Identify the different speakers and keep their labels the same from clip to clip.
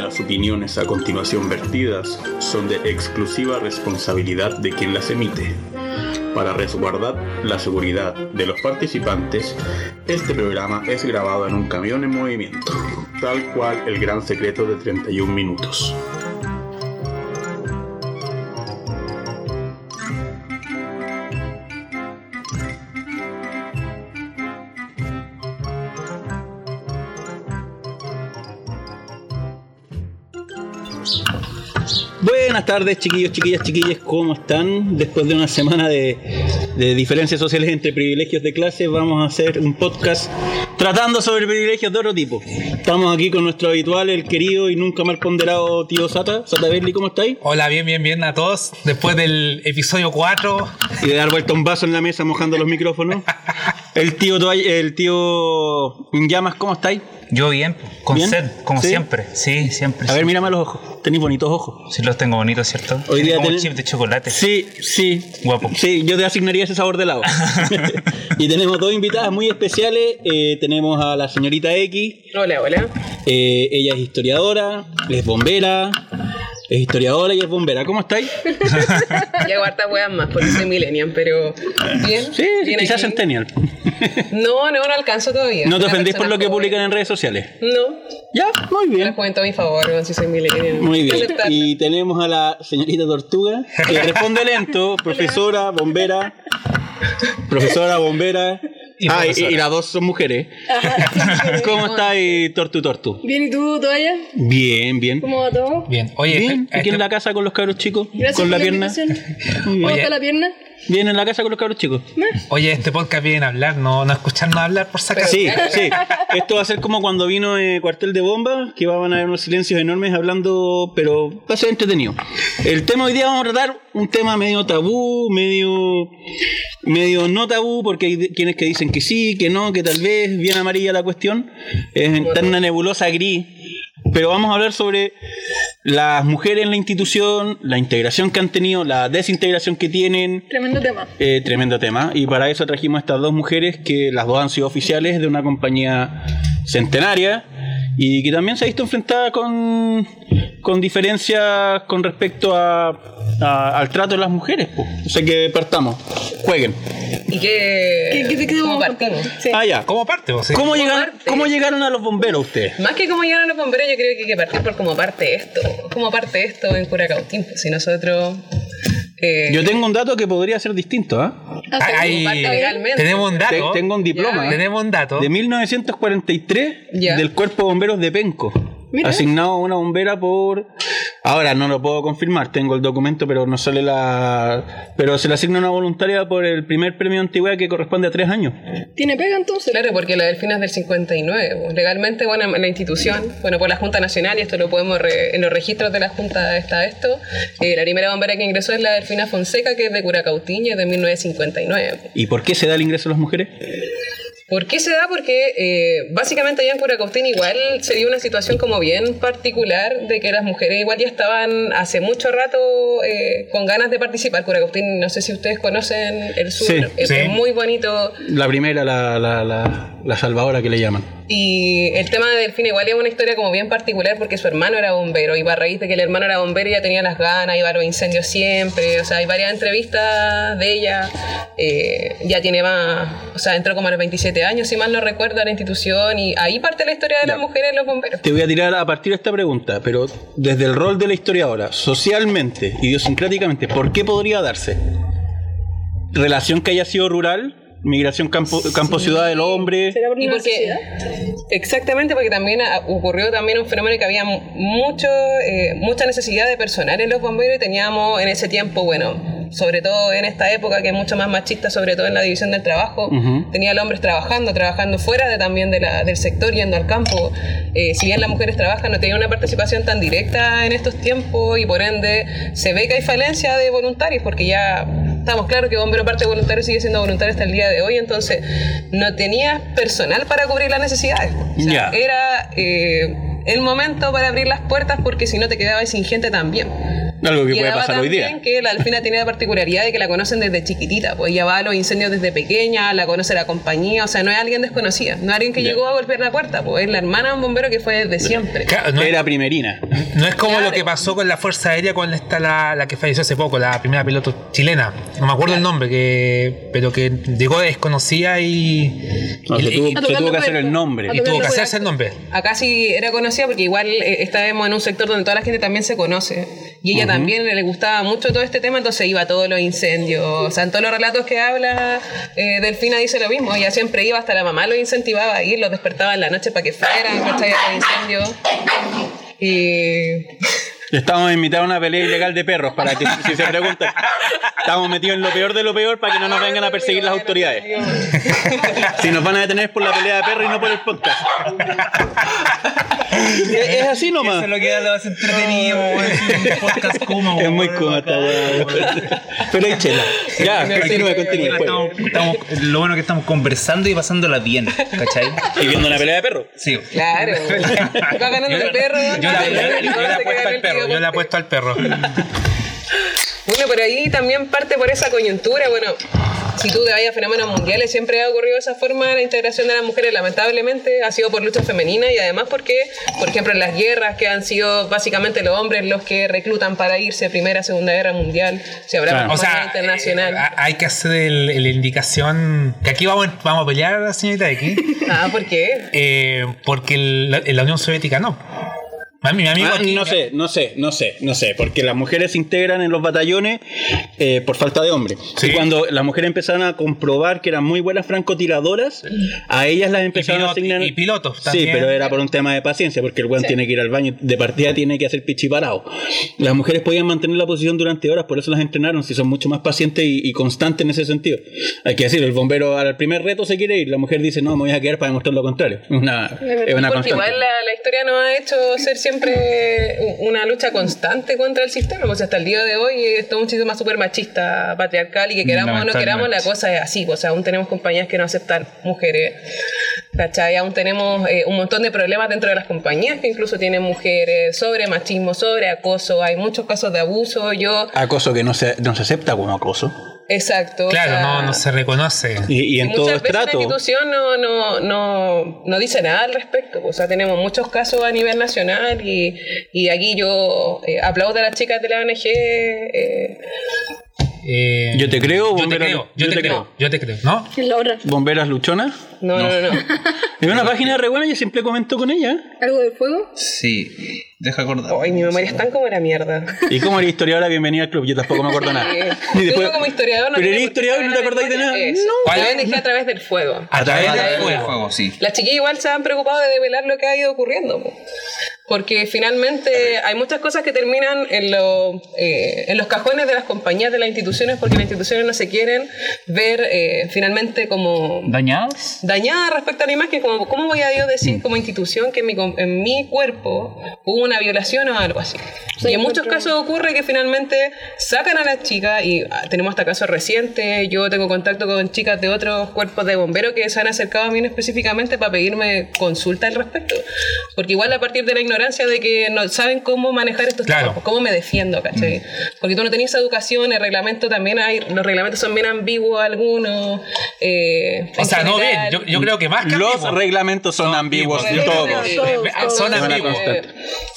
Speaker 1: Las opiniones a continuación vertidas son de exclusiva responsabilidad de quien las emite. Para resguardar la seguridad de los participantes, este programa es grabado en un camión en movimiento, tal cual el gran secreto de 31 minutos.
Speaker 2: Buenas tardes, chiquillos, chiquillas, chiquillas, ¿cómo están? Después de una semana de, de diferencias sociales entre privilegios de clase, vamos a hacer un podcast tratando sobre privilegios de otro tipo. Estamos aquí con nuestro habitual, el querido y nunca mal ponderado tío Sata. Sata Berli, ¿cómo estáis?
Speaker 3: Hola, bien, bien, bien a todos. Después del episodio 4,
Speaker 2: Y de dar vuelta un vaso en la mesa mojando los micrófonos. El tío, Toay- el tío en Llamas, ¿cómo estáis?
Speaker 3: yo bien, con
Speaker 2: ¿Bien?
Speaker 3: sed, como
Speaker 2: ¿Sí?
Speaker 3: siempre. Sí, siempre.
Speaker 2: A
Speaker 3: sí.
Speaker 2: ver, mírame a los ojos. Tenéis bonitos ojos.
Speaker 3: Sí, los tengo bonitos, ¿cierto?
Speaker 2: Hoy día
Speaker 3: como un
Speaker 2: tenés-
Speaker 3: chip de chocolate.
Speaker 2: Sí, sí.
Speaker 3: Guapo.
Speaker 2: Sí, yo te asignaría ese sabor de helado. y tenemos dos invitadas muy especiales. Eh, tenemos a la señorita X.
Speaker 4: Hola, hola.
Speaker 2: Eh, ella es historiadora, es bombera. Es historiadora y es bombera. ¿Cómo estáis?
Speaker 4: Ya guarda weas más, porque soy millennial, pero bien.
Speaker 2: Sí,
Speaker 4: bien
Speaker 2: quizás
Speaker 4: aquí.
Speaker 2: centennial.
Speaker 4: No, no, no alcanzo todavía.
Speaker 2: No te
Speaker 4: Una
Speaker 2: ofendís por lo que
Speaker 4: persona joven.
Speaker 2: publican en redes sociales.
Speaker 4: No,
Speaker 2: Ya, muy
Speaker 4: la
Speaker 2: bien.
Speaker 4: juventud a mi favor, weón, si soy millennial.
Speaker 2: Muy bien.
Speaker 4: Aceptarla.
Speaker 2: Y tenemos a la señorita Tortuga, que responde lento, profesora, bombera. Profesora, bombera.
Speaker 3: Y
Speaker 2: ah, y,
Speaker 3: profesora.
Speaker 2: y las dos son mujeres. ¿Cómo estáis, Tortu Tortu?
Speaker 5: Bien, ¿y tú, Toalla?
Speaker 2: Bien, bien.
Speaker 5: ¿Cómo va todo?
Speaker 3: Bien, oye,
Speaker 2: Bien,
Speaker 3: a
Speaker 2: aquí
Speaker 3: este-
Speaker 2: en la casa con los cabros chicos,
Speaker 5: Gracias
Speaker 2: con
Speaker 5: por
Speaker 2: la
Speaker 5: la,
Speaker 2: pierna.
Speaker 5: invitación.
Speaker 2: Muy bien.
Speaker 5: ¿Cómo
Speaker 3: Oye.
Speaker 5: está la pierna?
Speaker 2: Bien, en la casa con los cabros chicos.
Speaker 3: oye, este podcast viene a hablar, no, no a escucharnos hablar por sacar.
Speaker 2: Sí, sí. Esto va a ser como cuando vino eh, Cuartel de Bomba, que van a haber unos silencios enormes hablando, pero va a ser entretenido. El tema hoy día vamos a tratar un tema medio tabú, medio medio no tabú, porque hay de- quienes que dicen que sí, que no, que tal vez, bien amarilla la cuestión. Es está en una nebulosa gris. Pero vamos a hablar sobre las mujeres en la institución, la integración que han tenido, la desintegración que tienen,
Speaker 5: Tremendo tema.
Speaker 2: eh, tremendo tema. Y para eso trajimos a estas dos mujeres que las dos han sido oficiales de una compañía centenaria y que también se ha visto enfrentada con, con diferencias con respecto a, a- al trato de las mujeres. po. O sea que partamos, jueguen.
Speaker 4: ¿Y qué?
Speaker 5: ¿Qué, qué, qué
Speaker 4: Eh, ¿Cómo
Speaker 5: vamos a
Speaker 4: partimos?
Speaker 5: contar? Sí.
Speaker 2: Ah, ya. ¿Cómo,
Speaker 3: ¿Cómo parte vos? sí?
Speaker 2: llegaron,
Speaker 4: parte?
Speaker 2: ¿Cómo llegaron a los bomberos ustedes?
Speaker 4: Más que como llegaron los bomberos, yo creo que hay que partir por cómo parte esto. Cómo parte esto en Curacautín. pues, Si nosotros. eh,
Speaker 2: Yo tengo un dato que podría ser distinto. ¿ah?
Speaker 5: Ah, sí,
Speaker 3: Ay,
Speaker 4: parte legalmente.
Speaker 3: tenemos un
Speaker 2: Te-
Speaker 3: dato.
Speaker 2: tengo un diploma ¿eh?
Speaker 3: Tenemos un dato.
Speaker 2: de 1943
Speaker 4: Ya.
Speaker 2: del Cuerpo de Bomberos de Penco.
Speaker 5: Mira.
Speaker 2: Asignado a una bombera por. Ahora no lo puedo confirmar, tengo el documento, pero no sale la. Pero se le asigna una voluntaria por el primer premio de antigüedad que corresponde a tres años.
Speaker 5: ¿Tiene pega entonces?
Speaker 4: Claro, porque la delfina es del 59. pues. Legalmente, bueno, la institución, bueno, por la Junta Nacional, y esto lo podemos, re- en los registros de la Junta está esto, eh, la primera bombera que ingresó es la delfina Fonseca, que es de Curacautín y es de 1959. pues.
Speaker 2: ¿Y por qué se da el ingreso a las mujeres?
Speaker 4: ¿Por qué se da? Porque eh, básicamente allá en Curacautín igual se dio una situación como bien particular de que las mujeres igual ya estaban hace mucho rato eh, con ganas de participar. Curacautín, no sé si ustedes conocen el sur,
Speaker 2: Sí,
Speaker 4: es
Speaker 3: sí.
Speaker 4: muy bonito,
Speaker 2: La primera, la, la, la, la salvadora que le llaman.
Speaker 4: Y el tema de Delfina igual es una historia como bien particular porque su hermano era bombero y a raíz de que el hermano era bombero ella tenía las ganas, iba a los incendios siempre, o sea, hay varias entrevistas de ella, eh, ya tiene más, o sea, entró como a los 27 años, si mal no recuerdo, a la institución y ahí parte la historia de las
Speaker 2: Ya.
Speaker 4: mujeres en los bomberos.
Speaker 2: Te voy a tirar a partir de esta pregunta, pero desde el rol de la historiadora, socialmente, idiosincráticamente, ¿por qué podría darse? ¿Relación que haya sido rural? ¿Migración campo- campo-ciudad del hombre?
Speaker 5: ¿Será por
Speaker 4: Y
Speaker 5: la
Speaker 4: porque-
Speaker 5: necesidad?
Speaker 4: Exactamente, porque también ah, ocurrió también un fenómeno que había mu- mucho, eh, mucha necesidad de personal en los bomberos y teníamos en ese tiempo, bueno, sobre todo en esta época que es mucho más machista, sobre todo en la división del trabajo,
Speaker 2: Ujú.
Speaker 4: tenía a los hombres trabajando, trabajando fuera de, también de la- del sector, yendo al campo. Eh, si bien las mujeres trabajan, no tenían una participación tan directa en estos tiempos y por ende se ve que hay falencia de voluntarios porque ya estamos claros que bombero parte voluntario sigue siendo voluntario hasta el día de hoy, entonces no tenías personal para cubrir las necesidades. O
Speaker 2: Ya.
Speaker 4: sea, Era eh, el momento para abrir las puertas porque si no te quedabas sin gente también.
Speaker 2: Algo que
Speaker 4: Y
Speaker 2: puede
Speaker 4: Adaba
Speaker 2: pasar hoy día.
Speaker 4: también que la alfina tiene la particularidad de que la conocen desde chiquitita, pues ella va a los incendios desde pequeña, la conoce la compañía, o sea, no es alguien desconocida, no es alguien que
Speaker 2: Ya.
Speaker 4: llegó a golpear la puerta, pues es la hermana de un bombero que fue desde siempre.
Speaker 3: Claro, no,
Speaker 2: Era primerina.
Speaker 3: no es como lo
Speaker 4: Claro.
Speaker 3: que pasó con la Fuerza Aérea con esta, la, la que falleció hace poco, la primera piloto chilena. No me acuerdo el nombre, que, pero que llegó desconocida y,
Speaker 2: No,
Speaker 3: y-
Speaker 2: se
Speaker 3: y-
Speaker 2: tuvo,
Speaker 3: y
Speaker 2: se
Speaker 5: A tocar
Speaker 2: tuvo que
Speaker 5: la
Speaker 2: hacer
Speaker 5: puerta.
Speaker 2: el nombre.
Speaker 5: A
Speaker 2: Y
Speaker 5: tocar-
Speaker 2: tú-
Speaker 3: tuvo que
Speaker 5: puerta.
Speaker 3: hacerse el nombre.
Speaker 4: Acá sí era conocida porque igual eh, estábamos en un sector donde toda la gente también se conoce. Y ella también le gustaba mucho todo este tema, entonces iba a todos los incendios. O sea, en todos los relatos que habla, eh, Delfina dice lo mismo. Ella siempre iba, hasta la mamá lo incentivaba a ir, los despertaba en la noche para que fueran, ¿cachai? A los incendios. Y
Speaker 2: Estamos invitados a una pelea ilegal de perros, para que si se preguntan. Estamos metidos en lo peor de lo peor para que no nos vengan a perseguir las autoridades. Si nos van a detener es por la pelea de perros y no por el podcast. es, es así nomás. Ah.
Speaker 6: Eso lo que lo hace entretenido, weón. Es un podcast cómodo.
Speaker 2: Es muy
Speaker 6: weón,
Speaker 2: cómoda esta
Speaker 6: bacán,
Speaker 2: weá,
Speaker 6: weón.
Speaker 2: weón. Pero hay chela. Ya,
Speaker 4: Me
Speaker 2: continúe, continúe. pues.
Speaker 6: Estamos- estamos- Lo bueno que estamos conviversando y pasándola bien, ¿cachai?
Speaker 2: Y viendo una pelea de perros.
Speaker 6: Sí.
Speaker 4: Claro. Va ganando el perro.
Speaker 3: Yo la- yo la- yo le
Speaker 4: Se
Speaker 3: apuesto
Speaker 4: queda
Speaker 3: al
Speaker 4: el
Speaker 3: perro, yo le
Speaker 4: tío.
Speaker 3: apuesto al perro.
Speaker 4: Bueno, pero ahí también parte por esa coyuntura. Bueno, si tú te vas a fenómenos mundiales, siempre ha ocurrido de esa forma la integración de las mujeres, lamentablemente, ha sido por luchas femeninas y además porque, por ejemplo, en las guerras que han sido básicamente los hombres los que reclutan para irse, Primera, Segunda Guerra Mundial, si habrá
Speaker 2: Claro.
Speaker 4: claro.
Speaker 3: O sea,
Speaker 4: internacional.
Speaker 3: eh, ha- hay que hacer el- el- la indicación que aquí vamos, vamos a pelear a la señorita de aquí,
Speaker 4: Ah, ¿por qué?
Speaker 3: eh, porque el- la, la Unión Soviética no. A mí- mi amigo
Speaker 2: Ah,
Speaker 3: aquí-
Speaker 2: no sé, no sé, no sé, no sé, porque las mujeres se integran en los batallones eh, por falta de hombres.
Speaker 3: Sí.
Speaker 2: Y cuando las mujeres empezaron a comprobar que eran muy buenas francotiradoras, a ellas las empezaron a
Speaker 3: piloto-
Speaker 2: asignar.
Speaker 3: y pilotos también.
Speaker 2: Sí, pero era por un tema de paciencia, porque el buen tiene que ir al baño, de partida tiene que hacer pichiparao. Las mujeres podían mantener la posición durante horas, por eso las entrenaron, si son mucho más pacientes y, y constantes en ese sentido. Hay que decir, el bombero al primer reto se quiere ir, la mujer dice, no, me voy a quedar para demostrar lo contrario. Es Una, es una constante.
Speaker 4: Porque igual la, la historia nos ha hecho ser siempre u- una lucha constante contra el sistema, pues hasta el día de hoy es todo un sistema súper machista, patriarcal y que queramos o no queramos la cosa es así, o sea, aún tenemos compañías que no aceptan mujeres, ¿cachai? Aún tenemos eh, un montón de problemas dentro de las compañías que incluso tienen mujeres, sobre machismo, sobre acoso, hay muchos casos de abuso, yo,
Speaker 2: Acoso que no se, no se acepta como acoso.
Speaker 4: exacto. o
Speaker 3: Claro,
Speaker 4: sea,
Speaker 3: no, no se reconoce.
Speaker 2: Y, y en todo
Speaker 4: Muchas veces
Speaker 2: estrato.
Speaker 4: la institución no, no, no, no dice nada al respecto. O sea, tenemos muchos casos a nivel nacional y, y aquí yo eh, aplaudo a las chicas de la ONG. eh,
Speaker 3: Eh,
Speaker 2: Yo te creo,
Speaker 3: yo te
Speaker 2: bombero-
Speaker 3: creo, yo te creo, yo te creo, ¿no?
Speaker 5: Es la otra.
Speaker 2: Bomberas luchonas.
Speaker 4: no, no, no. no,
Speaker 2: Es una página re buena, yo siempre comento con ella.
Speaker 5: ¿Algo de fuego?
Speaker 6: Sí. Deja acordar.
Speaker 4: Ay, mi memoria es tan como la mierda.
Speaker 2: ¿Y como eres historiadora? Bienvenida al club, yo tampoco me acuerdo nada.
Speaker 4: Sí.
Speaker 2: Y después-
Speaker 4: Tú como historiador no
Speaker 2: pero
Speaker 4: tiene
Speaker 2: eres
Speaker 4: por qué
Speaker 2: historiador y no te
Speaker 4: saber
Speaker 2: acordáis de nada.
Speaker 4: memoria.
Speaker 2: No.
Speaker 3: ¿Cuál
Speaker 4: La
Speaker 3: es?
Speaker 4: ONG a través del fuego.
Speaker 3: A través
Speaker 6: Deja
Speaker 3: del
Speaker 6: acordar
Speaker 3: fuego.
Speaker 6: el fuego, sí.
Speaker 4: Las chiquillas igual se han preocupado de develar lo que ha ido ocurriendo. po. Porque finalmente hay muchas cosas que terminan en, lo- eh, en los cajones de las compañías, de las instituciones, porque las instituciones no se quieren ver eh, finalmente como
Speaker 6: ¿Dañadas?
Speaker 4: dañadas respecto a la imagen. Como, ¿Cómo voy a yo decir como institución que en mi, com- en mi cuerpo hubo una violación o algo así?
Speaker 5: Sí,
Speaker 4: y en muchos
Speaker 5: encuentro-
Speaker 4: casos ocurre que finalmente sacan a las chicas y ah, tenemos hasta casos recientes. Yo tengo contacto con chicas de otros cuerpos de bomberos que se han acercado a mí específicamente para pedirme consulta al respecto. Porque igual a partir de la ignorancia de que no saben cómo manejar estos
Speaker 3: Claro.
Speaker 4: temas, pues, cómo me defiendo, ¿cachai? Porque tú no tenías educación, el reglamento también hay, los reglamentos son bien ambiguos algunos. eh,
Speaker 3: O
Speaker 4: en
Speaker 3: sea, no bien,
Speaker 4: general.
Speaker 3: yo, yo creo que más que
Speaker 2: Los
Speaker 3: ambiguo.
Speaker 2: reglamentos son ambiguos
Speaker 3: ambiguos.
Speaker 2: todos.
Speaker 5: Todos, todos.
Speaker 3: ah, Son
Speaker 2: Semana
Speaker 3: ambiguos.
Speaker 2: constante.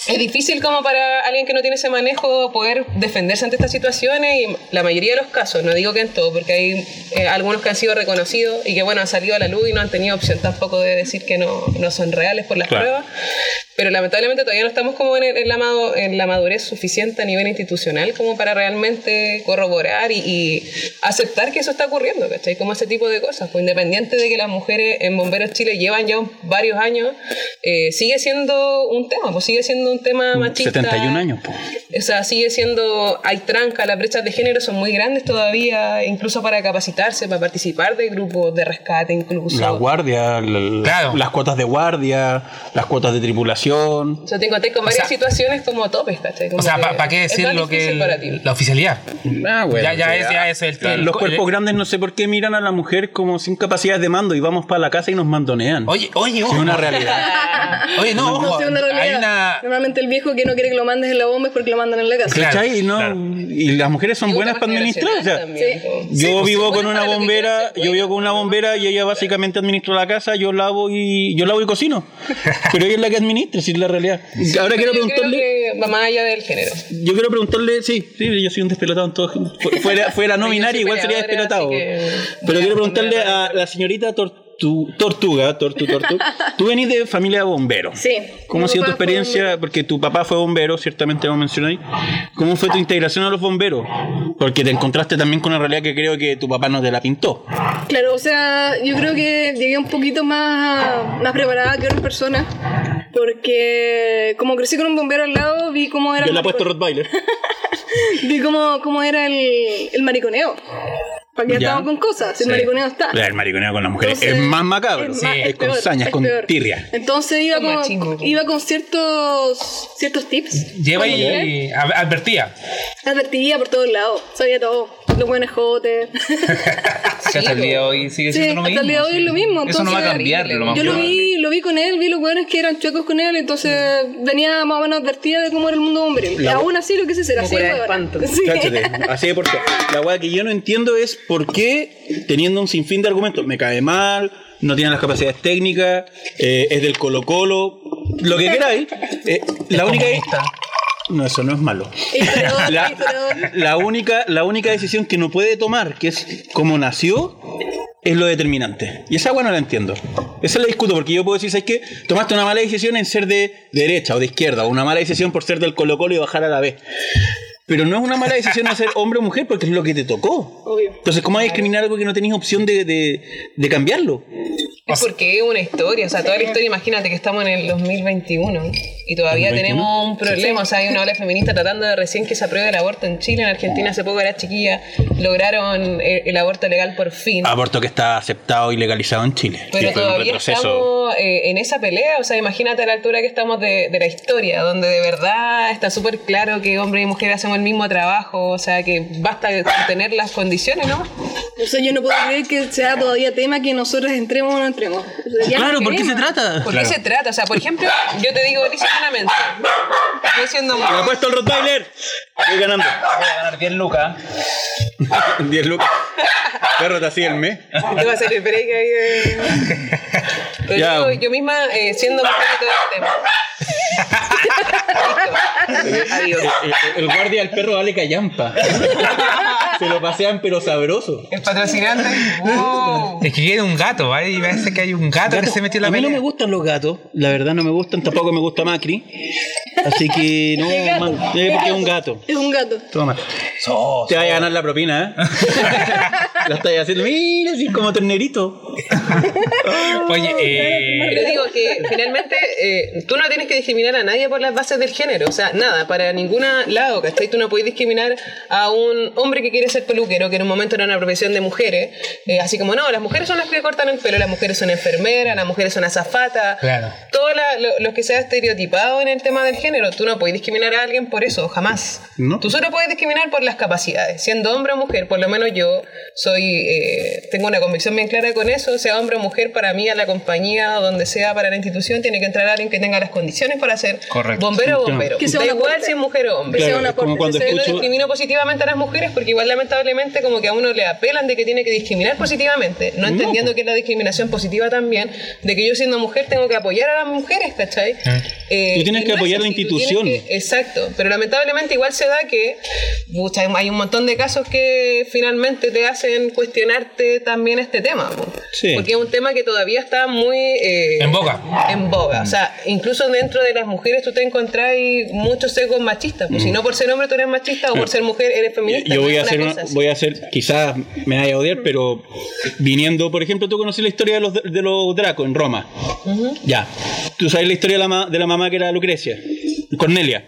Speaker 4: Es difícil como para alguien que no tiene ese manejo poder defenderse ante estas situaciones y la mayoría de los casos, no digo que en todo, porque hay eh, algunos que han sido reconocidos y que bueno, han salido a la luz y no han tenido opción tampoco de decir que no, no son reales por las
Speaker 2: Claro.
Speaker 4: pruebas, pero lamentablemente todavía no estamos como en, el- en la, madu- en la madurez suficiente a nivel institucional como para realmente corroborar y, y aceptar que eso está ocurriendo, ¿cachai? Como ese tipo de cosas, pues independiente de que las mujeres en Bomberos Chile llevan ya un- varios años, eh, sigue siendo un tema, pues sigue siendo un
Speaker 3: Mm,
Speaker 4: tema machista.
Speaker 2: 71 años, po.
Speaker 4: O sea, sigue siendo, hay tranca, las brechas de género son muy grandes todavía, incluso para capacitarse, para participar de grupos de rescate, incluso.
Speaker 2: La guardia, la- la-
Speaker 3: Claro.
Speaker 2: las cuotas de guardia, las cuotas de violación.
Speaker 4: O sea, te encontré con varias
Speaker 3: O sea-
Speaker 4: situaciones como topes, ¿cachai? Como
Speaker 3: O sea,
Speaker 4: que
Speaker 3: ¿para qué
Speaker 4: es
Speaker 3: decir
Speaker 4: más
Speaker 3: lo que
Speaker 4: difícil
Speaker 3: el-
Speaker 4: para ti.
Speaker 3: la oficialidad?
Speaker 2: Ah, bueno.
Speaker 3: ya, ya, es, ya es el el-
Speaker 2: Los cuerpos
Speaker 3: el-
Speaker 2: grandes no sé por qué miran a la mujer como sin capacidades de mando y vamos para la casa y nos mandonean.
Speaker 3: Oye, oye,
Speaker 2: es
Speaker 3: ojo.
Speaker 2: una realidad.
Speaker 3: Oye, no,
Speaker 5: No
Speaker 3: ojo.
Speaker 5: sé, una
Speaker 3: Hay
Speaker 5: realidad.
Speaker 3: una.
Speaker 5: Normalmente el viejo que no quiere que lo mandes en la bomba es porque lo mandan en la casa.
Speaker 3: Claro,
Speaker 2: ¿Cachai? Y, no-
Speaker 6: claro.
Speaker 2: y las mujeres son
Speaker 4: Y
Speaker 2: buenas
Speaker 4: una
Speaker 2: para administrar. o sea,
Speaker 4: también,
Speaker 5: Sí.
Speaker 4: po.
Speaker 2: yo
Speaker 4: pues,
Speaker 2: vivo
Speaker 4: son
Speaker 2: con
Speaker 4: buenas
Speaker 2: una
Speaker 4: para lo que quieran
Speaker 2: bombera,
Speaker 4: ser
Speaker 2: yo vivo
Speaker 4: buenas,
Speaker 2: con una
Speaker 4: ¿no?
Speaker 2: bombera y ella básicamente administra la casa, yo lavo y yo lavo y cocino. Pero ella es la que administra, sí, es la realidad. Ahora quiero
Speaker 4: Pero pues, yo
Speaker 2: preguntarle
Speaker 4: creo que va más allá del género.
Speaker 2: Yo quiero preguntarle, sí, sí, yo soy un despelotado en todo. fu- Fuera, fuera no
Speaker 4: Yo soy
Speaker 2: binario, igual sería
Speaker 4: peleadora,
Speaker 2: despelotado.
Speaker 4: así que-
Speaker 2: Pero
Speaker 4: Ya,
Speaker 2: quiero
Speaker 4: pues,
Speaker 2: preguntarle
Speaker 4: me da
Speaker 2: a la señorita Tortu- Tortuga, Tortu, Tortu. Tú venís de familia de bomberos.
Speaker 5: Sí.
Speaker 2: ¿Cómo
Speaker 5: Mi
Speaker 2: ha sido tu
Speaker 5: papá fue
Speaker 2: experiencia?
Speaker 5: bombero.
Speaker 2: Porque tu papá fue bombero, ciertamente lo mencioné. ¿Cómo fue tu integración a los bomberos? Porque te encontraste también con una realidad que creo que tu papá no te la pintó.
Speaker 5: Claro, o sea, yo creo que llegué un poquito más, más preparada que otras personas. Porque como crecí con un bombero al lado, vi cómo era.
Speaker 2: Yo
Speaker 5: el
Speaker 2: le he puesto
Speaker 5: maricone-
Speaker 2: Rottweiler.
Speaker 5: Vi cómo, cómo era el, el mariconeo. Para que
Speaker 2: Ya.
Speaker 5: estamos con cosas. El mariconeo está.
Speaker 2: El mariconeo con las mujeres
Speaker 5: Entonces,
Speaker 2: es más macabro.
Speaker 5: es
Speaker 2: Es,
Speaker 5: más- es
Speaker 2: con
Speaker 5: peor,
Speaker 2: sañas,
Speaker 5: es
Speaker 2: con
Speaker 5: peor.
Speaker 2: tirria.
Speaker 5: Entonces iba
Speaker 4: Con
Speaker 5: con,
Speaker 4: machismo.
Speaker 5: iba con ciertos ciertos tips.
Speaker 3: Lleva
Speaker 5: Como que
Speaker 3: y a- advertía.
Speaker 5: Advertía por todos lados, sabía todo. Los buenos jotes.
Speaker 6: Si hasta el día de hoy sigue
Speaker 5: Sí,
Speaker 6: siendo lo
Speaker 5: hasta
Speaker 6: mismo.
Speaker 5: el día de hoy
Speaker 6: sí.
Speaker 5: es lo mismo,
Speaker 6: Eso no va a
Speaker 5: entonces-
Speaker 6: cambiar, lo más
Speaker 5: Yo lo
Speaker 6: probable.
Speaker 5: vi, lo vi con él, vi los buenos que eran chuecos con él, entonces venía más o menos advertida de cómo era el mundo hombre.
Speaker 2: Mm. La-
Speaker 5: aún así lo que se será
Speaker 4: Como
Speaker 5: así,
Speaker 4: fuera de
Speaker 5: huevona.
Speaker 4: espanto.
Speaker 5: Sí.
Speaker 2: Cáchate, así de por sí. La weá que yo no entiendo es por qué, teniendo un sinfín de argumentos, me cae mal, no tiene las capacidades técnicas, eh, es del Colo-Colo, lo que queráis. eh, la única.
Speaker 3: comunista.
Speaker 2: No, eso no es malo.
Speaker 5: Historiador,
Speaker 2: La,
Speaker 5: historiador.
Speaker 2: la única, la única decisión que no puede tomar, que es como nació, es lo determinante. Y esa weá no la entiendo. Esa la discuto porque yo puedo decir, ¿sabes qué? Tomaste una mala decisión en ser de derecha o de izquierda, o una mala decisión por ser del Colo-Colo y bajar a la B. Pero no es una mala decisión hacer hombre o mujer porque es lo que te tocó.
Speaker 5: Obvio.
Speaker 2: Entonces, ¿cómo vas a discriminar algo que no tenías opción de, de- de cambiarlo?
Speaker 4: Es porque es una historia, o sea, toda la historia, imagínate que estamos en el 2021 y todavía
Speaker 2: 2021.
Speaker 4: tenemos un problema, o sea, hay una ola feminista tratando de recién que se apruebe el aborto en Chile, en Argentina hace poco era chiquilla, lograron eh, el, el aborto legal por fin.
Speaker 2: Aborto que está aceptado y legalizado en Chile.
Speaker 4: Pero
Speaker 2: Que fue un
Speaker 4: todavía
Speaker 2: retroceso.
Speaker 4: estamos eh, en esa pelea, o sea, imagínate a la altura que estamos de, de la historia, donde de verdad está súper claro que hombre y mujer hacemos el mismo trabajo, o sea, que basta con tener las condiciones, ¿no?
Speaker 5: O sea, yo no puedo creer que sea todavía tema que nosotros entremos o no entremos. O sea, ya
Speaker 2: Claro,
Speaker 5: no
Speaker 2: ¿por qué se
Speaker 5: queremos.
Speaker 2: trata?
Speaker 4: ¿Por qué se trata? O sea, por ejemplo, yo te digo lisamente, yo siendo
Speaker 2: Me ha
Speaker 4: mujer,
Speaker 2: puesto el Rottweiler. Voy ganando.
Speaker 6: Voy a ganar 10 lucas.
Speaker 2: 10 lucas. Perro, te hacía el mes.
Speaker 4: Te va a hacer el break ahí de- Pero
Speaker 2: Ya.
Speaker 4: yo, yo misma, eh, siendo mujer de todo el tema. Listo. Adiós.
Speaker 2: eh, El, guardia del perro vale callampa. Se lo pasean, pero sabroso.
Speaker 4: El patrocinante. wow.
Speaker 3: Es que viene un gato, ahí parece que hay un gato, que se metió en la
Speaker 2: a mí no me
Speaker 3: pelea.
Speaker 2: gustan los gatos, la verdad no me gustan, tampoco me gusta Macri. Así que no,
Speaker 5: Es gato,
Speaker 2: man, eh, porque es un gato.
Speaker 5: Es un gato.
Speaker 2: Toma.
Speaker 6: So,
Speaker 2: Te vas a ganar la propina, ¿eh? la estás haciendo, mira, así como ternerito.
Speaker 3: Oye, eh,
Speaker 4: Pero digo que finalmente eh, tú no tienes que discriminar a nadie por las bases del género, o sea, nada, para ningún lado, ¿cachai? Tú no puedes discriminar a un hombre que quiere ser peluquero, que en un momento era una profesión de mujeres, eh, así como no, las mujeres son las que cortan el pelo, las mujeres son enfermeras, las mujeres son azafatas,
Speaker 3: Claro.
Speaker 4: todo la- lo, lo que sea estereotipado en el tema del género, tú no puedes discriminar a alguien por eso, jamás.
Speaker 2: No.
Speaker 4: Tú solo puedes discriminar por las capacidades, siendo hombre o mujer, por lo menos yo soy, eh, tengo una convicción bien clara con eso, sea hombre o mujer, para mí, a la compañía, donde sea, para la institución, tiene que entrar alguien que tenga las condiciones para ser
Speaker 6: Correcto.
Speaker 4: bombero o
Speaker 2: claro.
Speaker 4: bombero.
Speaker 5: Que sea
Speaker 4: da
Speaker 5: una
Speaker 4: igual
Speaker 5: puerta.
Speaker 4: si es mujer o hombre.
Speaker 5: sea
Speaker 2: Claro,
Speaker 5: un
Speaker 2: es como
Speaker 5: aporte,
Speaker 2: cuando
Speaker 5: que
Speaker 4: Yo no
Speaker 2: escucho.
Speaker 4: discrimino positivamente a las mujeres porque igual lamentablemente como que a uno le apelan de que tiene que discriminar positivamente, no entendiendo que es la discriminación positiva también, de que yo siendo mujer tengo que apoyar a las mujeres, ¿cachai? Eh,
Speaker 2: Ah. Tú tienes
Speaker 4: y
Speaker 2: que
Speaker 4: no es
Speaker 2: apoyar la
Speaker 4: así, tú tienes
Speaker 2: institución.
Speaker 4: que- exacto, pero lamentablemente igual se da que pucha, hay un montón de casos que finalmente te hacen cuestionarte también este tema, po.
Speaker 2: Sí.
Speaker 4: porque es un tema que todavía está muy... eh,
Speaker 3: en boca.
Speaker 4: en boga. O sea, incluso dentro de las mujeres tú te encontrás muchos sesgos machistas. Pues si no por ser hombre tú eres machista o por ser mujer eres feminista.
Speaker 2: Yo voy a
Speaker 4: una
Speaker 2: hacer,
Speaker 4: cosa
Speaker 2: una-
Speaker 4: así. Mm.
Speaker 2: voy a hacer, quizás me vaya a odiar, pero viniendo, por ejemplo, tú conoces la historia de los, de los Draco en Roma. Ya. Tú sabes la historia de la, ma- de la mamá que era Lucrecia, Cornelia.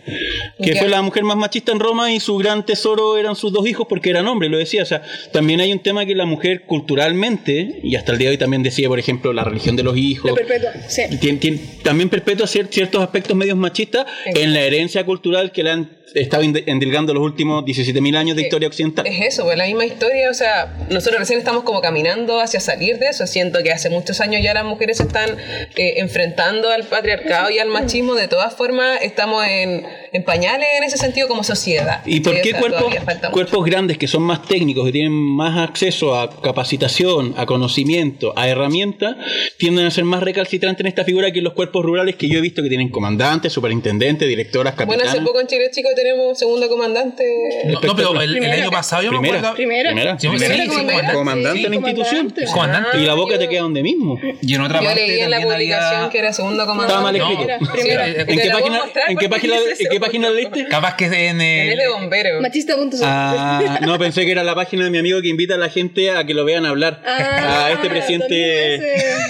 Speaker 2: que
Speaker 4: Ya.
Speaker 2: fue la mujer más machista en Roma y su gran tesoro eran sus dos hijos porque eran hombres, lo decía. O sea, también hay un tema que la mujer culturalmente, y hasta el día de hoy también decía, por ejemplo, la religión de los hijos,
Speaker 5: Lo perpetua, sí.
Speaker 2: tien- tien- también perpetúa cier- ciertos aspectos medios machistas
Speaker 4: Exacto.
Speaker 2: en la herencia cultural que le han estado ind- endilgando los últimos 17.000 años de
Speaker 4: Eh,
Speaker 2: historia occidental.
Speaker 4: Es eso, pues la misma historia, o sea, nosotros recién estamos como caminando hacia salir de eso, siento que hace muchos años ya las mujeres se están eh, enfrentando al patriarcado y al machismo, de todas formas estamos en, en pañales en ese sentido como sociedad.
Speaker 2: ¿Y por
Speaker 4: Sí, o
Speaker 2: qué
Speaker 4: sea,
Speaker 2: cuerpos,
Speaker 4: todavía falta mucho.
Speaker 2: cuerpos grandes que son más técnicos, que tienen más acceso a capacitación, a conocimiento, a herramientas, tienden a ser más recalcitrantes en esta figura que los cuerpos rurales que yo he visto que tienen comandantes, superintendentes, directoras,
Speaker 4: Bueno,
Speaker 2: capitanes?
Speaker 4: hace poco en Chile, chicos, tenemos segundo comandante.
Speaker 3: No, no, pero el, el
Speaker 5: Primera.
Speaker 3: año pasado yo me
Speaker 2: Primera.
Speaker 3: acuerdo.
Speaker 5: Primera.
Speaker 2: Primera.
Speaker 3: Sí,
Speaker 5: Era
Speaker 3: sí,
Speaker 5: como
Speaker 3: sí,
Speaker 5: andante,
Speaker 1: comandante
Speaker 5: sí,
Speaker 1: en la
Speaker 2: institución.
Speaker 5: comandante.
Speaker 3: Comandante.
Speaker 2: Y la boca te queda donde mismo.
Speaker 6: Y en otra
Speaker 4: Yo
Speaker 6: parte
Speaker 4: leí en la
Speaker 6: también
Speaker 4: publicación
Speaker 6: había...
Speaker 4: que era segundo
Speaker 2: Estaba mal
Speaker 4: comandante.
Speaker 5: No,
Speaker 2: escrito.
Speaker 5: primera.
Speaker 2: ¿En
Speaker 4: Te
Speaker 2: qué
Speaker 4: la voy a
Speaker 2: página,
Speaker 4: mostrar
Speaker 2: en qué
Speaker 4: porque
Speaker 2: página,
Speaker 4: hice
Speaker 2: en qué
Speaker 4: ese
Speaker 2: página lo leíste?
Speaker 3: Capaz que en
Speaker 4: En
Speaker 3: el.
Speaker 4: el de bomberos.
Speaker 5: Machista.cl.
Speaker 2: Ah, no, pensé que era la página de mi amigo que invita a la gente a que lo vean hablar.
Speaker 5: Ah,
Speaker 2: a este presidente.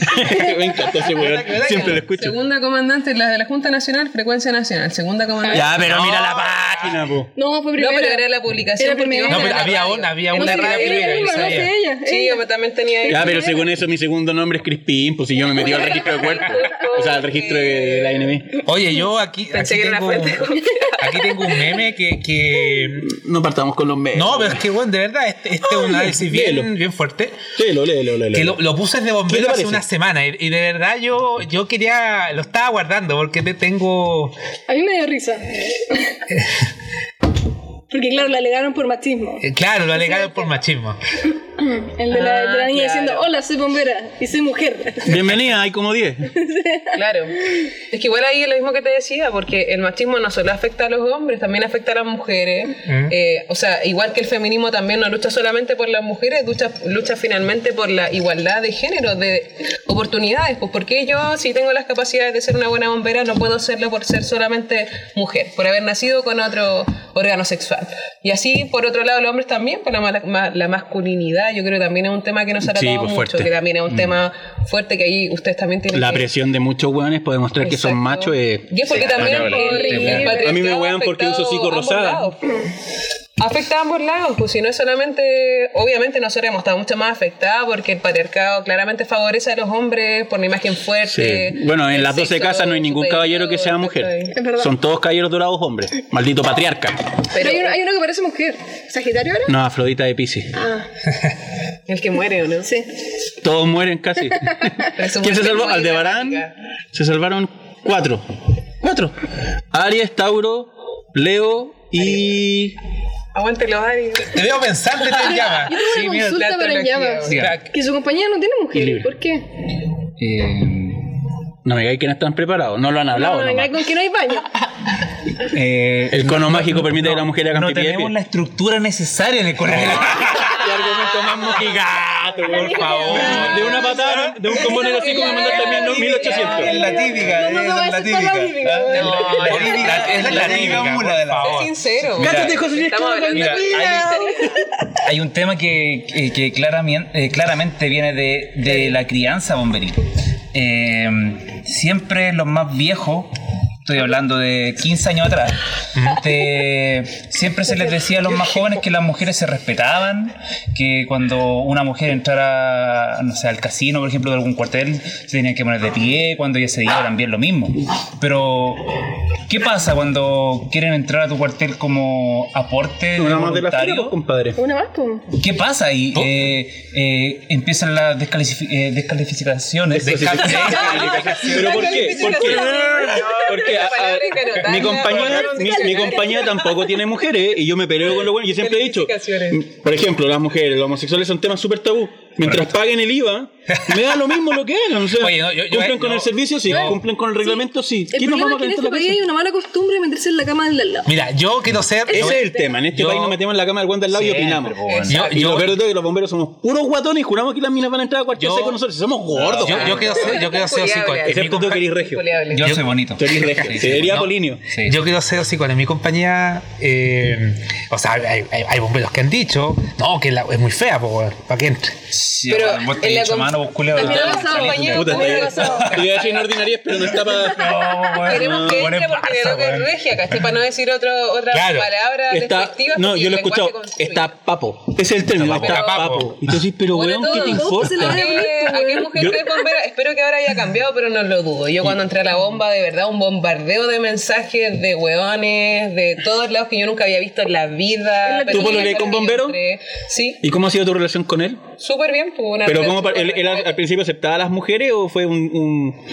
Speaker 2: Me encanta ese weón. Siempre lo escucho.
Speaker 4: Segunda comandante, la de la Junta Nacional, Frecuencia Nacional. Segunda comandante.
Speaker 2: Ya, pero mira la página, po.
Speaker 5: No,
Speaker 4: No,
Speaker 5: fue primera.
Speaker 4: pero era la publicación.
Speaker 5: Era
Speaker 4: porque
Speaker 5: primera.
Speaker 4: iban
Speaker 5: No,
Speaker 4: a
Speaker 5: pero
Speaker 4: la
Speaker 3: había
Speaker 4: radio.
Speaker 3: una- había
Speaker 4: En
Speaker 3: una
Speaker 4: la
Speaker 5: Sí,
Speaker 3: radio
Speaker 4: radio
Speaker 5: era
Speaker 3: primera,
Speaker 5: la
Speaker 4: primera,
Speaker 5: misma,
Speaker 4: yo
Speaker 5: no
Speaker 3: sabía.
Speaker 4: sabía.
Speaker 5: sé ella.
Speaker 4: Sí,
Speaker 5: ella.
Speaker 4: yo también tenía ahí.
Speaker 2: Ya, pero según eso, mi segundo nombre es Crispín, pues si yo me metí al registro de cuerpos, o sea, al registro de, de la ANB.
Speaker 3: Oye, yo aquí.
Speaker 4: Pensé
Speaker 3: aquí
Speaker 4: que era
Speaker 3: tengo,
Speaker 4: una fuente.
Speaker 3: aquí tengo un meme que. que
Speaker 2: No partamos con los medios.
Speaker 3: no, pero es que, bueno, de verdad, este, este es un
Speaker 2: Oye,
Speaker 3: análisis
Speaker 2: léelo.
Speaker 3: bien, bien fuerte.
Speaker 2: Léelo, léelo, léelo.
Speaker 3: Que lo, lo puse de
Speaker 2: ¿Qué
Speaker 3: bombero
Speaker 2: te
Speaker 3: hace
Speaker 2: parece?
Speaker 3: una semana. Y, y de verdad yo, yo quería. Lo estaba guardando porque te tengo.
Speaker 5: A mí me dio risa. Porque claro, la alegaron por machismo.
Speaker 3: eh, Claro, lo alegaron por machismo.
Speaker 5: El de la,
Speaker 4: Ah,
Speaker 5: de la niña
Speaker 4: claro.
Speaker 5: diciendo, hola, soy bombera y soy mujer.
Speaker 2: Bienvenida, hay como 10.
Speaker 4: Claro. Es que igual ahí es lo mismo que te decía, porque el machismo no solo afecta a los hombres, también afecta a las mujeres.
Speaker 3: Mm.
Speaker 4: Eh, o sea, igual que el feminismo también no lucha solamente por las mujeres, lucha, lucha finalmente por la igualdad de género, de oportunidades. Pues porque yo, si tengo las capacidades de ser una buena bombera, no puedo serlo por ser solamente mujer, por haber nacido con otro órgano sexual. Y así, por otro lado, los hombres también, por la, mala- ma- la masculinidad, yo creo que también es un tema que nos ha
Speaker 2: Sí,
Speaker 4: tratado
Speaker 2: pues,
Speaker 4: mucho,
Speaker 2: fuerte.
Speaker 4: que también es un tema fuerte que ahí ustedes también tienen
Speaker 2: La
Speaker 4: que...
Speaker 2: presión de muchos hueones puede demostrar que son
Speaker 4: Exacto.
Speaker 2: machos. eh,
Speaker 4: Y es porque también
Speaker 6: no, no,
Speaker 4: el-
Speaker 5: no,
Speaker 4: el
Speaker 5: no, no.
Speaker 4: patriarcado
Speaker 2: A mí me huean
Speaker 4: ha
Speaker 2: porque uso
Speaker 4: afectado
Speaker 2: hocico
Speaker 4: a ambos
Speaker 2: rosada.
Speaker 4: lados. Afecta a ambos lados, pues si no es solamente, obviamente nosotros hemos estado mucho más afectados porque el patriarcado claramente favorece a los hombres por la imagen fuerte.
Speaker 2: Sí. Bueno, en
Speaker 4: el
Speaker 2: las 12
Speaker 4: sexo
Speaker 2: casas no hay ningún
Speaker 4: superior,
Speaker 2: caballero que sea
Speaker 4: ¿cachai?
Speaker 2: mujer.
Speaker 5: Es verdad.
Speaker 2: Son todos caballeros dorados hombres. Maldito patriarca.
Speaker 5: Pero
Speaker 4: Pero
Speaker 5: hay uno, hay uno que parece mujer. ¿Sagitario ahora?
Speaker 2: No, Afrodita de Pisces.
Speaker 5: Ah,
Speaker 4: el que muere, ¿o no?
Speaker 5: sí.
Speaker 2: Todos mueren casi.
Speaker 4: Pero su
Speaker 2: ¿Quién se
Speaker 4: muerte
Speaker 2: salvó?
Speaker 4: es muy
Speaker 2: Aldebarán.
Speaker 4: dramática.
Speaker 2: Se salvaron cuatro. Cuatro. Aries, Tauro, Leo y...
Speaker 4: Aguante los Aries.
Speaker 3: Te veo pensante, te llama.
Speaker 5: Yo tengo una
Speaker 4: la
Speaker 5: consulta para el
Speaker 4: astrología,
Speaker 5: llama.
Speaker 3: Sí,
Speaker 6: Diga.
Speaker 5: Que su compañía no tiene
Speaker 2: Y
Speaker 5: mujeres.
Speaker 2: libre.
Speaker 5: ¿Por qué?
Speaker 6: Eh,
Speaker 2: No me digáis que no están preparados. No lo han hablado.
Speaker 5: no, no,
Speaker 2: nomás.
Speaker 5: venga, con que no hay baño.
Speaker 6: eh,
Speaker 2: El cono mágico permite que la mujer haga
Speaker 6: no
Speaker 2: pipí de
Speaker 6: tenemos
Speaker 2: pie. Ah.
Speaker 6: la estructura necesaria en el colegio.
Speaker 2: Qué argumento más mojigato, por favor. De una patada, de un combo en el hocico me mandaste a mí en los 1800.
Speaker 6: Es la típica,
Speaker 5: No, no, no,
Speaker 6: es
Speaker 5: esa
Speaker 6: la
Speaker 5: es toda la típica,
Speaker 6: típica. ¿ah?
Speaker 4: No,
Speaker 3: es
Speaker 6: Es la- Es la típica mula de la
Speaker 4: Es sincero.
Speaker 2: Cállate, José Luis,
Speaker 4: Estamos hablando
Speaker 6: Mira,
Speaker 4: de
Speaker 6: hay, hay un tema que, que- que claramente, eh, claramente viene de, de la crianza bomberil. Eh, siempre los más viejos, estoy hablando de 15 años atrás, te- siempre se les decía a los más jóvenes que las mujeres se respetaban, que cuando una mujer entrara, no sé, al casino, por ejemplo, de algún cuartel, se tenían que poner de pie, cuando ella se iba también lo mismo. Pero, ¿qué pasa cuando quieren entrar a tu cuartel como aporte
Speaker 2: Una más de la feria, pues,
Speaker 6: voluntario?
Speaker 2: compadre.
Speaker 5: Una más, pues.
Speaker 6: ¿Qué pasa? Y eh, eh, empiezan las descalif- eh, descalificaciones.
Speaker 2: ¿Pero por qué? ¿Por qué? Porque a- a- mi compañera, mi, mi compañera tampoco tiene mujeres y yo me peleo con lo bueno. Yo siempre he dicho,
Speaker 4: Calificaciones.
Speaker 2: por ejemplo, las mujeres, los homosexuales son temas súper tabú. Mientras paguen el IVA, me da lo mismo lo que hagan. O sea,
Speaker 3: Oye, no, yo- yo-
Speaker 2: cumplen con
Speaker 3: no.
Speaker 2: el servicio, sí. Cumplen con el reglamento, sí.
Speaker 5: El
Speaker 2: ¿Qué nos
Speaker 5: problema
Speaker 2: vamos
Speaker 5: es
Speaker 2: a
Speaker 5: que
Speaker 2: calentar
Speaker 5: en este
Speaker 2: la
Speaker 5: país
Speaker 2: cabeza?
Speaker 5: hay una mala costumbre de meterse en la cama del de al lado.
Speaker 3: Mira, yo quiero ser. yo-
Speaker 2: Ese es el tema. En este
Speaker 3: yo-
Speaker 2: país nos metemos en la cama del guante al lado y
Speaker 6: Siempre,
Speaker 2: opinamos.
Speaker 6: po, bueno.
Speaker 3: Yo-
Speaker 2: y
Speaker 3: yo-
Speaker 2: lo peor de todo es que los bomberos somos puros guatones y juramos que las minas van a entrar a cualquier
Speaker 3: Yo-
Speaker 2: seco con nosotros. Somos gordos.
Speaker 3: Yo, yo quiero ser, yo quiero ser hocico.
Speaker 4: Culeable.
Speaker 3: Mi
Speaker 2: Excepto tú
Speaker 3: compa-
Speaker 2: que eres regio.
Speaker 4: Culeable.
Speaker 6: Yo soy bonito.
Speaker 2: Tú eres regio.
Speaker 6: sí, sí.
Speaker 2: Sería
Speaker 3: No.
Speaker 2: Polinio.
Speaker 6: Sí.
Speaker 3: Yo quiero ser hocico en mi compañía. eh, o sea, hay, hay- hay bomberos que han dicho, no, que la- es muy fea, para que entre.
Speaker 6: Sí,
Speaker 4: Pero
Speaker 6: bueno, vos te
Speaker 4: en la
Speaker 6: he dicho,
Speaker 4: com-
Speaker 6: mano, vos culeo,
Speaker 5: También
Speaker 6: no,
Speaker 5: lo
Speaker 4: pasado,
Speaker 6: salí
Speaker 4: compañero.
Speaker 6: tú.
Speaker 2: Puta,
Speaker 4: ¿Cómo
Speaker 2: te
Speaker 4: lo
Speaker 2: iba-
Speaker 4: pasó?
Speaker 2: te iba a decir inordinariez, pero no está para.
Speaker 6: No, bueno,
Speaker 4: Queremos que
Speaker 6: bueno,
Speaker 4: entre porque
Speaker 6: pasa,
Speaker 4: creo que es
Speaker 6: bueno.
Speaker 4: regia, ¿cachai? Para no decir otro, otra
Speaker 3: Claro.
Speaker 4: palabra
Speaker 2: Está,
Speaker 4: despectiva.
Speaker 2: no,
Speaker 4: porque
Speaker 2: yo lo he
Speaker 4: el lenguaje
Speaker 2: escuchado.
Speaker 4: construye.
Speaker 2: Está papo. Ese es el término.
Speaker 3: Está
Speaker 2: Está
Speaker 3: papo.
Speaker 2: papo. Y tú decís, pero
Speaker 4: Bueno,
Speaker 2: weón, ¿qué te
Speaker 5: todo, todo se
Speaker 2: importa?
Speaker 5: la-
Speaker 4: ¿A qué- Eh, a qué mujer
Speaker 2: Yo-
Speaker 4: que es bombera? Espero que ahora haya cambiado, pero no lo dudo. Yo cuando entré a la bomba, de verdad, un bombardeo de mensajes, de hueones, de todos lados que yo nunca había visto en la vida.
Speaker 5: ¿Tú
Speaker 4: Pero
Speaker 2: pololeas
Speaker 4: que
Speaker 2: con
Speaker 4: yo
Speaker 2: bombero?
Speaker 4: entré- Sí,
Speaker 2: ¿Y cómo ha sido tu relación con él?
Speaker 4: súper bien. pues, una
Speaker 2: ¿Pero
Speaker 4: relación
Speaker 2: cómo, pa- él, él al, al principio aceptaba a las mujeres o fue un, un,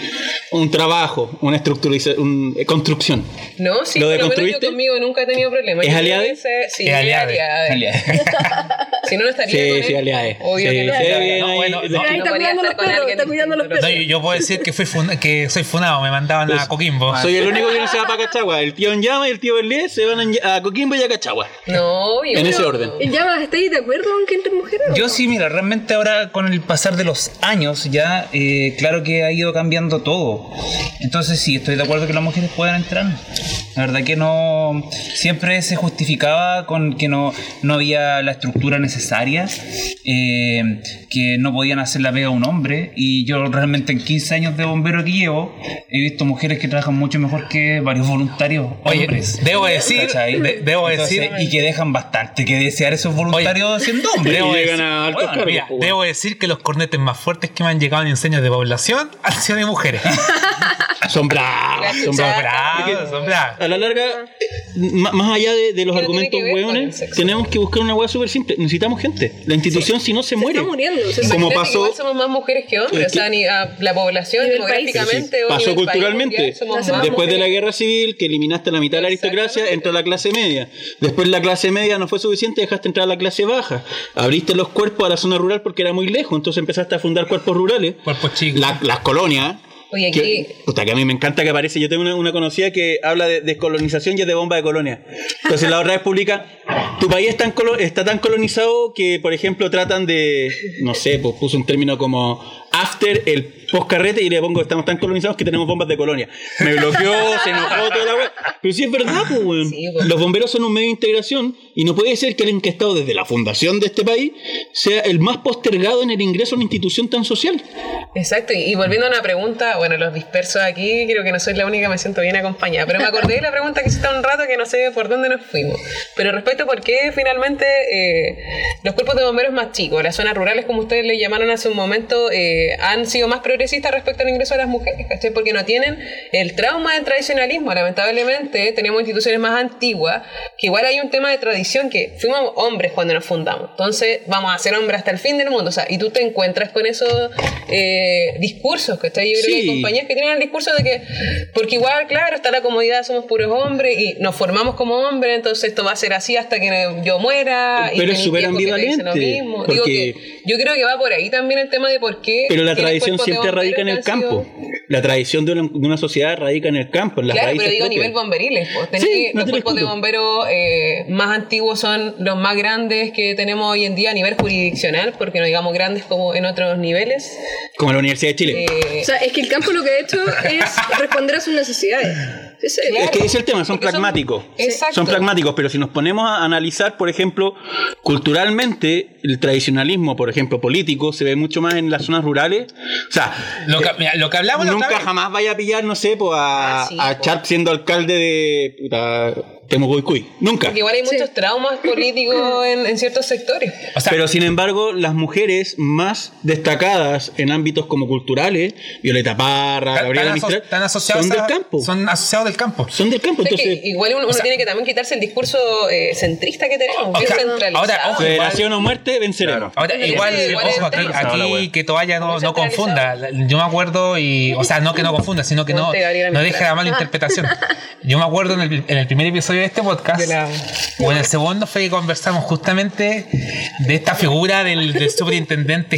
Speaker 2: un trabajo, una estructura, una construcción?
Speaker 4: No, sí,
Speaker 2: ¿Lo
Speaker 4: por lo menos yo
Speaker 2: deconstruiste?
Speaker 4: conmigo nunca he tenido problemas.
Speaker 2: ¿Es
Speaker 4: Yo creo
Speaker 2: aliade?
Speaker 4: que ese- Sí,
Speaker 3: Es
Speaker 4: es
Speaker 3: aliade.
Speaker 4: aliade. Si no, no estaría
Speaker 2: Sí,
Speaker 4: con él.
Speaker 2: sí, aliade.
Speaker 4: Obvio
Speaker 2: Sí,
Speaker 4: que no.
Speaker 2: sí, bien
Speaker 3: No,
Speaker 2: ahí.
Speaker 3: bueno, no.
Speaker 5: Ahí
Speaker 4: No
Speaker 5: está
Speaker 4: podía
Speaker 5: cuidando los
Speaker 4: estar con
Speaker 5: perros,
Speaker 4: alguien
Speaker 5: está cuidando los
Speaker 4: distinto.
Speaker 5: perros.
Speaker 3: No, yo, yo puedo decir que, fui funa- que soy funado, me mandaban a Coquimbo.
Speaker 2: Pues, Soy el único que no se va para Cachagua. El tío en llama y el tío Berlés se van a, a Coquimbo y a Cachagua.
Speaker 4: No, obvio.
Speaker 2: En ese orden.
Speaker 5: ¿Y ya estáis de acuerdo con que entre mujeres?
Speaker 6: Yo sí, mira, realmente ahora con el pasar de los años ya, eh, claro que ha ido cambiando todo. Entonces sí, estoy de acuerdo que las mujeres puedan entrar. La verdad que no, siempre se justificaba con que no, no había la estructura necesaria, eh, que no podían hacer la pega a un hombre. Y yo realmente en 15 años de bombero que llevo, he visto mujeres que trabajan mucho mejor que varios voluntarios,
Speaker 3: Oye,
Speaker 6: hombres.
Speaker 3: debo decir,
Speaker 6: ¿Cachai?
Speaker 3: de- debo
Speaker 6: Entonces,
Speaker 3: decir,
Speaker 6: y que dejan bastante que desear esos voluntarios siendo hombres.
Speaker 2: Debo
Speaker 6: Y
Speaker 2: decir-
Speaker 6: altos
Speaker 2: Bueno,
Speaker 6: cargos,
Speaker 3: Mira,
Speaker 6: po,
Speaker 3: debo decir que los cornetes más fuertes que me han llegado en incendios de población han sido de mujeres.
Speaker 2: Son bravas, son
Speaker 4: Son
Speaker 2: bravas.
Speaker 3: Bravos, son bravos.
Speaker 2: A la larga, ma- más allá de, de los
Speaker 4: Pero
Speaker 2: argumentos
Speaker 4: tiene Ah. que ver con el
Speaker 2: hueones,
Speaker 4: sexo.
Speaker 2: tenemos que buscar una hueá súper simple. Necesitamos gente. La institución, si no, se, muere.
Speaker 5: está muriendo, se está
Speaker 2: como
Speaker 4: Imagínate que
Speaker 2: pasó,
Speaker 4: igual somos más mujeres que hombres,
Speaker 2: Es
Speaker 4: o sea,
Speaker 2: que-
Speaker 4: ni a la población
Speaker 5: Nivel país.
Speaker 4: demográficamente o
Speaker 2: pasó
Speaker 4: nivel país
Speaker 2: culturalmente.
Speaker 4: mundial, somos
Speaker 5: Las
Speaker 4: más
Speaker 5: mujeres.
Speaker 2: Después de la guerra civil, que eliminaste la mitad de la aristocracia,
Speaker 4: Exactamente.
Speaker 2: entró la clase media. Después la clase media no fue suficiente, dejaste entrar a la clase baja. Abriste los cuerpos a la zona rural porque era muy lejos, entonces empezaste a fundar cuerpos rurales.
Speaker 3: Cuerpos chicos.
Speaker 2: La- las colonias.
Speaker 4: Oye, aquí-
Speaker 2: Que, puta, que a mí me encanta que aparece. Yo tengo una, una conocida que habla de descolonización y es de bomba de colonia. Entonces la otra vez publica: tu país es tan colo- está tan colonizado que, por ejemplo, tratan de. No sé, pues puso un término como after el postcarrete y le pongo: estamos tan colonizados que tenemos bombas de colonia. Me bloqueó, se enojó, toda la wea. Pero sí es verdad, pues, weón.
Speaker 4: Sí, pues.
Speaker 2: Los bomberos son un medio de integración y no puede ser que alguien que ha estado desde la fundación de este país sea el más postergado en el ingreso a una institución tan social.
Speaker 4: Exacto, y y volviendo a una pregunta, bueno, los dispersos aquí, creo que no soy la única, me siento bien acompañada, pero me acordé de la pregunta que hiciste hace un rato que no sé por dónde nos fuimos. Pero respecto a por qué finalmente eh, los cuerpos de bomberos más chicos, las zonas rurales, como ustedes le llamaron hace un momento, eh, han sido más progresistas respecto al ingreso de las mujeres, ¿cachai? Porque no tienen el trauma del tradicionalismo. Lamentablemente tenemos instituciones más antiguas, que igual hay un tema de tradición, que fuimos hombres cuando nos fundamos, entonces vamos a ser hombres hasta el fin del mundo, o sea, y tú te encuentras con esos eh, discursos, ¿cachai? Yo creo que hay
Speaker 2: Sí.
Speaker 4: compañías compañías que tienen el discurso de que, porque igual, claro, está la comodidad, somos puros hombres y nos formamos como hombres, entonces esto va a ser así hasta que yo muera. y
Speaker 2: Pero es
Speaker 4: tenés
Speaker 2: súper
Speaker 4: viejos que te dicen lo
Speaker 2: ambivalente,
Speaker 4: mismo. Digo
Speaker 2: porque-
Speaker 4: que yo creo que va por ahí también el tema de por qué.
Speaker 2: Pero la
Speaker 4: tienen
Speaker 2: tradición
Speaker 4: cuerpos de
Speaker 2: siempre
Speaker 4: bomberos
Speaker 2: radica en
Speaker 4: que
Speaker 2: el
Speaker 4: han sido-
Speaker 2: campo. La tradición de una, de una sociedad radica en el campo, en las
Speaker 4: Claro,
Speaker 2: raíces
Speaker 4: pero digo a
Speaker 2: propias.
Speaker 4: nivel bomberiles. Pues. Tenés
Speaker 2: Sí,
Speaker 4: que-
Speaker 2: no
Speaker 4: los
Speaker 2: te
Speaker 4: cuerpos de
Speaker 2: discuto.
Speaker 4: bomberos eh, más antiguos son los más grandes que tenemos hoy en día a nivel jurisdiccional, porque no digamos grandes como en otros niveles.
Speaker 2: Como la Universidad de Chile.
Speaker 4: Eh,
Speaker 5: O sea, es que el campo lo que ha hecho es responder a sus necesidades. Ese es el-
Speaker 4: claro.
Speaker 2: Es que ese es el tema, son
Speaker 4: Porque son-
Speaker 2: pragmáticos.
Speaker 4: Exacto.
Speaker 2: Son pragmáticos, pero si nos ponemos a analizar, por ejemplo, culturalmente, el tradicionalismo, por ejemplo, político, se ve mucho más en las zonas rurales. O sea,
Speaker 3: Lo que, mira, lo que hablamos la otra
Speaker 2: nunca
Speaker 3: vez.
Speaker 2: jamás vaya a pillar, no sé, po, a,
Speaker 4: Ah, sí,
Speaker 2: a
Speaker 4: po.
Speaker 2: Char siendo alcalde de puta, Temucoicuy. Nunca.
Speaker 4: Porque igual hay muchos traumas políticos en, en ciertos sectores.
Speaker 3: O sea,
Speaker 2: pero sin embargo, las mujeres más destacadas en ámbitos como culturales, Violeta Parra,
Speaker 3: están-
Speaker 2: Gabriela
Speaker 3: están aso-
Speaker 2: Mistral,
Speaker 3: están asociados
Speaker 2: son del
Speaker 3: a-
Speaker 2: campo. Son,
Speaker 3: Son asociados del campo.
Speaker 2: del campo,
Speaker 4: O sea, que
Speaker 2: entonces.
Speaker 4: igual uno, uno tiene que también quitarse el discurso eh, centrista que tenemos,
Speaker 3: O
Speaker 4: bien
Speaker 3: sea,
Speaker 4: centralizado.
Speaker 3: ahora, ojo,
Speaker 2: Federación o muerte, venceremos.
Speaker 3: Ahora,
Speaker 4: Sí,
Speaker 3: igual,
Speaker 4: sí, igual
Speaker 3: ojo,
Speaker 4: es
Speaker 3: aquí,
Speaker 4: tema.
Speaker 3: aquí
Speaker 6: No, la wea.
Speaker 3: que Toalla no,
Speaker 4: Muy
Speaker 3: no confunda. Yo me acuerdo y. O sea, no que no confunda, sino que no,
Speaker 4: Ponte Gabriela
Speaker 3: no
Speaker 4: Mistral.
Speaker 3: deje la mala interpretación. Yo me acuerdo en el, en el primer episodio episodio de este podcast,
Speaker 4: De la-
Speaker 3: o en el segundo, fue que conversamos justamente de esta figura del, del superintendente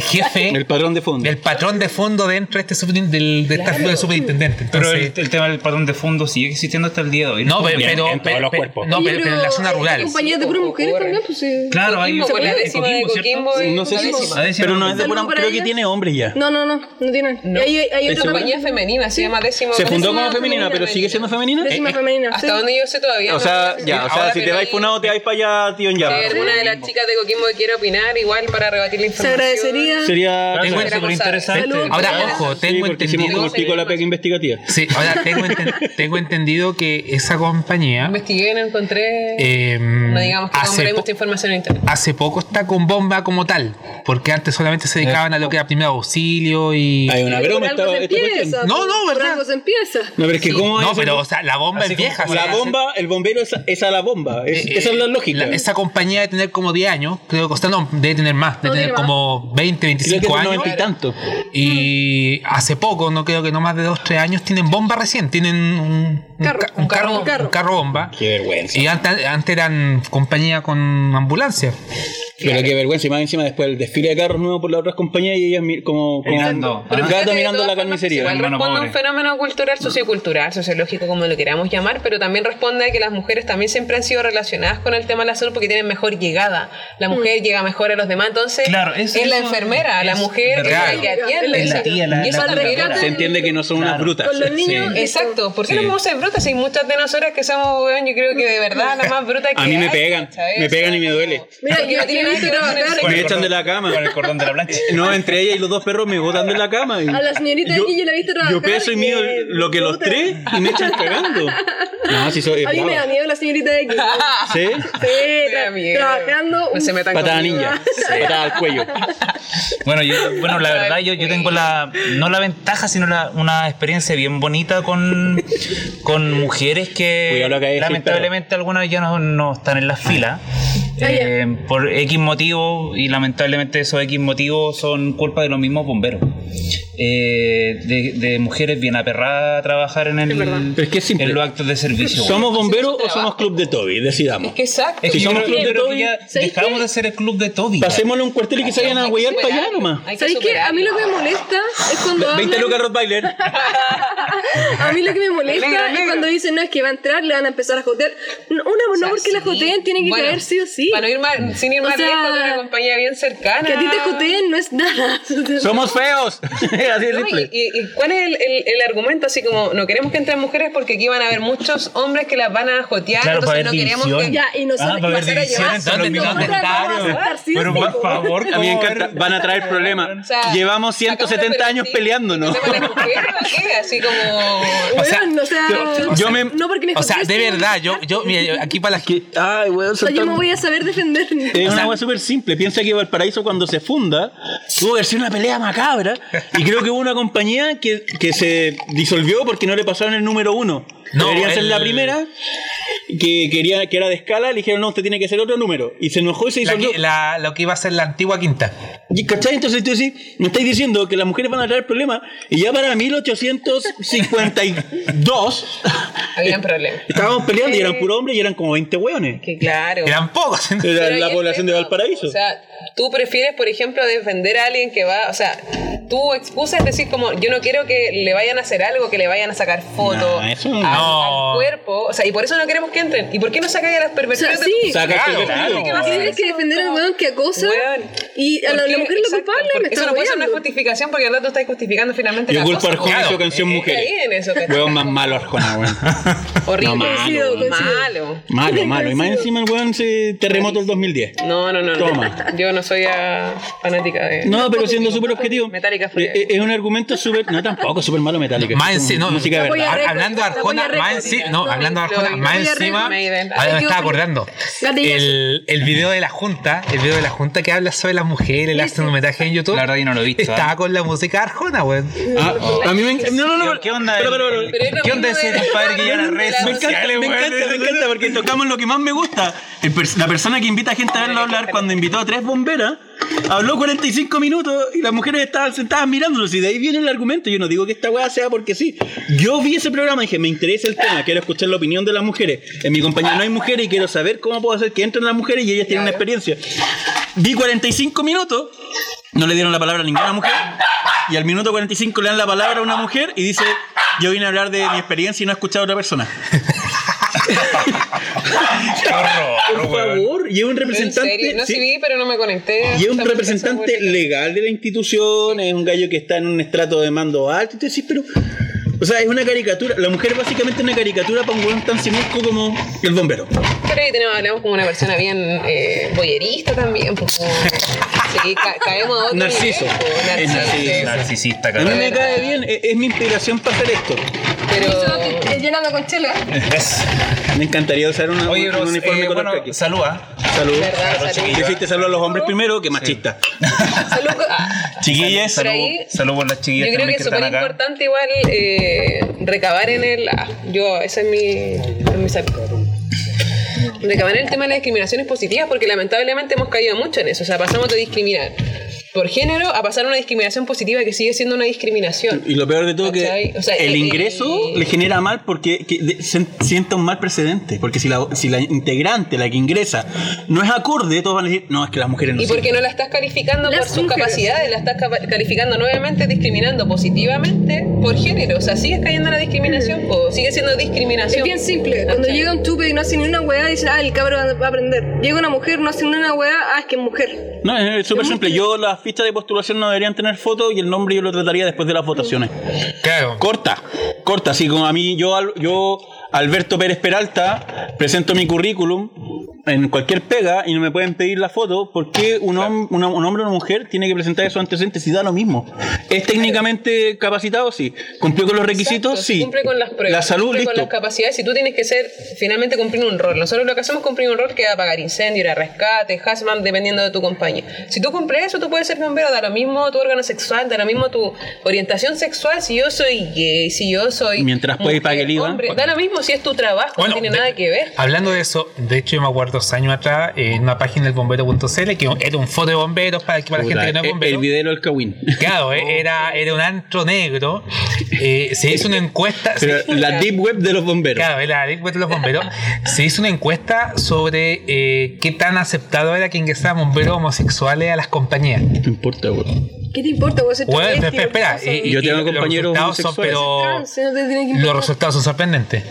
Speaker 3: jefe.
Speaker 2: El padrón de fondo.
Speaker 3: del patrón de fondo dentro de, este superin- del, de esta figura del superintendente.
Speaker 6: Pero
Speaker 3: Entonces,
Speaker 6: el, el tema del patrón de fondo sigue existiendo hasta el día de hoy.
Speaker 3: no, pero,
Speaker 1: en-
Speaker 3: pero,
Speaker 1: en todos
Speaker 3: pero-
Speaker 1: los
Speaker 3: pero-
Speaker 1: cuerpos.
Speaker 3: no, pero, pero en la zona
Speaker 5: hay
Speaker 3: rural.
Speaker 5: compañías de puras mujeres
Speaker 4: Ocurre.
Speaker 5: también, pues sí.
Speaker 6: Claro, hay
Speaker 4: Coquimbo, con la
Speaker 6: en
Speaker 4: décima de
Speaker 6: ¿cierto?
Speaker 4: Coquimbo es
Speaker 2: No sé
Speaker 4: la
Speaker 2: si.
Speaker 4: décima.
Speaker 6: La décima
Speaker 2: Pero no
Speaker 6: no
Speaker 2: es de
Speaker 5: está.
Speaker 2: pura-
Speaker 5: Saludos para
Speaker 2: Creo que
Speaker 5: ellas.
Speaker 2: tiene hombres ya.
Speaker 5: No, no, no, no tienen.
Speaker 4: No.
Speaker 5: Hay, hay
Speaker 2: Eso
Speaker 5: otra
Speaker 4: Compañía
Speaker 5: también.
Speaker 4: femenina, se llama décima.
Speaker 2: ¿Se fundó como
Speaker 5: Décima
Speaker 2: femenina,
Speaker 5: femenina,
Speaker 2: pero sigue siendo femenina?
Speaker 5: Décima
Speaker 2: Eh, eh,
Speaker 5: femenina.
Speaker 4: Hasta
Speaker 5: sí.
Speaker 4: donde yo sé todavía.
Speaker 2: O
Speaker 4: no-
Speaker 2: sea, ya, o
Speaker 4: Ahora,
Speaker 2: sea, si te
Speaker 4: pero
Speaker 2: vais
Speaker 4: ahí-
Speaker 2: funado, te vais para allá, tío, en
Speaker 4: Si
Speaker 2: llama.
Speaker 4: alguna de las chicas de Coquimbo que quiere opinar, igual para rebatir la
Speaker 5: Se
Speaker 4: información.
Speaker 5: agradecería.
Speaker 2: Sería.
Speaker 6: Tengo
Speaker 4: Era
Speaker 6: súper interesante.
Speaker 5: Saludos.
Speaker 3: Ahora,
Speaker 5: Sí,
Speaker 3: ojo,
Speaker 2: Sí,
Speaker 3: tengo
Speaker 2: porque hicimos como
Speaker 3: entendido.
Speaker 2: el pico de la pega investigativa.
Speaker 3: Sí, ahora tengo, enten- tengo entendido que esa compañía
Speaker 4: Investigué, no encontré.
Speaker 3: eh,
Speaker 4: no digamos que
Speaker 3: hace,
Speaker 4: compré
Speaker 3: po-
Speaker 4: mucha información en internet.
Speaker 3: hace poco está con bomba como tal, porque antes solamente se dedicaban a lo que era primer auxilio y.
Speaker 2: Hay Ah, una
Speaker 5: Por
Speaker 2: broma,
Speaker 5: algo
Speaker 2: estaba esta
Speaker 5: se
Speaker 2: este cuestión.
Speaker 5: empieza,
Speaker 3: No,
Speaker 5: por-
Speaker 3: no, ¿verdad?
Speaker 5: Por algo se empieza.
Speaker 2: No, pero es que, ¿cómo
Speaker 3: No,
Speaker 2: es
Speaker 3: pero
Speaker 2: eso?
Speaker 3: o sea, la bomba
Speaker 6: Así
Speaker 3: es
Speaker 6: como-
Speaker 3: vieja.
Speaker 6: como
Speaker 3: o sea,
Speaker 2: La bomba, el bombero es, es a la bomba. Es-
Speaker 3: Eh,
Speaker 2: esa es la
Speaker 3: eh,
Speaker 2: lógica.
Speaker 3: la- esa compañía debe tener como 10 años, creo que o sea, no, debe tener más, debe
Speaker 5: No,
Speaker 3: tener
Speaker 5: tiene más.
Speaker 3: como 20,
Speaker 2: Creo que
Speaker 3: 25
Speaker 2: es
Speaker 3: años.
Speaker 2: 90 y tanto.
Speaker 3: Y hace poco, no creo que no más de 2, 3 años, tienen bomba recién, tienen un, un
Speaker 5: Carro,
Speaker 3: ca- un
Speaker 5: un
Speaker 3: carro,
Speaker 5: carro, carro.
Speaker 3: un carro bomba.
Speaker 2: Qué vergüenza.
Speaker 3: Y antes, antes eran compañía con ambulancia.
Speaker 2: Pero qué vergüenza. Y más encima después el desfile de carros nuevos por las otras compañías y ellas mi- como, como
Speaker 6: Mirando.
Speaker 2: como
Speaker 6: Ajá.
Speaker 2: gato
Speaker 4: Fíjate, de
Speaker 2: mirando
Speaker 4: todas
Speaker 2: la
Speaker 4: formas,
Speaker 2: carnicería.
Speaker 4: Igual
Speaker 6: Hermano
Speaker 4: responde a un
Speaker 6: pobre.
Speaker 4: fenómeno cultural, sociocultural, sociológico, como lo queramos llamar, pero también responde a que las mujeres también siempre han sido relacionadas con el tema de la salud porque tienen mejor llegada. La
Speaker 5: Mm.
Speaker 4: mujer llega mejor a los demás, entonces
Speaker 6: Claro, eso-
Speaker 4: es la
Speaker 6: eso
Speaker 4: enfermera, la
Speaker 6: es
Speaker 4: mujer es la
Speaker 6: verdad.
Speaker 4: que atiende.
Speaker 5: Es la
Speaker 6: tía, la-
Speaker 4: y eso
Speaker 6: la
Speaker 4: también-
Speaker 6: cuidadora.
Speaker 2: Se entiende que no son unas
Speaker 6: Claro.
Speaker 2: brutas.
Speaker 5: Con los niños.
Speaker 2: Sí.
Speaker 4: Exacto, ¿por qué
Speaker 2: Sí.
Speaker 4: no vamos a ser brutas? Si muchas de nosotras que somos, weón, yo creo que de verdad la más bruta que
Speaker 2: A mí me
Speaker 4: hay,
Speaker 2: pegan,
Speaker 4: ¿cachai?
Speaker 2: me pegan y me duele.
Speaker 5: Mira,
Speaker 4: Porque
Speaker 5: yo
Speaker 4: no tiene
Speaker 5: aquí
Speaker 4: nada que
Speaker 5: hice
Speaker 4: ver con el
Speaker 5: trabajar.
Speaker 4: sexo.
Speaker 2: Me echan de la cama.
Speaker 6: Con el cordón de la plancha.
Speaker 2: No, entre ella y los dos perros me botan de la cama. y-
Speaker 5: A la señorita
Speaker 2: yo-
Speaker 5: aquí yo la he visto
Speaker 2: Yo
Speaker 5: trabajar
Speaker 2: peso y
Speaker 5: y-
Speaker 2: mido lo que los
Speaker 5: puta.
Speaker 2: tres y me echan cagando. No, si soy.
Speaker 5: A mí me da
Speaker 2: bravo.
Speaker 5: miedo la señorita X.
Speaker 2: ¿Sí?
Speaker 5: Sí,
Speaker 4: Me da
Speaker 5: eh, tra-
Speaker 4: miedo.
Speaker 5: trabajando.
Speaker 4: No se metan
Speaker 2: Patada
Speaker 4: conmigo.
Speaker 2: ninja. Patada al cuello.
Speaker 6: Bueno, yo, bueno, la verdad yo, yo tengo la, no la ventaja, sino la, una experiencia bien bonita con, con mujeres que
Speaker 2: Cuidado lo que hay de
Speaker 6: lamentablemente algunas ya no, no están en las filas.
Speaker 5: Ah,
Speaker 6: eh, por X motivos, y lamentablemente esos X motivos son culpa de los mismos bomberos. Eh, de, de mujeres bien aperradas a trabajar en, el,
Speaker 2: Pero es que es simple.
Speaker 6: en los actos de servicio.
Speaker 2: ¿Somos bomberos o somos club de Toby? Decidamos.
Speaker 4: Exacto.
Speaker 6: Es que
Speaker 2: Si
Speaker 6: yo
Speaker 2: somos
Speaker 6: creo-
Speaker 2: club de
Speaker 6: yo creo que
Speaker 2: Toby,
Speaker 6: ya
Speaker 5: ¿sabes
Speaker 6: dejamos
Speaker 5: qué?
Speaker 6: de ser el club de Toby.
Speaker 2: Pasémosle un cuartel y que se vayan a
Speaker 4: Hay que
Speaker 2: huellar para allá
Speaker 4: superarlo,
Speaker 2: nomás.
Speaker 4: hay que
Speaker 5: ¿Sabes qué? A mí lo que me molesta es cuando.
Speaker 2: 20
Speaker 5: hablan-
Speaker 2: lucas Rottweiler.
Speaker 5: A mí lo que me molesta
Speaker 4: Negro, negro.
Speaker 5: es cuando dicen, no, es que va a entrar, le van a empezar a jotear. No, una,
Speaker 4: O sea,
Speaker 5: no porque la
Speaker 4: sí.
Speaker 5: joteen, tiene que
Speaker 4: Bueno,
Speaker 5: caer sí o sí.
Speaker 4: Para no ir más, sin ir
Speaker 5: O
Speaker 4: más
Speaker 5: sea,
Speaker 4: lejos de una compañía bien cercana.
Speaker 5: Que a ti te joteen no es nada.
Speaker 2: Somos feos. Así de
Speaker 4: No,
Speaker 2: simple.
Speaker 4: y, y- y cuál es el, el- el argumento? Así como, no queremos que entren mujeres porque aquí van a haber muchos hombres que las van a jotear,
Speaker 6: Claro, para
Speaker 4: entonces
Speaker 6: ver
Speaker 4: no queremos
Speaker 6: división.
Speaker 4: que...
Speaker 5: Ya, y nosotros
Speaker 6: Ah, para ver
Speaker 5: nos van a
Speaker 6: división
Speaker 5: llevar.
Speaker 6: entre los
Speaker 5: Nosotras
Speaker 6: mismos
Speaker 5: vamos a
Speaker 6: comentarios.
Speaker 5: estar sí o
Speaker 6: Pero
Speaker 5: sí,
Speaker 6: por
Speaker 5: po.
Speaker 6: favor,
Speaker 2: A mí me
Speaker 6: ¿cómo
Speaker 2: encanta.
Speaker 6: ver?
Speaker 2: Van a traer
Speaker 4: O
Speaker 2: problemas.
Speaker 4: sea,
Speaker 2: Llevamos
Speaker 4: sacamos de
Speaker 2: 170 años
Speaker 4: perspectiva
Speaker 2: peleándonos.
Speaker 4: el tema de las mujeres, ¿o qué? Así como...
Speaker 3: O sea,
Speaker 5: Weón, o sea,
Speaker 2: yo- yo me-
Speaker 5: no porque me
Speaker 3: O sea,
Speaker 5: jotees,
Speaker 3: de
Speaker 5: sí,
Speaker 3: verdad,
Speaker 5: no.
Speaker 3: yo, yo mira, yo aquí para las que.
Speaker 2: Ay, weón,
Speaker 5: O sea, yo me voy a saber defender.
Speaker 2: Es
Speaker 3: O sea-
Speaker 2: una hueá súper simple. Piensa que Valparaíso cuando se funda tuvo que ser una pelea macabra y creo que hubo una compañía que, que se disolvió porque no le pasaron el número uno.
Speaker 3: No,
Speaker 2: Debería ser la
Speaker 3: el-
Speaker 2: primera que quería que era de escala. Le dijeron, no, usted tiene que ser otro número. Y se enojó y se
Speaker 3: la
Speaker 2: disolvió.
Speaker 3: que- la- lo que iba a ser la antigua quinta.
Speaker 2: Y, ¿Cachai? Entonces tú decís, me estáis diciendo que las mujeres van a traer problemas y ya para 1852
Speaker 4: Habían problemas.
Speaker 2: estábamos peleando y eran puro hombre y eran como 20 hueones.
Speaker 4: Que claro.
Speaker 3: Eran pocos.
Speaker 2: Era
Speaker 4: Pero
Speaker 2: la
Speaker 4: ahí
Speaker 2: población de
Speaker 4: está,
Speaker 2: Valparaíso.
Speaker 4: O sea, tú prefieres, por ejemplo, defender a alguien que va. O sea, tu excusa es decir, como yo no quiero que le vayan a hacer algo, que le vayan a sacar fotos
Speaker 2: Nah, eso
Speaker 4: al,
Speaker 3: no.
Speaker 4: al cuerpo. O sea, y por eso no queremos que entren. ¿Y por qué no sacáis a las
Speaker 5: O sea,
Speaker 4: perversiones de
Speaker 5: sí.
Speaker 4: tu-
Speaker 2: Saca
Speaker 3: Claro,
Speaker 2: el
Speaker 3: claro.
Speaker 2: vestido.
Speaker 4: ¿Qué va a hacer?
Speaker 5: Tienes que defender al weón que acosa.
Speaker 4: Weón.
Speaker 5: Y a
Speaker 4: ¿Por
Speaker 5: la, la
Speaker 4: qué?
Speaker 5: mujer es la
Speaker 4: Exacto,
Speaker 5: culpable. Me
Speaker 4: porque
Speaker 5: está
Speaker 4: Eso no puede ser una
Speaker 5: hueando.
Speaker 4: justificación porque al rato estás justificando finalmente
Speaker 2: Yo
Speaker 4: la
Speaker 2: culpo a Arjona y
Speaker 4: cosa.
Speaker 2: su
Speaker 3: Claro,
Speaker 2: canción
Speaker 3: eh,
Speaker 2: Mujeres.
Speaker 4: caí en eso, ¿cachai?
Speaker 2: Hueón más malo Arjona, weón.
Speaker 4: Horrible.
Speaker 2: No, malo,
Speaker 5: Coincido, coincido.
Speaker 4: Malo.
Speaker 2: malo, malo. Y más encima el weón se terremoto el 2010.
Speaker 4: No, no, no. no.
Speaker 2: Toma.
Speaker 4: Yo no soy ah, fanática de.
Speaker 2: No, pero siendo súper objetivo.
Speaker 4: Metallica fue-
Speaker 2: eh, eh, es un argumento súper. No, tampoco, súper malo metálico.
Speaker 3: Más enci- no,
Speaker 2: música
Speaker 5: voy
Speaker 2: verdad.
Speaker 5: a-
Speaker 3: ha- hablando de
Speaker 5: la voy a
Speaker 3: Arjona, más
Speaker 5: recordar.
Speaker 3: enci- no,
Speaker 5: No,
Speaker 3: hablando de
Speaker 4: no,
Speaker 3: Arjona,
Speaker 4: no,
Speaker 3: más
Speaker 4: no,
Speaker 3: encima,
Speaker 4: no, Maiden.
Speaker 3: ahora me
Speaker 5: Ay,
Speaker 3: estaba
Speaker 5: Dios mío.
Speaker 3: acordando,
Speaker 5: Gatillas.
Speaker 3: el, el video de la Junta, el video de la Junta que habla sobre las mujeres, le hacen un homenaje en YouTube,
Speaker 6: La verdad yo no lo he visto,
Speaker 3: estaba
Speaker 6: ¿eh?
Speaker 3: con la música de Arjona, weón.
Speaker 2: Ah, a mí me encanta. No, no, no.
Speaker 6: ¿Qué onda?
Speaker 2: Pero, pero, pero.
Speaker 4: Pero es lo
Speaker 6: ¿Qué onda
Speaker 4: mismo
Speaker 6: ese
Speaker 4: de-
Speaker 6: compadre que lleva las
Speaker 4: de
Speaker 6: redes
Speaker 4: la-
Speaker 2: Me encanta,
Speaker 6: sociales,
Speaker 2: me
Speaker 6: weón?
Speaker 2: encanta, me encanta, porque tocamos lo que más me gusta. El pers- la persona que invita a gente a verlo hablar, cuando invitó a tres bomberas, Habló 45 minutos y las mujeres estaban sentadas mirándolos. Y de ahí viene el argumento. Yo no digo que esta weá sea porque sí. Yo vi ese programa y dije, me interesa el tema, quiero escuchar la opinión de las mujeres. En mi compañía no hay mujeres y quiero saber cómo puedo hacer que entren las mujeres y ellas tienen una experiencia. Vi 45 minutos, no le dieron la palabra a ninguna mujer. Y al minuto 45 le dan la palabra a una mujer y dice, yo vine a hablar de mi experiencia y no he escuchado a otra persona.
Speaker 6: Oh,
Speaker 2: Por favor, y es un
Speaker 4: ¿En
Speaker 2: representante.
Speaker 4: serio? No,
Speaker 2: sí.
Speaker 4: sí. vi, pero no me conecté.
Speaker 2: Y es un
Speaker 4: Justamente
Speaker 2: representante
Speaker 4: esa mujer.
Speaker 2: legal de la institución, es un gallo que está en un estrato de mando alto. Y tú decís, pero. O sea, es una caricatura. La mujer es básicamente una caricatura para un weón tan siniestro como el bombero.
Speaker 4: Pero ahí tenemos, hablamos como una persona bien eh, boyerista también. Pues, como- sí, ca- caemos a otro
Speaker 2: Narciso.
Speaker 4: nivel, pues,
Speaker 2: Es narciso.
Speaker 4: sí.
Speaker 6: Narcisista,
Speaker 2: A mí
Speaker 6: cabrón.
Speaker 2: me cae bien, e- es, mi inspiración para hacer esto.
Speaker 4: Pero...
Speaker 5: Eh, Llenando con chela.
Speaker 6: Yes.
Speaker 2: Me encantaría usar una-
Speaker 6: Oye,
Speaker 2: un,
Speaker 6: bro,
Speaker 2: uniforme
Speaker 6: eh,
Speaker 2: con
Speaker 6: bueno,
Speaker 2: khaki.
Speaker 6: saluda.
Speaker 2: Salud.
Speaker 4: ¿Verdad?
Speaker 6: Claro,
Speaker 4: Salud.
Speaker 6: chiquillo.
Speaker 2: Dijiste salud a los hombres primero que machista.
Speaker 4: Salud. Ah.
Speaker 6: Chiquillas,
Speaker 4: Pero
Speaker 6: saludos
Speaker 4: ahí-
Speaker 6: saludo por las chiquillas
Speaker 4: Yo creo que
Speaker 6: también
Speaker 4: es
Speaker 6: este que
Speaker 4: súper
Speaker 6: están acá.
Speaker 4: importante igual eh, recabar en el... ah, yo, ese es mi... es mi sal- recabar en el tema de las discriminaciones positivas porque lamentablemente hemos caído mucho en eso. O sea, pasamos de discriminar por género a pasar a una discriminación positiva que sigue siendo una discriminación.
Speaker 2: Y lo peor de todo que
Speaker 4: ¿Cachai? O sea,
Speaker 2: el
Speaker 4: eh,
Speaker 2: ingreso
Speaker 4: eh,
Speaker 2: le genera mal porque que de- se- sienta un mal precedente. Porque si la, si la integrante, la que ingresa, no es acorde, todos van a decir, no, es que las mujeres no
Speaker 4: Y
Speaker 2: sirven".
Speaker 4: porque no la estás calificando
Speaker 5: Las
Speaker 4: por sus
Speaker 5: mujeres.
Speaker 4: capacidades, la estás capa- calificando nuevamente, discriminando positivamente por género. O sea, sigues cayendo en la discriminación, po, sigue siendo
Speaker 5: Es
Speaker 4: discriminación.
Speaker 5: bien simple. Cuando
Speaker 4: ¿Cachai?
Speaker 5: llega un chupe y no hace ni una weá, dicen, ah, el cabro va va a aprender. Llega una mujer, no hace ni una weá, ah, es que es mujer.
Speaker 2: No, es es súper simple. Yo las fichas de postulación no deberían tener fotos y el nombre yo lo trataría después de las votaciones.
Speaker 3: Claro.
Speaker 2: Corta, corta. Así como a mí, yo, al- yo Alberto Pérez Peralta, presento mi currículum en cualquier pega y no me pueden pedir la foto. ¿Por qué un, hom- una- un hombre o una mujer tiene que presentar esos antecedentes si da lo mismo? ¿Es técnicamente capacitado? Sí. ¿Cumplió con los requisitos?
Speaker 4: Exacto,
Speaker 2: sí.
Speaker 4: Cumple con las pruebas.
Speaker 2: La salud,
Speaker 4: cumple con
Speaker 2: listo.
Speaker 4: las capacidades. Y tú tienes que ser, finalmente, cumplir un rol. Nosotros lo que hacemos es cumplir un rol que va a apagar incendio, ir a rescate, hazmat, dependiendo de tu compañía. Si tú cumples eso, tú puedes ser bombero. Da lo mismo tu órgano sexual, da lo mismo tu orientación sexual. Si yo soy gay, si yo soy.
Speaker 2: Mientras puedas y pague el IVA.
Speaker 4: hombre, da lo mismo si es tu trabajo,
Speaker 3: Bueno,
Speaker 4: no tiene
Speaker 3: de-
Speaker 4: nada que ver.
Speaker 3: Hablando de eso, de hecho yo me acuerdo dos años atrás eh, en una página del bombero.cl que era un foro de bomberos para, para la gente que no es
Speaker 2: eh, el, el
Speaker 3: bombero.
Speaker 2: video del Kawin.
Speaker 3: Claro,
Speaker 2: Oh.
Speaker 3: eh, era, era un antro negro. eh, se hizo una encuesta.
Speaker 2: Pero
Speaker 3: se-
Speaker 2: la deep web de los bomberos.
Speaker 3: Claro, era la encuesta de los bomberos. Se hizo una encuesta sobre eh, qué tan aceptado era que ingresaran bomberos homosexuales a las compañías.
Speaker 2: No te importa, weón.
Speaker 5: ¿Qué te importa? Vos ser
Speaker 3: Bueno,
Speaker 5: travesti,
Speaker 3: espera, espera. eh,
Speaker 5: vos sos-
Speaker 3: y- y-
Speaker 2: Yo tengo
Speaker 3: y los
Speaker 2: compañeros
Speaker 3: resultados son,
Speaker 2: homosexuales.
Speaker 3: pero-
Speaker 5: trans, Ah, no te tiene que
Speaker 3: los
Speaker 5: importar.
Speaker 3: resultados son sorprendentes.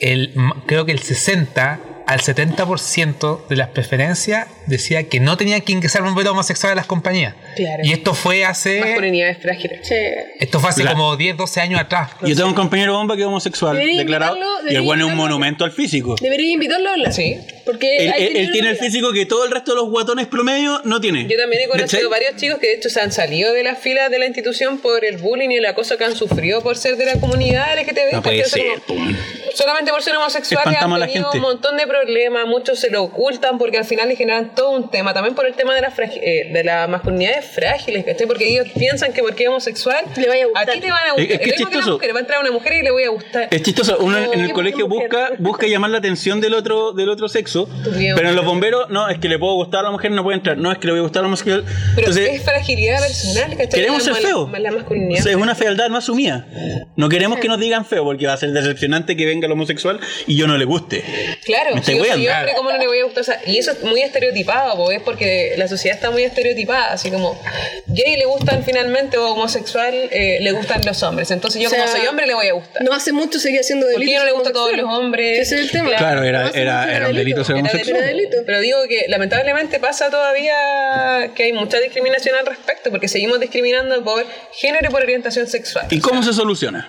Speaker 3: El, m- creo que el 60 al 70% de las preferencias decía que no tenían que ingresar bomberos homosexuales a las compañías.
Speaker 4: Claro.
Speaker 3: Y esto fue hace
Speaker 4: Masculinidad es frágil.
Speaker 5: Che.
Speaker 3: esto fue hace
Speaker 2: Claro.
Speaker 3: como 10, 12 años atrás.
Speaker 2: Yo tengo un compañero bomba que es homosexual,
Speaker 5: Debería
Speaker 2: declarado.
Speaker 5: invitarlo,
Speaker 2: Y el
Speaker 5: debería
Speaker 2: bueno es un
Speaker 5: invitarlo.
Speaker 2: monumento al físico.
Speaker 5: Debería invitarlo a hablar.
Speaker 4: Sí.
Speaker 5: Porque
Speaker 4: Eh,
Speaker 2: Él,
Speaker 5: ahí
Speaker 2: él- él
Speaker 5: una
Speaker 2: tiene el
Speaker 5: realidad.
Speaker 2: físico que todo el resto de los guatones promedio no tiene.
Speaker 4: Yo también he conocido
Speaker 2: ¿Cachai?
Speaker 4: varios chicos que de hecho se han salido de las filas de la institución por el bullying y el acoso que han sufrido por ser de la comunidad LGTB.
Speaker 2: No puede
Speaker 4: porque son
Speaker 2: ser, pues.
Speaker 4: como-
Speaker 2: pum.
Speaker 4: solamente por ser homosexuales
Speaker 2: Espantamos a
Speaker 4: han
Speaker 2: la
Speaker 4: tenido
Speaker 2: gente.
Speaker 4: un montón de problemas, muchos se lo ocultan porque al final le generan todo un tema, también por el tema de las fragi- eh, de las masculinidades frágiles, ¿cachai? Porque ellos piensan que porque es homosexual
Speaker 5: Le vaya a gustar.
Speaker 4: ti te van a gustar,
Speaker 2: Es- es que
Speaker 4: Lo
Speaker 2: es
Speaker 4: mismo que la
Speaker 2: chistoso.
Speaker 4: mujer, va a entrar una mujer y le voy a gustar.
Speaker 2: Es chistoso, uno en el
Speaker 5: qué
Speaker 2: colegio
Speaker 5: mujer.
Speaker 2: busca, busca llamar la atención del otro, del otro sexo,
Speaker 4: Bien.
Speaker 2: pero en los bomberos, no, es que le puedo gustar a la mujer, no puede entrar, no, es que le voy a gustar a la homosexual.
Speaker 4: Pero
Speaker 2: Entonces,
Speaker 4: es fragilidad personal, ¿cachai?
Speaker 2: queremos
Speaker 4: La
Speaker 2: ser
Speaker 4: mal-
Speaker 2: feos.
Speaker 4: La masculinidad.
Speaker 2: O sea, es una fealdad no asumida. No queremos que nos digan feo, porque va a ser decepcionante que venga el homosexual y yo no le guste.
Speaker 4: Claro,
Speaker 2: Me
Speaker 4: si
Speaker 2: estoy
Speaker 4: yo soy
Speaker 2: weando.
Speaker 4: hombre, ¿cómo no le voy a gustar? O sea, y eso es muy estereotipado, po, es porque la sociedad está muy estereotipada, así como gay le gustan finalmente o homosexual eh, le gustan los hombres, entonces yo
Speaker 5: O sea,
Speaker 4: como soy hombre le voy a gustar.
Speaker 5: No hace mucho seguía haciendo delito.
Speaker 4: Porque yo no le gusta a todos los hombres.
Speaker 5: Ese es el tema.
Speaker 2: Claro, era-
Speaker 5: No hace
Speaker 2: era-
Speaker 5: mucho
Speaker 2: era un delito ser
Speaker 5: Era
Speaker 2: homosexual.
Speaker 5: Era delito.
Speaker 4: Pero digo que lamentablemente pasa todavía que hay mucha discriminación al respecto, porque seguimos discriminando por género y por orientación sexual.
Speaker 2: ¿Y cómo se soluciona?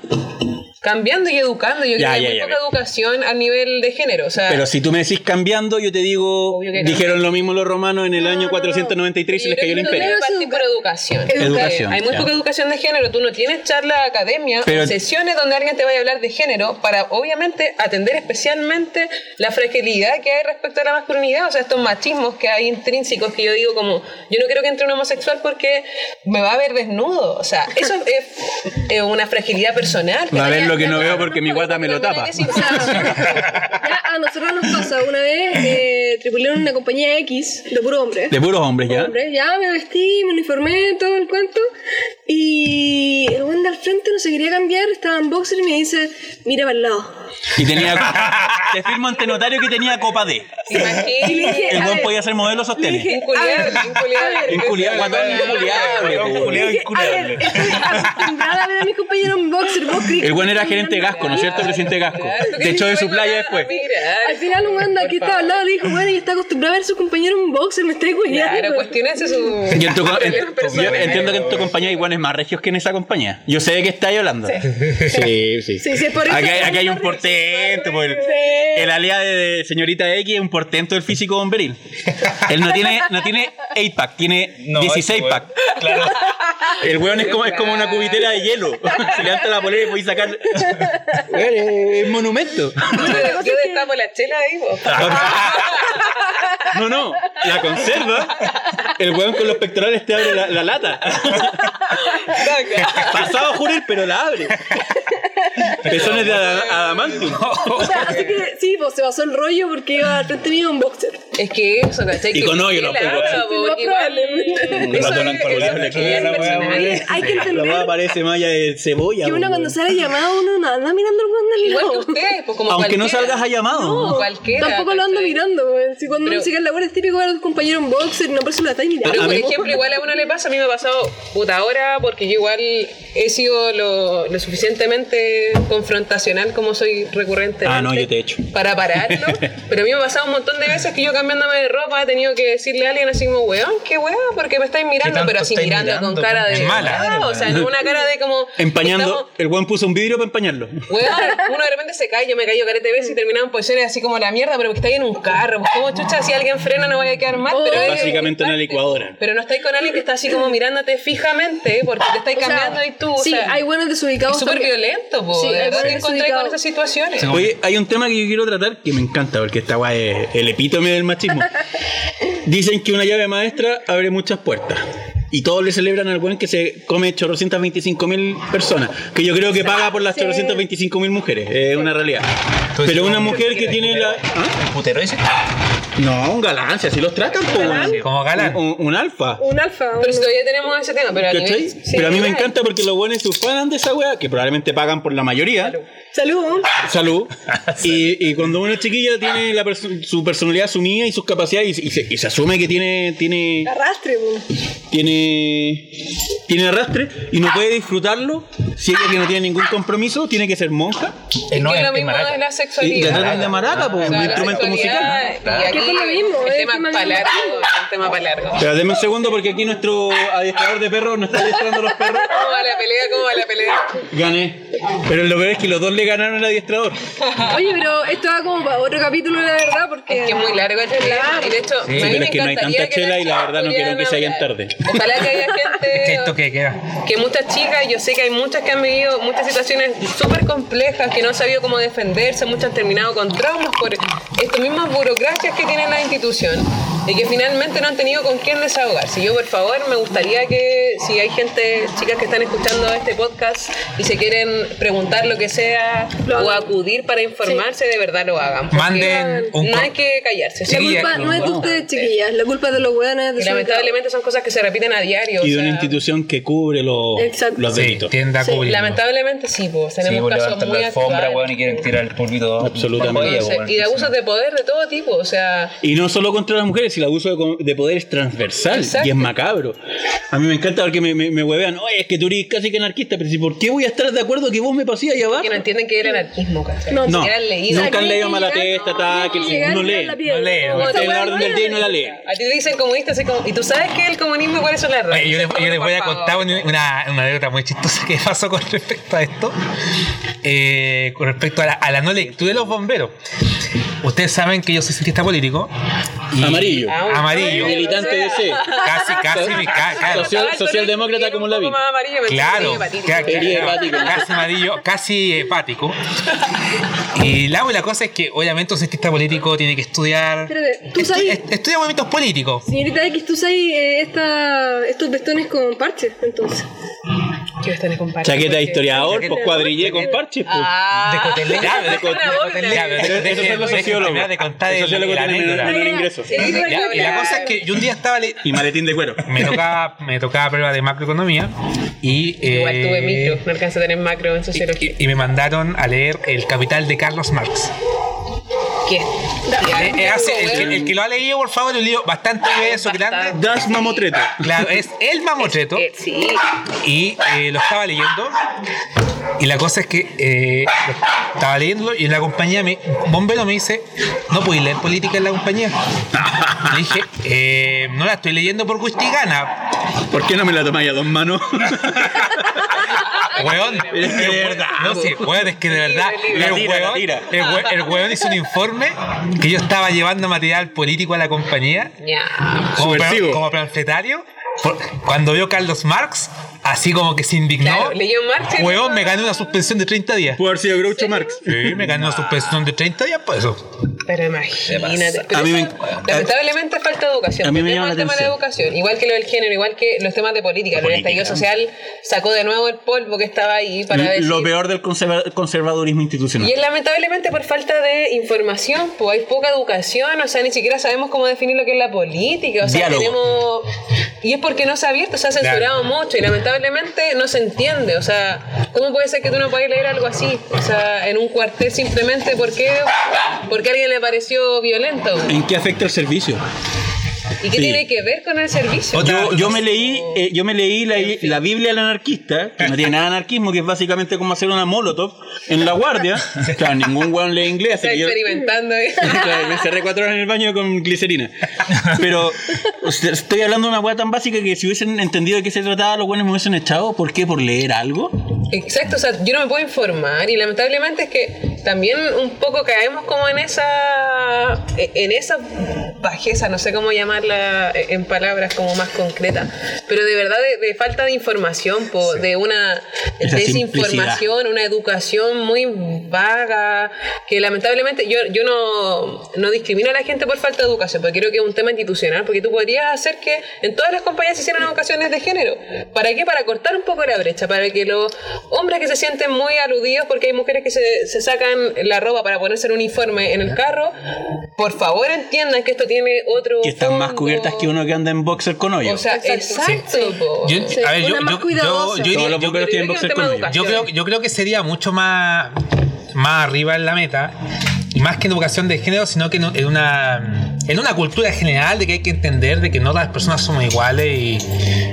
Speaker 4: Cambiando y educando,
Speaker 2: Ya,
Speaker 4: yo creo que
Speaker 2: ya,
Speaker 4: hay muy
Speaker 2: ya,
Speaker 4: poca educación a nivel de género. O sea,
Speaker 2: Pero si tú me decís cambiando, yo te digo,
Speaker 4: Obvio que no.
Speaker 2: dijeron lo mismo los romanos en el
Speaker 5: No, no,
Speaker 2: año
Speaker 5: no.
Speaker 2: 493 y
Speaker 4: Yo
Speaker 2: les cayó el
Speaker 4: creo que
Speaker 2: imperio.
Speaker 4: primero partí por educación.
Speaker 5: Educación,
Speaker 4: Educación, Hay muy
Speaker 2: ya.
Speaker 4: poca educación de género. Tú no tienes charla academia
Speaker 2: Pero-
Speaker 4: o sesiones donde alguien te vaya a hablar de género para, obviamente, atender especialmente la fragilidad que hay respecto a la masculinidad. O sea, estos machismos que hay intrínsecos que yo digo como, yo no creo que entre un homosexual porque me va a ver desnudo. O sea, eso es, es una fragilidad personal.
Speaker 2: Va a ver
Speaker 4: Pero
Speaker 2: lo que no veo porque mi guata me lo tapa.
Speaker 5: O sea, ya a nosotros nos pasa una vez, eh, tripulé en una compañía X de puro hombre.
Speaker 2: De puros hombres, ¿ya?
Speaker 5: Hombre, ya me vestí, me uniformé, todo el cuento. Y el buen de al frente no se quería cambiar, estaba en boxer y me dice, mira para el lado.
Speaker 2: Y tenía. Te firmo ante notario que tenía copa D.
Speaker 5: Y le
Speaker 4: Imagínate.
Speaker 5: dije,
Speaker 2: El
Speaker 5: a
Speaker 2: buen
Speaker 5: ver,
Speaker 2: podía ser modelo sostenes.
Speaker 5: dije,
Speaker 4: Inculiable, inculiable.
Speaker 2: Inculiable, guatón inculiable,
Speaker 3: Guatón
Speaker 2: po.
Speaker 3: culiado
Speaker 5: dije, a ver,
Speaker 3: incurable.
Speaker 5: estoy acostumbrada a ver a mis compañeros en boxer, vos crees
Speaker 2: El buen
Speaker 5: que
Speaker 2: era
Speaker 5: estoy
Speaker 2: gerente de
Speaker 5: mirando?
Speaker 2: Gasco, ¿no es cierto? Presidente de Gasco.
Speaker 4: Claro,
Speaker 2: Te echó de su playa después.
Speaker 5: Al final un anda aquí estaba al lado le dijo, bueno, ella está acostumbrada a ver a sus compañeros en boxer, me está cuidando.
Speaker 4: Claro, cuestionense su.
Speaker 2: Y en tu co- en-
Speaker 4: Cualquier persona.
Speaker 2: yo entiendo que en tu compañía hay guanes más regios que en esa compañía. Yo sé de qué estáis hablando. Sí, sí.
Speaker 5: Sí, sí, es por eso.
Speaker 2: Acá, hay- acá hay un portento. po. El, el aliado de, de señorita X es un portento del físico bomberil. Él no tiene, no tiene 8-pack, tiene
Speaker 6: No,
Speaker 2: 16-pack.
Speaker 6: ese weón, Claro.
Speaker 2: El weón es como, es como una cubitera de hielo. Se levanta la polera y podéis sacar. Weón, es un monumento.
Speaker 4: Yo, yo destapo la chela ahí, vos.
Speaker 2: Ah. No, no, la conserva. El weón con los pectorales te abre la, la lata. Pasado a jurir, pero la abre. Pezones de ada- adamantium.
Speaker 5: O sea, así que sí, pues se basó el rollo porque iba al frente mío un boxer.
Speaker 4: Es que eso, ¿cachai?
Speaker 2: Y
Speaker 4: Que
Speaker 2: con hoyo,
Speaker 4: la
Speaker 2: no, pero- Mm,
Speaker 4: otra,
Speaker 5: Sí,
Speaker 4: po,
Speaker 5: más
Speaker 4: igual,
Speaker 5: probable.
Speaker 4: eso
Speaker 6: Ratón
Speaker 4: es-
Speaker 6: encolgado,
Speaker 4: eso es
Speaker 6: le
Speaker 4: bien
Speaker 6: chupa la hueá,
Speaker 4: personal.
Speaker 6: weón.
Speaker 5: Hay que
Speaker 2: La weá
Speaker 5: entender
Speaker 2: parece malla de cebolla.
Speaker 5: que uno
Speaker 2: weón.
Speaker 5: cuando sale llamado uno no anda mirando el buen del
Speaker 4: Igual
Speaker 5: lado.
Speaker 4: que ustedes, pues como
Speaker 2: Aunque no
Speaker 4: cualquiera.
Speaker 2: salgas a llamado.
Speaker 5: No,
Speaker 4: cualquiera,
Speaker 5: Tampoco lo ando
Speaker 4: ¿cachai?
Speaker 5: mirando, weón. Si cuando
Speaker 4: Pero-
Speaker 5: uno se queda en la hora es típico ver a tus compañeros en boxer y no por eso la estáis mirando.
Speaker 4: Pero,
Speaker 2: A
Speaker 4: por
Speaker 2: mí-
Speaker 4: ejemplo, igual a uno le pasa, a mí me ha pasado puta ahora, porque yo igual he sido lo, lo suficientemente confrontacional como soy recurrente.
Speaker 2: Ah, no, yo te echo.
Speaker 4: Para pararlo. pero a mí me ha pasado un montón de veces que yo cambiándome de ropa he tenido que decirle a alguien así como, weón, qué weón, porque me estáis mirando,
Speaker 6: tanto
Speaker 4: pero así
Speaker 6: estáis
Speaker 4: mirando,
Speaker 6: mirando, pues.
Speaker 4: con cara
Speaker 6: po?
Speaker 4: de.
Speaker 3: Mala.
Speaker 4: "Ah", o sea, no una cara de como.
Speaker 2: Empañando.
Speaker 4: estamos-
Speaker 2: El weón puso un vidrio para empañarlo.
Speaker 5: Eh,
Speaker 4: Weón, uno de repente se cae, yo me caí carete de veces y terminaba en posiciones así como la mierda, pero que está ahí en un carro. Pues como chucha, si alguien frena no vaya a quedar mal, pero es-
Speaker 2: Básicamente
Speaker 5: eh,
Speaker 2: una licuadora.
Speaker 4: Pero no estáis con alguien que está así como mirándote fijamente porque te estáis
Speaker 5: O sea,
Speaker 4: cambiando y tú. o
Speaker 5: Sí,
Speaker 4: sea,
Speaker 5: hay buenos
Speaker 4: es
Speaker 5: desubicados.
Speaker 4: súper
Speaker 5: también.
Speaker 4: violento, po.
Speaker 5: Sí,
Speaker 4: de
Speaker 5: hay
Speaker 4: verdad
Speaker 5: buenos
Speaker 4: te encontrás con
Speaker 5: desubicados.
Speaker 4: esas situaciones.
Speaker 2: Oye, hay un tema que yo quiero tratar que me encanta, porque esta guay es el epítome del machismo. Dicen que una llave maestra abre muchas puertas. Y todos le celebran al buen que se come 825 mil personas. Que yo creo que paga por las 825 mil mujeres. Es una realidad.
Speaker 6: Entonces,
Speaker 2: Pero una
Speaker 6: ¿cómo
Speaker 2: mujer que tiene la. ¿Ah?
Speaker 6: Putero ese.
Speaker 2: No, un galán, si así los tratan, po, weón.
Speaker 3: Como galán.
Speaker 2: Un, un- un alfa.
Speaker 5: Un alfa.
Speaker 4: Pero
Speaker 5: un-
Speaker 4: si todavía tenemos ese tema, pero a,
Speaker 2: ¿Cachai?
Speaker 4: nivel- sí,
Speaker 2: Pero a mí me
Speaker 4: claro.
Speaker 2: encanta porque los buenos se ufanan de esa wea, que probablemente pagan por la mayoría.
Speaker 5: Salud.
Speaker 2: Salud. y, y cuando una chiquilla tiene la perso- su personalidad asumida y sus capacidades y, se- y se, y se asume que tiene tiene
Speaker 5: Arrastre, pues. weón.
Speaker 2: tiene tiene arrastre y no puede disfrutarlo, si ella que no tiene ningún compromiso tiene que ser monja
Speaker 4: Y
Speaker 6: Eh, no
Speaker 4: que
Speaker 6: es-
Speaker 4: lo
Speaker 6: es
Speaker 4: mismo
Speaker 6: maraca.
Speaker 4: es la
Speaker 2: y la
Speaker 4: sexualidad.
Speaker 2: tratan de maraca por
Speaker 4: O sea,
Speaker 2: pues, un
Speaker 4: la
Speaker 2: instrumento musical.
Speaker 4: sexualidad,
Speaker 6: Claro.
Speaker 4: Y aquí
Speaker 5: Que es lo mismo,
Speaker 4: el tema
Speaker 5: es el tema
Speaker 4: para
Speaker 5: mismo.
Speaker 4: largo, el tema para largo.
Speaker 2: Pero deme un segundo porque aquí nuestro adiestrador de perros no está adiestrando los perros.
Speaker 4: ¿Cómo va la pelea? ¿Cómo va la pelea?
Speaker 2: Gané. Pero lo peor es que los dos le ganaron al adiestrador.
Speaker 5: Oye, pero esto va como para otro capítulo, la verdad, porque.
Speaker 4: Es que es muy largo el tema. Y de hecho, a mí
Speaker 2: pero
Speaker 4: me
Speaker 2: es que no hay
Speaker 4: encantaría
Speaker 2: tanta
Speaker 4: que
Speaker 2: chela y la verdad no quiero que se hayan
Speaker 4: pudieran
Speaker 2: tarde.
Speaker 4: hablar. Ojalá que haya gente.
Speaker 3: Que esto que queda.
Speaker 4: que muchas chicas, yo sé que hay muchas que han vivido muchas situaciones súper complejas, que no han sabido cómo defenderse, muchas han terminado con traumas por estas mismas burocracias que tiene la institución y que finalmente no han tenido con quién desahogarse. Yo, por favor, me gustaría que si hay gente, chicas que están escuchando este podcast y se quieren preguntar lo que sea
Speaker 5: Lo
Speaker 4: o
Speaker 5: hagan.
Speaker 4: informarse, para informarse, de verdad lo hagan. porque
Speaker 3: Manden un
Speaker 4: no
Speaker 3: cor-
Speaker 4: hay que callarse.
Speaker 5: La
Speaker 3: Sí,
Speaker 5: culpa
Speaker 3: eh,
Speaker 5: no es de
Speaker 3: no.
Speaker 5: ustedes, chiquillas. La culpa es de los weones.
Speaker 4: Y
Speaker 5: De
Speaker 4: lamentablemente son cosas que se repiten a diario.
Speaker 2: Y de
Speaker 4: o
Speaker 2: una
Speaker 4: sea,
Speaker 2: institución que cubre los,
Speaker 5: Exacto.
Speaker 2: los
Speaker 3: Sí,
Speaker 2: delitos.
Speaker 3: tienda a
Speaker 5: Sí,
Speaker 3: cubrirlo.
Speaker 4: Lamentablemente sí, pues,
Speaker 6: Sí,
Speaker 4: tenemos
Speaker 6: pues
Speaker 4: casos
Speaker 6: levantan
Speaker 4: muy
Speaker 6: la alfombra,
Speaker 4: actuales.
Speaker 6: weón, y quieren tirar el polvito.
Speaker 2: Absolutamente.
Speaker 6: Oye,
Speaker 4: Entonces,
Speaker 6: weón,
Speaker 4: y de abusos
Speaker 6: sí.
Speaker 4: de poder de todo tipo, o sea,
Speaker 2: Y no solo contra las mujeres, el abuso de, com- de poder es transversal
Speaker 4: Exacto.
Speaker 2: y es macabro. A mí me encanta porque me, me, me huevean, oye, es que tú eres casi que anarquista, pero si ¿por qué voy a estar de acuerdo que vos me pasías allá abajo?
Speaker 4: que no entienden que era anarquismo, ¿cachai?
Speaker 2: No,
Speaker 5: No,
Speaker 4: Ni siquiera han leído.
Speaker 2: nunca han
Speaker 5: Hay
Speaker 2: leído
Speaker 5: que
Speaker 2: mala
Speaker 5: llegar-
Speaker 2: testa, tal, que
Speaker 5: hay que
Speaker 2: si-
Speaker 5: llegar
Speaker 2: no
Speaker 5: y mirar
Speaker 2: leen.
Speaker 5: la piedra.
Speaker 3: No leen,
Speaker 5: Como
Speaker 2: Está
Speaker 5: esta
Speaker 2: en la
Speaker 5: weá
Speaker 2: orden del día y no la leen.
Speaker 4: A ti te dicen comunista, así como, y tú sabes que el comunismo y cuáles son las reglas.
Speaker 3: Oye, yo, les, yo les voy a
Speaker 4: Por
Speaker 3: contar
Speaker 4: favor.
Speaker 3: una, una una anécdota muy chistosa que pasó con respecto a esto, eh, con respecto a la, a la no lectura de los bomberos. Ustedes saben que yo soy cientista político. y-
Speaker 2: Amarillo.
Speaker 4: Ah, bueno.
Speaker 3: Amarillo.
Speaker 2: Militante de C.
Speaker 3: Casi, casi, mi ca-
Speaker 2: Social-
Speaker 3: claro.
Speaker 4: Estaba el
Speaker 2: socialdemócrata
Speaker 4: Toledo,
Speaker 2: como
Speaker 4: un
Speaker 2: la
Speaker 4: poco
Speaker 2: vi.
Speaker 4: más amarillo, me
Speaker 3: Claro,
Speaker 4: sentí hepático.
Speaker 3: ca- ca-
Speaker 2: Sería hepático.
Speaker 3: casi amarillo, casi hepático. Y la, la cosa es que obviamente un cientista político tiene que estudiar.
Speaker 5: Espérate, ¿tú
Speaker 3: estu-
Speaker 5: sabes?
Speaker 3: est- estudia movimientos políticos.
Speaker 5: Señorita X, tú usas eh, esta- estos vestones con parches, entonces.
Speaker 4: Quiero estar en comparsa,
Speaker 2: Chaqueta de
Speaker 4: porque-
Speaker 2: historiador,
Speaker 3: Chaqueta-
Speaker 2: pues cuadrillé con parches, pues.
Speaker 4: Ah,
Speaker 3: De cotelera,
Speaker 4: ya,
Speaker 3: de co-
Speaker 4: una
Speaker 3: de
Speaker 4: doble.
Speaker 3: cotelera, de-
Speaker 2: Pero
Speaker 3: Deje-
Speaker 2: esos son los
Speaker 3: deje
Speaker 2: sociólogos.
Speaker 3: terminar de contar
Speaker 2: Los
Speaker 3: el-
Speaker 2: sociólogos
Speaker 3: la
Speaker 2: tienen menor,
Speaker 3: anécdota. Eh,
Speaker 2: menor ingreso.
Speaker 5: Sí, sí,
Speaker 3: Ya, y la cosa es que yo un día estaba le-
Speaker 2: Y maletín de cuero.
Speaker 3: me tocaba me tocaba prueba de macroeconomía y
Speaker 4: Igual
Speaker 3: eh,
Speaker 4: tuve micro, no alcancé a tener macro en
Speaker 3: y,
Speaker 4: sociología.
Speaker 3: y- y me mandaron a leer El Capital de Carlos Marx.
Speaker 4: ¿Qué? Ya,
Speaker 3: Eh, eh, hace- el, que, el que lo ha leído, por favor, es un libro bastante grueso,
Speaker 4: bastante.
Speaker 3: grande.
Speaker 2: Das mamotreto.
Speaker 3: Claro, es el mamotreto.
Speaker 4: Eh, sí.
Speaker 3: y eh, lo estaba leyendo y la cosa es que eh, lo estaba leyéndolo y la compañía me bombero me dice no podéis leer política en la compañía le dije eh, no la estoy leyendo por gusto y gana
Speaker 2: ¿Por qué no me la tomáis a dos manos?
Speaker 3: weón
Speaker 2: Es que de
Speaker 3: pero-
Speaker 2: verdad,
Speaker 3: no sí, weón es que de verdad
Speaker 4: Libre,
Speaker 2: libre. La
Speaker 3: el
Speaker 2: tira, la
Speaker 3: weón,
Speaker 2: tira.
Speaker 3: el we- el weón hizo un informe que yo estaba llevando material político a la compañía
Speaker 4: Ya.
Speaker 3: como,
Speaker 2: Subversivo.
Speaker 3: plan- como panfletario por- cuando vio Carlos Marx así como que se indignó
Speaker 4: Claro, leyó Marx y-
Speaker 3: weón me gané una suspensión de 30 días
Speaker 2: Pudo haber sido Groucho Marx.
Speaker 3: Sí, me ganó su suspensión de pues. 30 días por eso.
Speaker 4: Pero imagínate. Pero
Speaker 2: A mí me-
Speaker 4: eso, lamentablemente falta educación.
Speaker 2: a mí me
Speaker 4: Volvemos
Speaker 2: llama
Speaker 4: al
Speaker 2: la
Speaker 4: tema de
Speaker 2: atención.
Speaker 4: educación. Igual que lo del género, igual que los temas de política. Pero el estallido social sacó de nuevo el polvo que estaba ahí para decir...
Speaker 1: Lo peor del conserva- conservadurismo institucional.
Speaker 4: Y es lamentablemente por falta de información, pues hay poca educación, o sea, ni siquiera sabemos cómo definir lo que es la política, o sea,
Speaker 1: Diálogo.
Speaker 4: tenemos... Y es porque no se ha abierto, se ha censurado mucho y lamentablemente no se entiende, o sea, ¿cómo puede ser que tú no puedas leer algo así? O sea, en un cuartel simplemente porque, porque a alguien le pareció violento.
Speaker 2: ¿En qué afecta el servicio?
Speaker 4: ¿Y qué
Speaker 2: Sí.
Speaker 4: tiene que ver con el servicio?
Speaker 1: Yo, yo me leí, eh, yo me leí la, la Biblia del anarquista, que no tiene nada de anarquismo, que es básicamente como hacer una molotov en la guardia. Claro, ningún weón lee inglés, así
Speaker 4: Está
Speaker 1: que yo-
Speaker 4: experimentando. ¿eh?
Speaker 2: Claro, me encerré cuatro horas en el baño con glicerina.
Speaker 1: Pero o sea, estoy hablando de una weá tan básica que si hubiesen entendido de qué se trataba, los buenos me hubiesen echado. ¿Por qué? ¿Por leer algo?
Speaker 4: Exacto, o sea, yo no me puedo informar y lamentablemente es que también un poco caemos como en esa e, en esa bajeza, no sé cómo llamarla e, en palabras como más concretas, pero de verdad de, de falta de información, po, de una
Speaker 1: Esa
Speaker 4: desinformación, una educación muy vaga, que lamentablemente yo, yo no, no discrimino a la gente por falta de educación, porque creo que es un tema institucional, porque tú podrías hacer que en todas las compañías se hicieran educaciones de género. ¿Para qué? Para cortar un poco la brecha, para que los hombres que se sienten muy aludidos porque hay mujeres que se, se sacan la ropa para ponerse el uniforme en el carro, por favor entiendan que esto tiene otro...
Speaker 1: Que están más
Speaker 4: fondo.
Speaker 1: cubiertas que uno que anda en boxer con hoyo.
Speaker 4: O sea,
Speaker 5: Exacto.
Speaker 4: exacto. po.
Speaker 3: Yo,
Speaker 5: Sí,
Speaker 3: a ver, yo,
Speaker 5: una más
Speaker 3: yo- yo-
Speaker 5: cuidadosa.
Speaker 3: yo diría-
Speaker 1: Todos los
Speaker 3: yo-
Speaker 1: bomberos tienen
Speaker 4: creo que
Speaker 1: boxer
Speaker 4: es un
Speaker 1: con
Speaker 4: tema
Speaker 1: hoyo.
Speaker 3: yo creo, yo creo que sería mucho más, más arriba en la meta, más que en educación de género, sino que en, en una, en una cultura general de que hay que entender de que no todas las personas somos iguales y,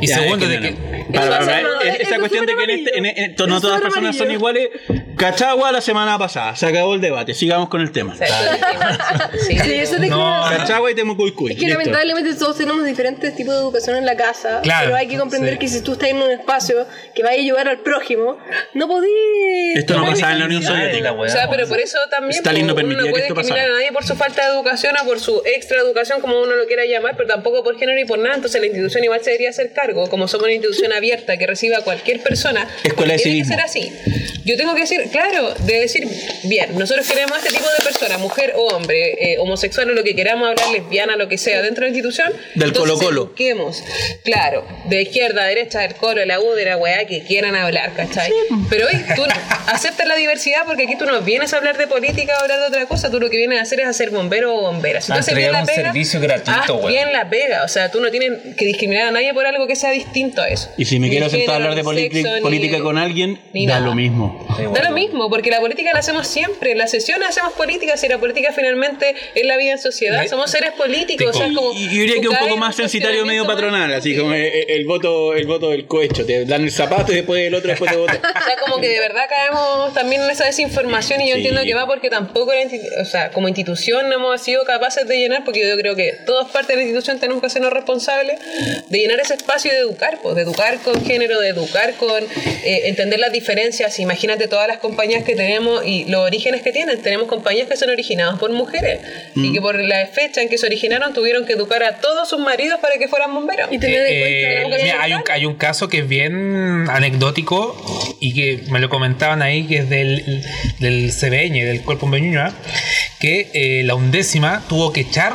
Speaker 3: y
Speaker 2: Ya,
Speaker 3: segundo,
Speaker 2: es
Speaker 3: de
Speaker 2: que
Speaker 3: que...
Speaker 2: no, no.
Speaker 5: Eso
Speaker 2: Para, para,
Speaker 5: es
Speaker 2: para,
Speaker 5: amarillo,
Speaker 2: es-
Speaker 5: eso
Speaker 2: esa
Speaker 5: es
Speaker 2: cuestión de que en este- en-
Speaker 5: amarillo.
Speaker 2: en- to- no
Speaker 5: Eso
Speaker 2: todas
Speaker 5: es
Speaker 2: las personas son
Speaker 5: amarillo.
Speaker 2: iguales. Cachagua la semana pasada. Se acabó el debate. Sigamos con el tema.
Speaker 4: Exacto. Sí.
Speaker 5: Sí, eso te
Speaker 3: No,
Speaker 5: creo.
Speaker 2: Cachagua y Temucuicuy.
Speaker 5: Es que
Speaker 2: Listo.
Speaker 5: lamentablemente todos tenemos diferentes tipos de educación en la casa,
Speaker 3: Claro,
Speaker 5: pero hay que comprender
Speaker 3: sí.
Speaker 5: que si tú estás en un espacio que vaya a ayudar al prójimo, no podés...
Speaker 2: Esto no pasaba en la Unión Soviética.
Speaker 4: O sea, pero por eso también
Speaker 2: Stalin
Speaker 4: po,
Speaker 2: no permitía
Speaker 4: uno
Speaker 2: que
Speaker 4: no puede
Speaker 2: esto
Speaker 4: discriminar a
Speaker 2: pasara.
Speaker 4: nadie por su falta de educación o por su extra educación, como uno lo quiera llamar, pero tampoco por género y por nada. Entonces la institución igual se debería hacer cargo, como somos una institución abierta que recibe a cualquier persona.
Speaker 2: Escuela de
Speaker 4: tiene que
Speaker 2: civismo.
Speaker 4: ser así. Yo tengo que decir, claro, de decir, bien, nosotros queremos a este tipo de persona, mujer o hombre, eh, homosexual o lo que queramos hablar, lesbiana, lo que sea, dentro de la institución.
Speaker 2: Del
Speaker 4: Entonces,
Speaker 2: Colo-Colo.
Speaker 4: eduquemos. Claro, de izquierda a derecha, del coro, de la U, de la weá, que quieran hablar, ¿cachai? Pero hoy tú no- aceptas la diversidad porque aquí tú no vienes a hablar de política o hablar de otra cosa, tú lo que vienes a hacer es hacer bombero o bombera.
Speaker 1: Ah,
Speaker 4: Si tú
Speaker 6: A
Speaker 4: haces
Speaker 6: entregar
Speaker 4: bien la
Speaker 6: un
Speaker 4: pega,
Speaker 6: servicio gratuito,
Speaker 4: haz
Speaker 6: weón.
Speaker 4: bien la pega, o sea, tú no tienes que discriminar a nadie por algo que sea distinto a eso.
Speaker 1: Y si me
Speaker 4: Ni
Speaker 1: quiero sentar a
Speaker 4: género,
Speaker 1: hablar de
Speaker 4: ni
Speaker 1: politi-
Speaker 4: sexo, ni-
Speaker 1: política con alguien,
Speaker 4: ni
Speaker 1: da
Speaker 4: nada.
Speaker 1: lo mismo.
Speaker 4: Da lo mismo, porque la política la hacemos siempre, en las sesiones hacemos política, si la política finalmente es la vida en sociedad,
Speaker 3: Ay.
Speaker 4: somos seres políticos. o sea, es como,
Speaker 2: Y yo diría que
Speaker 4: tú
Speaker 2: un
Speaker 4: caes
Speaker 2: poco
Speaker 4: en
Speaker 2: más censitario, medio
Speaker 4: cuestionamiento
Speaker 2: patronal,
Speaker 4: más
Speaker 2: así
Speaker 4: político.
Speaker 2: como el,
Speaker 1: eh,
Speaker 2: el voto el voto del cohecho. Te dan el zapato y después el otro, después te voto.
Speaker 4: O sea, como que de verdad caemos también en esa desinformación y yo
Speaker 2: Sí.
Speaker 4: entiendo que va porque tampoco, la insti- o sea, como institución no hemos sido capaces de llenar, porque yo creo que todas partes de la institución tenemos que hacernos responsables de llenar ese espacio y de educar, pues, de educar con género, de educar con eh, entender las diferencias. Imagínate todas las compañías que tenemos y los orígenes que tienen. Tenemos compañías que son originadas por mujeres y que por la fecha en que se originaron tuvieron que educar a todos sus maridos para que fueran bomberos.
Speaker 5: Y tener en
Speaker 3: Eh,
Speaker 5: cuenta...
Speaker 4: algo que
Speaker 3: mira,
Speaker 4: se
Speaker 3: hay, un,
Speaker 4: trata.
Speaker 3: hay un caso que es bien anecdótico y y que me lo comentaban ahí, que es del, del CBN, del Cuerpo Benigno, que eh, la undécima tuvo que echar,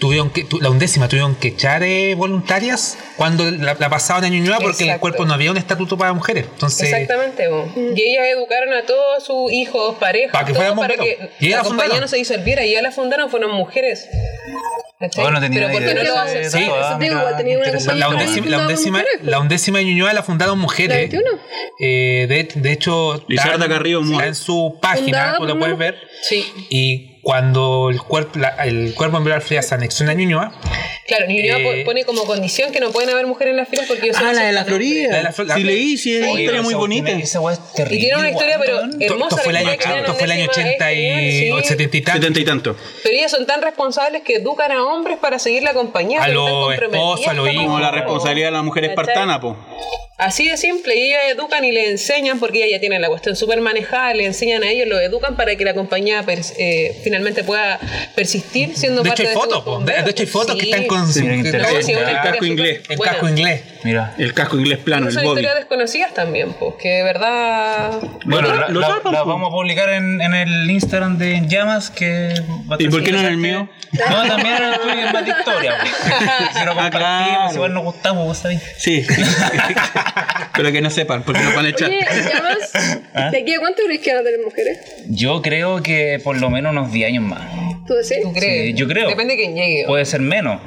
Speaker 3: tuvieron que, tu- la undécima tuvieron que echar eh, voluntarias cuando la, la pasaban a Ñuñoa porque en el
Speaker 4: Exacto.
Speaker 3: cuerpo no había un estatuto para mujeres. Entonces,
Speaker 4: Exactamente, po.
Speaker 2: Mm.
Speaker 4: y ellas educaron a todos sus hijos, parejas,
Speaker 3: Para que
Speaker 4: todo,
Speaker 3: fueran
Speaker 4: para
Speaker 3: bomberos.
Speaker 4: que
Speaker 3: Y ellas
Speaker 4: la
Speaker 3: la fundaron.
Speaker 4: compañía no se disolviera. Y ellas la fundaron, fueron mujeres. ¿Cachai?
Speaker 6: Oh, no tenía
Speaker 4: Pero ¿por
Speaker 6: idea
Speaker 4: qué no
Speaker 5: de
Speaker 4: lo
Speaker 5: eso.
Speaker 4: hacen?
Speaker 5: Sí,
Speaker 4: Sí,
Speaker 5: eso te digo, tenía una
Speaker 6: interesante.
Speaker 3: la
Speaker 5: compañía
Speaker 6: undécima-
Speaker 3: undécima, la undécima,
Speaker 5: fundada por mujeres, po.
Speaker 3: la undécima de Ñuñoa la fundaron
Speaker 5: La
Speaker 3: mujeres.
Speaker 5: 21.
Speaker 3: Eh, de, de hecho,
Speaker 1: Lizarda Carrillo Moa.
Speaker 3: está en su página,
Speaker 5: Fundada
Speaker 3: tú lo
Speaker 5: por
Speaker 3: puedes
Speaker 5: una-
Speaker 3: ver.
Speaker 4: sí.
Speaker 3: Y cuando el cuerpo, la- el cuerpo embriagar fría se anexiona a Ñuñoa,
Speaker 4: Claro, y Ñuñoa
Speaker 3: Eh,
Speaker 4: po- pone como condición que no pueden haber mujeres en las filas porque ellos son
Speaker 2: Ah, la de la
Speaker 4: aceptan hombres.
Speaker 2: Florida.
Speaker 3: La de la Flor- la-
Speaker 2: sí, leí, sí, es una
Speaker 6: Oye,
Speaker 2: historia
Speaker 6: esa
Speaker 2: muy
Speaker 6: weá
Speaker 2: bonita.
Speaker 6: tiene- Esa weá es terrible.
Speaker 4: Y tiene una historia, pero
Speaker 6: weón.
Speaker 3: esto
Speaker 4: hermosa.
Speaker 3: esto fue el
Speaker 4: la
Speaker 3: año,
Speaker 4: historia que tiene
Speaker 3: esto fue el año
Speaker 4: Undécima,
Speaker 3: 80
Speaker 4: es
Speaker 3: y
Speaker 4: genial, sí.
Speaker 3: 70 y tanto.
Speaker 1: Setenta y tanto.
Speaker 4: Pero ellas son tan responsables que educan a hombres para seguir la
Speaker 3: A
Speaker 4: compañía. porque
Speaker 3: los
Speaker 4: están comprometidas
Speaker 3: esposos, a los
Speaker 4: con-
Speaker 3: hijos.
Speaker 1: Como la responsabilidad de la mujer
Speaker 4: ¿Cachai?
Speaker 1: espartana, po.
Speaker 4: Así de simple, y ellas educan y le enseñan, porque ellas ya tienen la cuestión súper manejada, le enseñan a ellos, lo educan para que la compañía pers- eh, finalmente pueda persistir siendo
Speaker 3: De hecho,
Speaker 4: parte
Speaker 3: hay
Speaker 4: de
Speaker 3: fotos,
Speaker 4: su-
Speaker 3: po. de, de hecho hay fotos que
Speaker 4: Sí.
Speaker 3: están con
Speaker 6: Sí,
Speaker 3: que-
Speaker 6: mira
Speaker 3: que-
Speaker 4: No, sí,
Speaker 6: qué interesante.
Speaker 4: una
Speaker 1: El
Speaker 4: historia
Speaker 1: casco
Speaker 4: súper
Speaker 1: inglés.
Speaker 3: el
Speaker 4: buena.
Speaker 3: casco inglés.
Speaker 6: Mira.
Speaker 1: El casco inglés plano, el
Speaker 4: Son
Speaker 1: bobby.
Speaker 4: historias desconocidas también, pues, que de verdad...
Speaker 6: Bueno, la,
Speaker 1: lo
Speaker 6: la-
Speaker 1: tapan,
Speaker 6: la
Speaker 1: po.
Speaker 6: vamos a publicar en, en el Instagram de En Llamas que va a
Speaker 1: ¿Y
Speaker 6: estar
Speaker 1: por qué no en el mío?
Speaker 6: interesante. No, también en el tuyo es más de historia. po. Si lo
Speaker 1: Ah, claro.
Speaker 6: compartimos, igual nos gustamos, vos sabés.
Speaker 1: Sí. Pero que no sepan, porque nos van a echar.
Speaker 5: Oye, y además,
Speaker 2: ¿Ah?
Speaker 5: ¿de aquí a cuánto crees que van a tener mujeres?
Speaker 6: Yo creo que por lo menos unos 10 años más.
Speaker 5: ¿Tú decís?
Speaker 4: ¿Tú crees?
Speaker 6: yo creo.
Speaker 4: Depende de quién llegue.
Speaker 6: Puede ser menos.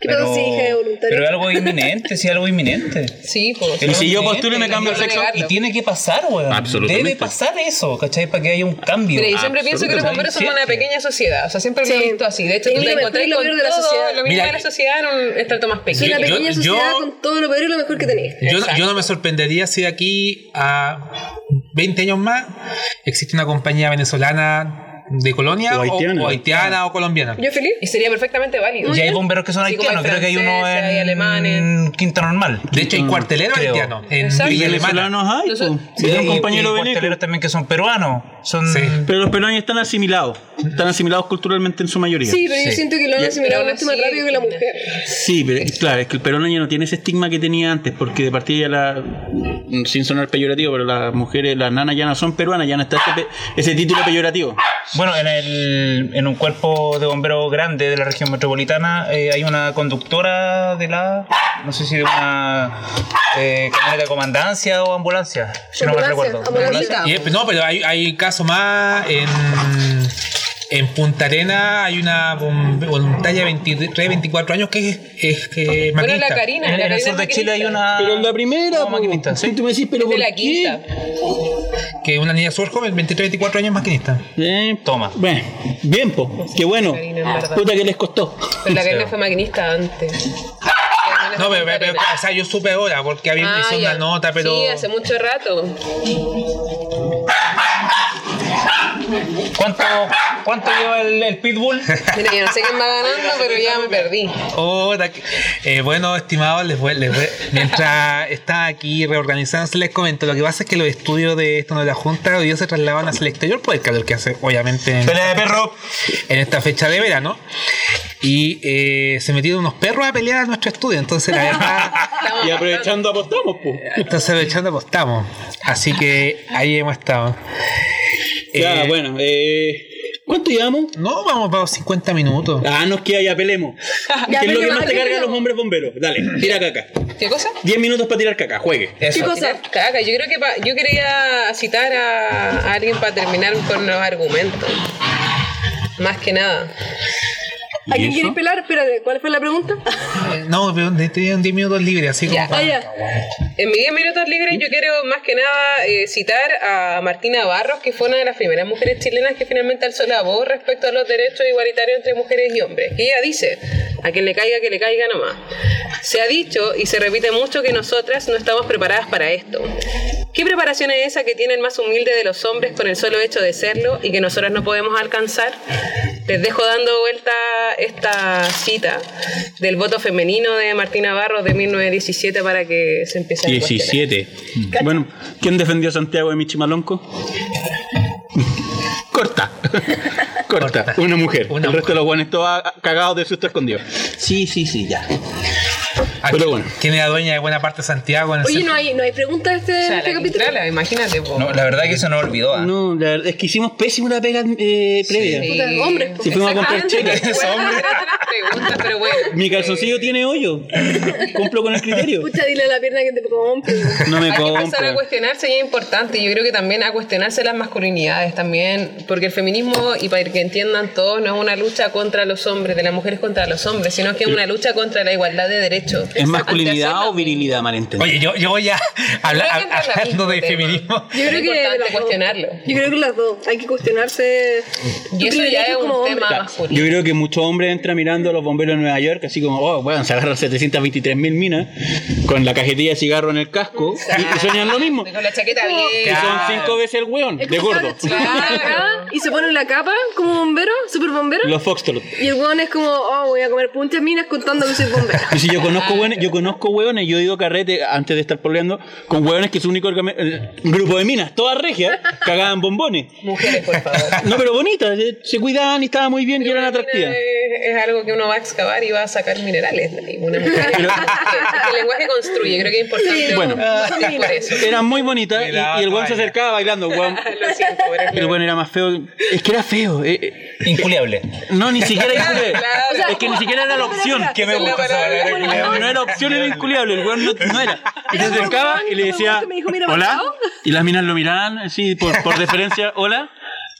Speaker 5: ¿Qué pasa si hija de voluntario?
Speaker 6: Pero es algo inminente, sí, algo inminente.
Speaker 4: Sí, pues.
Speaker 1: Y si yo
Speaker 6: Inminente,
Speaker 1: postulo y me cambio el sexo.
Speaker 6: Y tiene que pasar, weón.
Speaker 1: Absolutamente. Ah,
Speaker 6: Debe pasar eso, ¿cachai? Para que haya un cambio.
Speaker 4: Mira, yo siempre pienso que los bomberos son una
Speaker 6: Siempre.
Speaker 4: pequeña sociedad, o sea, siempre lo
Speaker 5: Sí.
Speaker 4: he visto así. De hecho,
Speaker 5: Sí,
Speaker 4: tú te
Speaker 5: lo mejor y
Speaker 4: encontrás
Speaker 5: lo
Speaker 4: con
Speaker 5: peor de la
Speaker 4: todo
Speaker 5: sociedad.
Speaker 4: lo mismo
Speaker 3: Mira,
Speaker 4: de la sociedad en un estrato más
Speaker 5: Es una
Speaker 4: pequeño.
Speaker 3: yo-
Speaker 5: pequeña
Speaker 3: yo-
Speaker 5: sociedad con todo lo peor y lo mejor que tenés.
Speaker 3: Yo, no- yo
Speaker 4: Exacto.
Speaker 3: no me sorprendería si de aquí a 20 años más existe una compañía venezolana de colonia
Speaker 1: O
Speaker 3: o
Speaker 1: haitiana.
Speaker 3: o, haitiana o colombiana.
Speaker 5: Yo feliz.
Speaker 4: Y sería perfectamente válido.
Speaker 6: Y hay bomberos que son
Speaker 4: Sí, como hay
Speaker 6: haitianos, creo que hay uno
Speaker 4: franceses,
Speaker 6: en,
Speaker 4: hay alemanes.
Speaker 6: Quinta Normal.
Speaker 3: De hecho,
Speaker 2: Mm,
Speaker 3: hay cuarteleros
Speaker 6: Creo.
Speaker 3: haitianos en
Speaker 4: Exacto.
Speaker 1: Y
Speaker 3: Villa Alemana.
Speaker 1: venezolanos hay, po. Si era un
Speaker 6: y-
Speaker 1: compañero
Speaker 6: y
Speaker 1: veneco.
Speaker 6: cuarteleros también que son peruanos. Son
Speaker 3: Sí.
Speaker 1: Pero los peruanos están asimilados. Están asimilados culturalmente en su mayoría.
Speaker 5: Sí, pero yo
Speaker 3: Sí.
Speaker 5: siento que lo han
Speaker 3: Y-
Speaker 5: asimilado
Speaker 4: Pero
Speaker 5: mucho más
Speaker 4: sí,
Speaker 5: rápido que la
Speaker 4: Cristina.
Speaker 5: mujer.
Speaker 1: Sí, pero claro, es que el peruano ya no tiene ese estigma que tenía antes, porque de partida ya la. Sin sonar peyorativo, pero las mujeres, las nanas ya no son peruanas, ya no está ese, pe- ese título peyorativo.
Speaker 6: Bueno, en, el, en un cuerpo de bomberos grande de la región metropolitana eh, hay una conductora de la, no sé si de una eh, camioneta de comandancia o ambulancia, si no me
Speaker 5: Ambulancia,
Speaker 6: recuerdo.
Speaker 5: ambulancia.
Speaker 3: Y es- no, pero hay, hay casos más en, en Punta Arena hay una bombe- voluntaria de 23, 24 años que es, es, que es
Speaker 4: Bueno, la
Speaker 3: maquinista.
Speaker 4: Karina.
Speaker 6: En,
Speaker 4: la
Speaker 6: en el
Speaker 4: Karina
Speaker 6: sur de
Speaker 4: maquinista.
Speaker 6: Chile hay una...
Speaker 2: Pero
Speaker 4: Ah,
Speaker 2: en la primera,
Speaker 6: una maquinista,
Speaker 2: po.
Speaker 6: sí.
Speaker 2: Sí, tú me decís, pero
Speaker 4: De
Speaker 2: ¿por
Speaker 4: la quinta.
Speaker 2: qué?
Speaker 3: Que es una niña súper joven, 23, 24 años maquinista.
Speaker 1: Eh,
Speaker 6: Toma.
Speaker 1: Bueno, bien, po. Qué bueno. Ah,
Speaker 4: Karina, en verdad.
Speaker 1: Puta que les costó.
Speaker 4: Pero la Karina
Speaker 6: Sí.
Speaker 4: fue maquinista antes.
Speaker 3: No, pero, pero- pero, o sea, yo supe ahora porque había
Speaker 4: Ah,
Speaker 3: hizo
Speaker 4: ya.
Speaker 3: una nota, pero.
Speaker 4: Sí, hace mucho rato.
Speaker 6: ¿Cuánto, cuánto lleva el, el pitbull?
Speaker 4: Mira, yo no sé quién va ganando, pero ya me perdí.
Speaker 3: Ahora que- eh, bueno, estimados, les voy- les voy- mientras está aquí reorganizándose, les comento. Lo que pasa es que los estudios de esto de la Junta hoy día se trasladan hacia el exterior por el calor que hace, obviamente, en,
Speaker 6: Pelea de perro.
Speaker 3: en esta fecha de verano. Y eh, se metieron unos perros a pelear a nuestro estudio. Entonces, la verdad,
Speaker 1: Y aprovechando apostamos, po.
Speaker 3: entonces aprovechando, apostamos. Así que ahí hemos estado.
Speaker 1: Ya,
Speaker 3: Eh,
Speaker 1: bueno, eh, ¿cuánto llevamos?
Speaker 3: No, vamos para los 50 minutos.
Speaker 1: Ah, nos queda, ya pelemos.
Speaker 5: Ya
Speaker 1: que es lo que
Speaker 5: pelemos,
Speaker 1: más te
Speaker 5: ya
Speaker 1: cargan los
Speaker 5: pelemos.
Speaker 1: hombres bomberos. Dale, tira caca.
Speaker 4: ¿Qué cosa?
Speaker 1: 10 minutos para tirar caca, juegue.
Speaker 5: ¿Qué
Speaker 6: Eso.
Speaker 5: cosa?
Speaker 4: Caca, yo creo que pa- yo quería citar a, a alguien para terminar con los argumentos. Más que nada.
Speaker 5: ¿A quién queréis pelar? Espérate, ¿cuál fue la pregunta?
Speaker 3: Eh, No, pero tenían 10 minutos libres, así como
Speaker 4: Ya.
Speaker 5: Ah,
Speaker 3: para-
Speaker 5: ya.
Speaker 4: En mis 10 minutos libres yo quiero más que nada eh, citar a Martina Barros, que fue una de las primeras mujeres chilenas que finalmente alzó la voz respecto a los derechos igualitarios entre mujeres y hombres. Que ella dice, a quien le caiga, que le caiga nomás. Se ha dicho y se repite mucho que nosotras no estamos preparadas para esto. ¿Qué preparación es esa que tiene el más humilde de los hombres con el solo hecho de serlo y que nosotras no podemos alcanzar? Les dejo dando vuelta esta cita del voto femenino de Martina Barros de 1917 para que se empiece a cuestionar.
Speaker 1: 17. Bueno, ¿quién defendió a Santiago de Michimalonco? Corta. Corta.
Speaker 3: Corta.
Speaker 1: Una mujer.
Speaker 3: Una
Speaker 1: el resto de los guanes todos ah, cagados de susto escondido. Sí, sí, sí, ya.
Speaker 2: Pero bueno.
Speaker 3: ¿Quién era dueña de buena parte de Santiago en el
Speaker 5: Oye,
Speaker 3: centro?
Speaker 5: no hay, no hay preguntas de este,
Speaker 4: O sea,
Speaker 5: este
Speaker 4: la
Speaker 5: capítulo.
Speaker 4: Quintrala, imagínate, po.
Speaker 6: No, la verdad que eso no lo olvidó. ah.
Speaker 2: No, la verdad es que hicimos pésima la pega eh, previa.
Speaker 4: Sí.
Speaker 5: Puta, hombres, po.
Speaker 2: Si fuimos a comprar
Speaker 4: Exactamente,
Speaker 2: chicas.
Speaker 4: bueno, eran las preguntas, pero bueno.
Speaker 2: Mi calzoncillo tiene hoyo. Cumplo con el criterio.
Speaker 5: Pucha, dile a la pierna que te compre.
Speaker 2: No me
Speaker 4: Hay que pasar a
Speaker 2: compro.
Speaker 4: cuestionarse y es importante. Yo creo que también a cuestionarse las masculinidades también, porque el feminismo, y para que entiendan todos, no es una lucha contra los hombres, de las mujeres contra los hombres, sino que es una lucha contra la igualdad de derechos.
Speaker 2: ¿Es masculinidad o
Speaker 4: Ante hacer-
Speaker 2: virilidad, malentendido?
Speaker 3: Oye, yo, yo voy a hablar,
Speaker 4: Creo que entra en la
Speaker 3: hablando
Speaker 4: misma
Speaker 3: de
Speaker 4: tema.
Speaker 3: feminismo.
Speaker 5: Yo
Speaker 4: Es
Speaker 5: creo que
Speaker 4: importante
Speaker 5: las dos.
Speaker 4: cuestionarlo.
Speaker 5: Yo creo que las dos. Hay que cuestionarse.
Speaker 4: Y eso
Speaker 5: tu
Speaker 4: ya es
Speaker 5: privilegio como
Speaker 4: un
Speaker 5: hombre.
Speaker 4: tema
Speaker 2: Yo
Speaker 4: masculino.
Speaker 2: creo que muchos hombres entran mirando a los bomberos de Nueva York, así como, oh, bueno, se agarran 723 mil minas con la cajetilla de cigarro en el casco y, y sueñan lo mismo.
Speaker 4: Con la chaqueta bien.
Speaker 2: Que son
Speaker 3: Claro.
Speaker 2: cinco veces el weón,
Speaker 5: Es
Speaker 2: de
Speaker 5: como
Speaker 2: gordo.
Speaker 5: cabros chicos que están acá Y se ponen la capa como bombero, super bombero.
Speaker 2: Los Foxtrot.
Speaker 5: Y el weón es como, oh, voy a comer puntas minas contando que soy bombero.
Speaker 2: Y si yo conozco hueones, yo conozco hueones, yo he ido a carrete antes de estar poleando con hueones que su único orgame- el grupo de minas, todas regias, cagaban bombones.
Speaker 4: Mujeres, por favor.
Speaker 2: No, pero bonitas, eh, se cuidaban y estaban muy bien y eran atractivas.
Speaker 4: Es, es algo que uno va a excavar y va a sacar minerales. de ahí. Una mujer. que, el lenguaje construye, creo que es importante.
Speaker 5: Sí.
Speaker 2: Bueno.
Speaker 4: partir por eso.
Speaker 2: Eran muy bonitas y, y el hueón se acercaba bailando. hueón.
Speaker 4: Lo siento, pero es
Speaker 2: Pero bueno, era más feo. Es que era feo. eh, eh,
Speaker 6: Inculiable.
Speaker 2: No, ni siquiera
Speaker 4: Claro,
Speaker 2: inculé.
Speaker 4: claro.
Speaker 2: Es que ni siquiera era la opción.
Speaker 5: Que
Speaker 4: me gusta esa palabra,
Speaker 2: No, no era opción, era inculiable. El weón no, no era. Y se acercaba y le decía,
Speaker 5: Me dijo, mira,
Speaker 2: hola.
Speaker 5: Mateo.
Speaker 2: Y las minas lo miraban así, por, por deferencia, hola,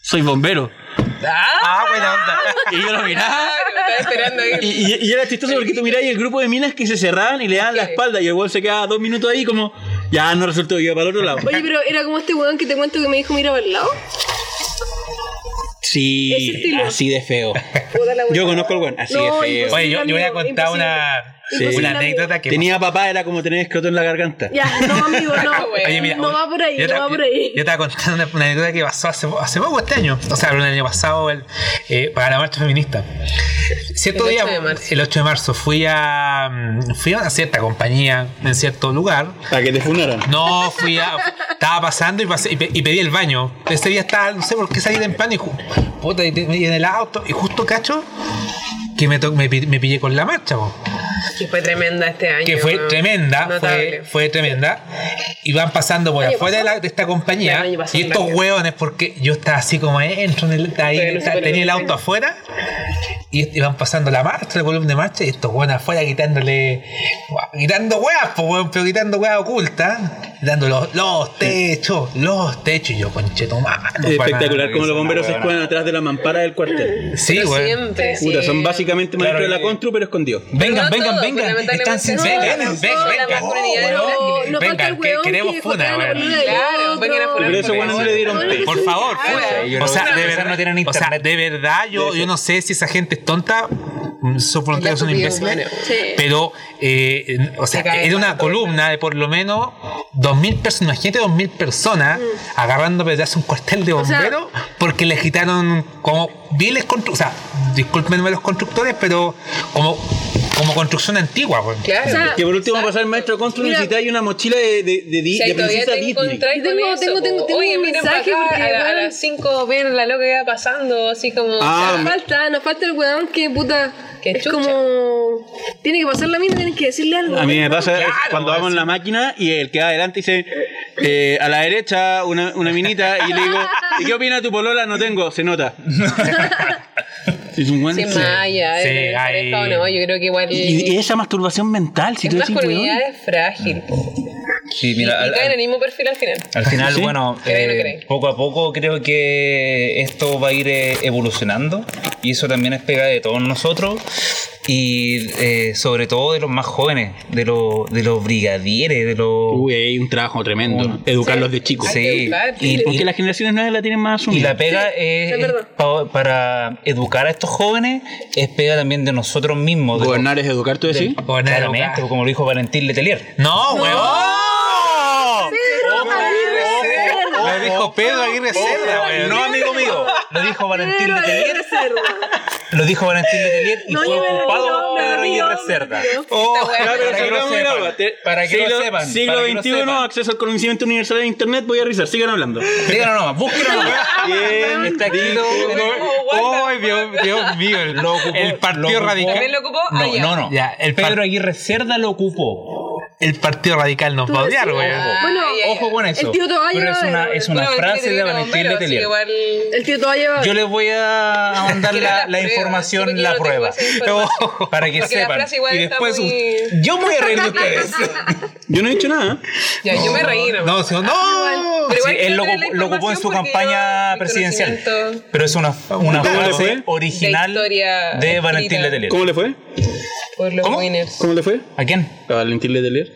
Speaker 2: soy bombero.
Speaker 3: Ah, buena onda.
Speaker 2: Y yo lo miraba.
Speaker 4: Ah, lo estaba esperando ahí.
Speaker 2: Y, y- y era chistoso porque tú mirabas y el grupo de minas que se cerraban y le daban la espalda. Y el weón se quedaba dos minutos ahí como, ya no resultó, iba para el otro lado.
Speaker 5: Oye, pero era como este weón que te cuento que me dijo, mira para el lado. Ese
Speaker 2: Sí,
Speaker 5: estilo.
Speaker 2: así de feo.
Speaker 5: Puta la weá.
Speaker 2: Yo conozco al weón, así
Speaker 5: No,
Speaker 2: de feo.
Speaker 5: imposible.
Speaker 3: Oye, yo, yo voy a contar
Speaker 5: Imposible,
Speaker 3: una,
Speaker 5: imposible.
Speaker 3: una
Speaker 5: Sí.
Speaker 3: anécdota que.
Speaker 2: Tenía papá, era como tener escroto en la garganta.
Speaker 5: Ya, no, amigo, no.
Speaker 3: Oye, mira,
Speaker 5: no va por ahí,
Speaker 3: yo
Speaker 5: no
Speaker 3: te-
Speaker 5: va por
Speaker 3: Yo,
Speaker 5: ahí.
Speaker 3: yo estaba contando una, una anécdota que pasó hace, po- hace poco este año, o sea, el año pasado, el, eh, para la marcha feminista. Cierto
Speaker 4: El
Speaker 3: día,
Speaker 4: 8 de marzo.
Speaker 3: el 8 de marzo, fui a, mm, fui a una cierta compañía en cierto lugar.
Speaker 2: Para que te funaran.
Speaker 3: No, fui a. Estaba pasando y, pasé- y pe- y pedí el baño. Ese día estaba, no sé por qué salí temprano y. ju- Puta, y te- y en el auto. Y justo cacho que me, to- me, pi- me pillé con la marcha, po.
Speaker 4: Que fue tremenda este año.
Speaker 3: que fue
Speaker 4: weón.
Speaker 3: tremenda,
Speaker 4: Notable.
Speaker 3: fue, fue tremenda. Y van pasando por
Speaker 5: Año
Speaker 3: afuera de,
Speaker 5: pasado.
Speaker 3: la- de esta compañía.
Speaker 4: El año pasado,
Speaker 3: Y estos
Speaker 4: claro.
Speaker 3: hueones, porque yo estaba así como entro en el, ahí,
Speaker 4: Pero no se
Speaker 3: ta- tenía el
Speaker 4: permite.
Speaker 3: auto afuera. Y, y van pasando la marcha, el volumen de marcha, y estos hueones afuera quitándole, quitando hueas, pues, hueón, pero quitando hueas ocultas, dando los, los techos, los techos, y yo concheto
Speaker 2: Espectacular como los bomberos se esconden atrás de la mampara del cuartel.
Speaker 3: Sí,
Speaker 4: Pero
Speaker 3: hueón.
Speaker 4: siempre.
Speaker 2: Puta,
Speaker 4: sí.
Speaker 2: son básicamente
Speaker 3: Claro,
Speaker 2: maestros de la
Speaker 3: y-
Speaker 2: constru, pero escondidos.
Speaker 6: Vengan,
Speaker 4: no
Speaker 6: vengan,
Speaker 4: todo,
Speaker 6: vengan.
Speaker 4: pues,
Speaker 6: Están sin
Speaker 4: lamentablemente
Speaker 5: no,
Speaker 6: vengan,
Speaker 5: no,
Speaker 6: vengan,
Speaker 4: no,
Speaker 6: vengan.
Speaker 4: la masculinidad
Speaker 6: Oh,
Speaker 4: no,
Speaker 6: weón,
Speaker 5: no falta el
Speaker 3: Vengan, que
Speaker 5: weón
Speaker 3: queremos
Speaker 5: que
Speaker 3: funa,
Speaker 5: jotea la
Speaker 3: weón.
Speaker 5: polera del
Speaker 4: Claro,
Speaker 5: otro.
Speaker 4: vengan a funar
Speaker 2: Pero eso
Speaker 4: Por
Speaker 2: cuando
Speaker 4: eso.
Speaker 2: no le dieron
Speaker 5: Todo lo que
Speaker 2: pena.
Speaker 5: se-
Speaker 3: Por favor, pues.
Speaker 5: Ah,
Speaker 3: fuera.
Speaker 5: weón.
Speaker 6: yo no-
Speaker 3: o sea,
Speaker 6: no,
Speaker 3: de
Speaker 6: no
Speaker 3: verdad,
Speaker 6: tienen
Speaker 3: o sea,
Speaker 6: internet.
Speaker 3: de verdad, yo,
Speaker 2: Debe
Speaker 3: yo no sé si esa gente es tonta, mm, son voluntarios, son
Speaker 4: estupidez
Speaker 3: imbéciles,
Speaker 4: humana.
Speaker 5: Sí.
Speaker 3: pero, eh, en- o sea,
Speaker 4: Te cae
Speaker 3: era una
Speaker 4: mal.
Speaker 3: columna de por lo menos 2.000 personas, gente de 2.000 personas agarrando pedazos un cuartel de
Speaker 5: sea-
Speaker 3: bomberos porque les quitaron como viles constructores, o sea, discúlpenme los constructores, pero como, como construcción antigua, weón.
Speaker 4: Claro.
Speaker 5: O sea,
Speaker 2: Que por último, para ser maestro constru,
Speaker 5: Mira.
Speaker 2: necesitáis una mochila de, de, de, di-
Speaker 4: Si
Speaker 2: de
Speaker 4: ahí todavía
Speaker 2: princesa
Speaker 4: te
Speaker 2: Disney.
Speaker 4: encontráis
Speaker 5: Yo tengo-
Speaker 4: con eso,
Speaker 5: tengo- tengo-
Speaker 4: po.
Speaker 5: tengo
Speaker 4: Oye,
Speaker 5: un
Speaker 4: miren
Speaker 5: mensaje
Speaker 4: para acá,
Speaker 5: porque,
Speaker 4: a, la- a
Speaker 5: weón-
Speaker 4: las 5 ven la loca que va pasando, así como...
Speaker 2: Ah,
Speaker 5: Nos
Speaker 2: me-
Speaker 5: falta, nos falta el weón que puta.
Speaker 4: Que
Speaker 5: es
Speaker 4: chucha.
Speaker 5: como. Tiene que pasar la mina, tienes que decirle algo.
Speaker 2: A mí me pasa
Speaker 3: Claro,
Speaker 2: cuando vamos en la máquina y el que va adelante dice eh, a la derecha una, una minita y le digo, ¿y qué opina tu polola? No tengo, se nota. es un buen
Speaker 4: sin malla,
Speaker 3: Sí,
Speaker 4: eh,
Speaker 3: ahí-
Speaker 4: pareja o no, yo creo que igual...
Speaker 2: Y, y esa masturbación mental, si
Speaker 4: es
Speaker 2: tú decís,
Speaker 4: masculinidad
Speaker 2: weón.
Speaker 4: es frágil, po.
Speaker 6: Sí, mira,
Speaker 2: Ah,
Speaker 4: y
Speaker 6: al-
Speaker 4: cae en
Speaker 6: al-
Speaker 4: el mismo perfil al final.
Speaker 6: Al final,
Speaker 2: Sí.
Speaker 6: bueno,
Speaker 4: Cree, no
Speaker 6: eh,
Speaker 4: cree.
Speaker 6: poco a poco creo que esto va a ir eh, evolucionando y eso también es pega de todos nosotros y eh, sobre todo de los más jóvenes, de, los de los brigadieres, de los...
Speaker 2: Uy, hay un trabajo tremendo.
Speaker 6: Bueno.
Speaker 2: Educarlos de chicos.
Speaker 4: Hay que
Speaker 6: sí,
Speaker 4: educar,
Speaker 6: y,
Speaker 4: sí.
Speaker 2: Porque
Speaker 6: y-
Speaker 2: las generaciones nuevas la tienen más
Speaker 6: y
Speaker 2: asumida.
Speaker 6: la pega
Speaker 5: Sí,
Speaker 6: es,
Speaker 5: es
Speaker 6: es
Speaker 5: verdad.
Speaker 6: pa- para educar a estos jóvenes, es pega también de nosotros mismos. de los-
Speaker 2: Gobernar es educar, tú decís.
Speaker 3: Gobernar,
Speaker 6: Claramente,
Speaker 3: educar.
Speaker 6: como lo dijo Valentín Letelier.
Speaker 3: No, huevón.
Speaker 5: Pedro, María,
Speaker 3: Me dijo dijo Pedro Aguirre Cerda, weón.
Speaker 5: no, amigo mío.
Speaker 3: Lo dijo Valentín
Speaker 5: Pero
Speaker 3: Letelier.
Speaker 5: Aguirre Cerda.
Speaker 3: Lo dijo Valentín Letelier y
Speaker 5: No,
Speaker 3: fue
Speaker 5: yo me lo
Speaker 3: ocupado
Speaker 5: digo,
Speaker 3: por
Speaker 5: me lo
Speaker 3: Pedro
Speaker 5: digo,
Speaker 3: Aguirre
Speaker 5: me lo
Speaker 3: Cerda.
Speaker 5: digo.
Speaker 2: Oh,
Speaker 4: Esta weá,
Speaker 2: claro,
Speaker 4: para
Speaker 2: pero
Speaker 3: que lo
Speaker 2: sigamos
Speaker 3: sepan,
Speaker 2: grabando. Te-
Speaker 3: para que lo
Speaker 2: siglo,
Speaker 3: sepan,
Speaker 2: Siglo
Speaker 3: para que lo
Speaker 2: XXI,
Speaker 3: sepan.
Speaker 2: acceso al conocimiento universal de internet, voy a revisar, sigan hablando.
Speaker 6: Díganos nomás, búsquenlo nomás.
Speaker 5: Ah,
Speaker 2: Bien,
Speaker 3: Está escrito.
Speaker 4: Lo ocupó Walter.
Speaker 3: ¡Ay, Dios, Dios mío! Lo ocupó,
Speaker 6: El
Speaker 3: el partido
Speaker 6: lo ocupó-
Speaker 3: radical.
Speaker 4: ¿También lo ocupó? Ah,
Speaker 6: No,
Speaker 4: ya.
Speaker 6: no, no.
Speaker 3: Ya, el par-
Speaker 6: Pedro Aguirre Cerda lo ocupó.
Speaker 3: El partido radical nos va a odiar,
Speaker 5: decías-
Speaker 3: weón.
Speaker 5: Bueno,
Speaker 4: Ah, ya, ya.
Speaker 6: Ojo con eso.
Speaker 5: El tío Toballo
Speaker 6: Pero es
Speaker 5: era
Speaker 6: una,
Speaker 5: de-
Speaker 6: es una
Speaker 4: Bueno,
Speaker 6: frase
Speaker 4: Valentín
Speaker 6: de
Speaker 4: Letelier era
Speaker 6: Valentín
Speaker 4: bombero, así
Speaker 6: Letelier.
Speaker 4: que igual-
Speaker 5: El tío Toalla.
Speaker 6: Yo les voy a mandar
Speaker 4: Quiero
Speaker 6: la,
Speaker 4: la
Speaker 6: la
Speaker 4: prueba, sí,
Speaker 6: información,
Speaker 4: porque
Speaker 6: la
Speaker 4: yo no
Speaker 6: prueba.
Speaker 4: tengo esa información.
Speaker 6: Ojo, Para que
Speaker 4: Porque la
Speaker 6: sepan.
Speaker 4: frase igual
Speaker 6: Y
Speaker 4: está
Speaker 6: después
Speaker 4: muy-
Speaker 6: us- yo me voy a reír de ustedes.
Speaker 2: yo no he dicho nada. ¿eh?
Speaker 4: Ya, yo me reí. nomás.
Speaker 3: No, sí, no.
Speaker 4: Pero Ah, igual
Speaker 6: Sí, él
Speaker 4: quiero
Speaker 6: lo,
Speaker 4: tener la
Speaker 6: lo ocupó en su
Speaker 4: información porque
Speaker 6: campaña
Speaker 4: yo- mi
Speaker 6: presidencial.
Speaker 4: conocimiento-
Speaker 6: Pero es una, una
Speaker 2: ¿Cómo le
Speaker 6: frase
Speaker 2: fue?
Speaker 6: original
Speaker 4: De historia
Speaker 6: de
Speaker 4: escrita.
Speaker 6: Valentín Letelier.
Speaker 2: ¿Cómo le fue?
Speaker 4: Por los
Speaker 6: ¿Cómo?
Speaker 4: winners.
Speaker 2: ¿Cómo le fue?
Speaker 6: ¿A quién?
Speaker 2: A Valentín Letelier.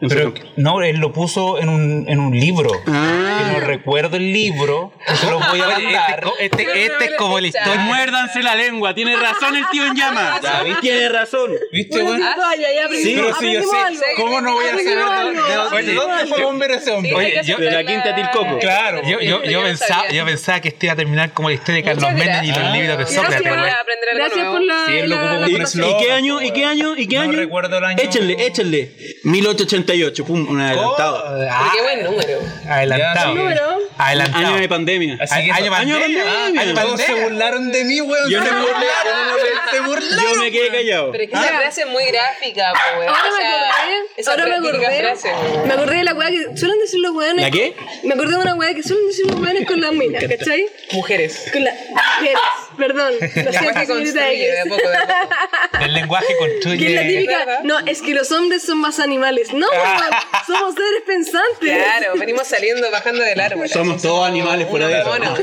Speaker 2: En su
Speaker 6: Pero
Speaker 2: campo.
Speaker 6: no, él lo puso en un, en un libro.
Speaker 2: Ah.
Speaker 6: Que no recuerdo el libro. Se lo voy a
Speaker 3: Oye,
Speaker 6: mandar.
Speaker 3: Este,
Speaker 4: Ah,
Speaker 3: este, este es como la historia.
Speaker 2: Muérdanse la lengua, tiene razón el tío en llama.
Speaker 6: Ya, ¿viste?
Speaker 2: Tiene razón.
Speaker 6: ¿Viste,
Speaker 5: Bueno,
Speaker 6: weón?
Speaker 5: tío Toalla, ya aprendimos,
Speaker 6: Sí, pero sí, yo
Speaker 5: aprendimos
Speaker 6: sé.
Speaker 5: algo.
Speaker 6: ¿Cómo no voy a
Speaker 5: Aprendimos
Speaker 6: saber
Speaker 5: algo.
Speaker 6: de dónde, de dónde fue bombero ese hombre?
Speaker 4: Sí,
Speaker 6: Oye,
Speaker 4: hay que
Speaker 2: yo-
Speaker 4: aceptar
Speaker 2: de la quinta Tilcoco.
Speaker 6: claro.
Speaker 3: Yo, yo,
Speaker 4: Yo
Speaker 3: yo,
Speaker 4: no
Speaker 3: pensaba,
Speaker 4: sabía.
Speaker 3: yo pensaba que este iba a terminar como la historia de Carlos
Speaker 4: Muchas
Speaker 3: Menem y
Speaker 4: gracias.
Speaker 3: los libros de
Speaker 5: Gracias,
Speaker 3: Sócrates. weón.
Speaker 4: aprender algo
Speaker 5: gracias
Speaker 4: nuevo.
Speaker 5: por la.
Speaker 6: Sí, él lo
Speaker 5: la-
Speaker 6: ocupó
Speaker 5: la
Speaker 2: ¿Y,
Speaker 6: un
Speaker 5: información.
Speaker 6: eslogan.
Speaker 2: y qué año? ¿Y qué año? ¿Y qué
Speaker 6: No
Speaker 2: año?
Speaker 6: recuerdo el año.
Speaker 2: Échenle, échenle. 1888, pum, un adelantado.
Speaker 4: Porque
Speaker 3: Ah,
Speaker 4: Qué buen número.
Speaker 3: adelantado.
Speaker 5: Ya, sí. Número.
Speaker 3: Adelantado.
Speaker 2: Año de pandemia.
Speaker 6: Así que
Speaker 3: Año
Speaker 6: eso-
Speaker 2: Año
Speaker 3: pandemia.
Speaker 6: Ah,
Speaker 2: pandemia.
Speaker 3: Año
Speaker 6: Todos se
Speaker 3: pandemia.
Speaker 6: burlaron de mí, weón.
Speaker 2: Yo
Speaker 6: se
Speaker 2: me burlé,
Speaker 6: burlaron, se burlaron.
Speaker 2: Yo me quedé callado.
Speaker 4: Pero es que esa
Speaker 6: Ah.
Speaker 4: frase es muy gráfica, po, weón.
Speaker 5: Ahora
Speaker 4: O
Speaker 5: me
Speaker 4: sea,
Speaker 5: acordé,
Speaker 4: esa
Speaker 5: ahora me
Speaker 4: gráfica frase,
Speaker 5: acordé,
Speaker 4: weón.
Speaker 5: me acordé de la weá que suelen decir los weones.
Speaker 2: ¿La qué?
Speaker 5: Me acordé de una weá que suelen decir los weones con las minas, ¿cachai?
Speaker 4: Mujeres.
Speaker 5: Con las mujeres, perdón. Lo siento,
Speaker 4: que
Speaker 5: señorita
Speaker 4: construye de a
Speaker 5: X.
Speaker 4: poco, de a poco.
Speaker 3: El lenguaje
Speaker 5: Que es la
Speaker 3: construye.
Speaker 5: típica,
Speaker 4: ¿Verdad?
Speaker 5: no, es que los hombres son más animales. No, weón, somos seres pensantes.
Speaker 4: Claro, venimos saliendo, bajando del árbol.
Speaker 2: Somos
Speaker 4: Así
Speaker 2: todos animales fuera de eso.
Speaker 4: monos.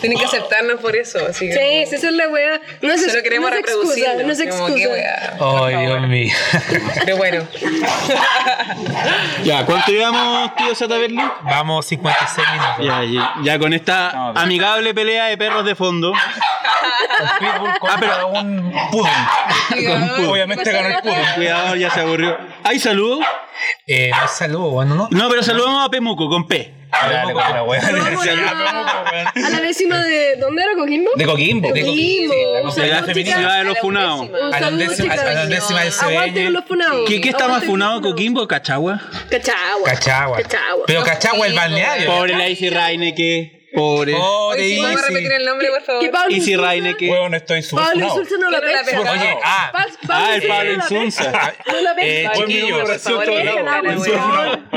Speaker 4: Tienen que aceptarnos por eso. Así que
Speaker 5: Sí, esa es la weá. No es,
Speaker 4: solo queremos
Speaker 5: no es excusa,
Speaker 4: reproducirnos.
Speaker 5: no es
Speaker 4: Como que,
Speaker 5: excusa.
Speaker 4: weá, por
Speaker 3: Ay,
Speaker 4: favor.
Speaker 3: Dios mío.
Speaker 4: Pero bueno.
Speaker 2: Ya, ¿cuánto llevamos, tío Sataberli?
Speaker 3: Vamos 56 minutos.
Speaker 2: Ya, ya, ya con esta amigable pelea de perros de fondo.
Speaker 6: Ah, pero un pudding. Pues,
Speaker 5: pues,
Speaker 6: Obviamente ganó el pudding.
Speaker 2: Cuidado, ya se aburrió. ¿Hay saludos?
Speaker 3: Eh, no saludo, bueno, no.
Speaker 2: No, pero saludamos a Pemuco con P.
Speaker 6: Dale, con la weá.
Speaker 5: Pero vamos a la- A la vecina de. ¿Dónde era Coquimbo?
Speaker 6: De Coquimbo. De Coquimbo.
Speaker 5: Coquimbo. Un
Speaker 2: De la
Speaker 5: saludo,
Speaker 2: felicidad
Speaker 5: chicas.
Speaker 2: de los funados.
Speaker 5: Un
Speaker 6: A la
Speaker 5: saludo,
Speaker 6: undécima-
Speaker 5: chicas.
Speaker 6: a la undécima del CBN.
Speaker 5: Aguante con los funados.
Speaker 2: ¿Qué, qué está más
Speaker 5: Aguante con los
Speaker 2: funado,
Speaker 5: funados.
Speaker 2: Coquimbo? ¿Cachagua?
Speaker 5: Cachagua.
Speaker 3: Cachagua.
Speaker 5: Cachagua.
Speaker 3: Pero Cachagua el balneario.
Speaker 2: Pobre la Isi Reineke. Pobre.
Speaker 3: Pobre
Speaker 4: Oye, ¿Podemos repetir el nombre, por favor?
Speaker 5: Que Pablo
Speaker 2: Isi
Speaker 5: Insulza-
Speaker 2: Reineke.
Speaker 6: Weón, estoy súper
Speaker 5: Pablo
Speaker 6: funado.
Speaker 5: Insulza no la
Speaker 4: Pero la
Speaker 5: pesca.
Speaker 4: pesca.
Speaker 3: Oye, ah,
Speaker 5: Pa-
Speaker 2: Ah, el Pablo
Speaker 5: Insulza no la pesca.
Speaker 2: Insunza.
Speaker 5: No la
Speaker 3: Eh,
Speaker 5: pesca.
Speaker 3: chiquillos,
Speaker 4: por favor,
Speaker 5: por
Speaker 4: déjala,
Speaker 5: favor.
Speaker 4: weón.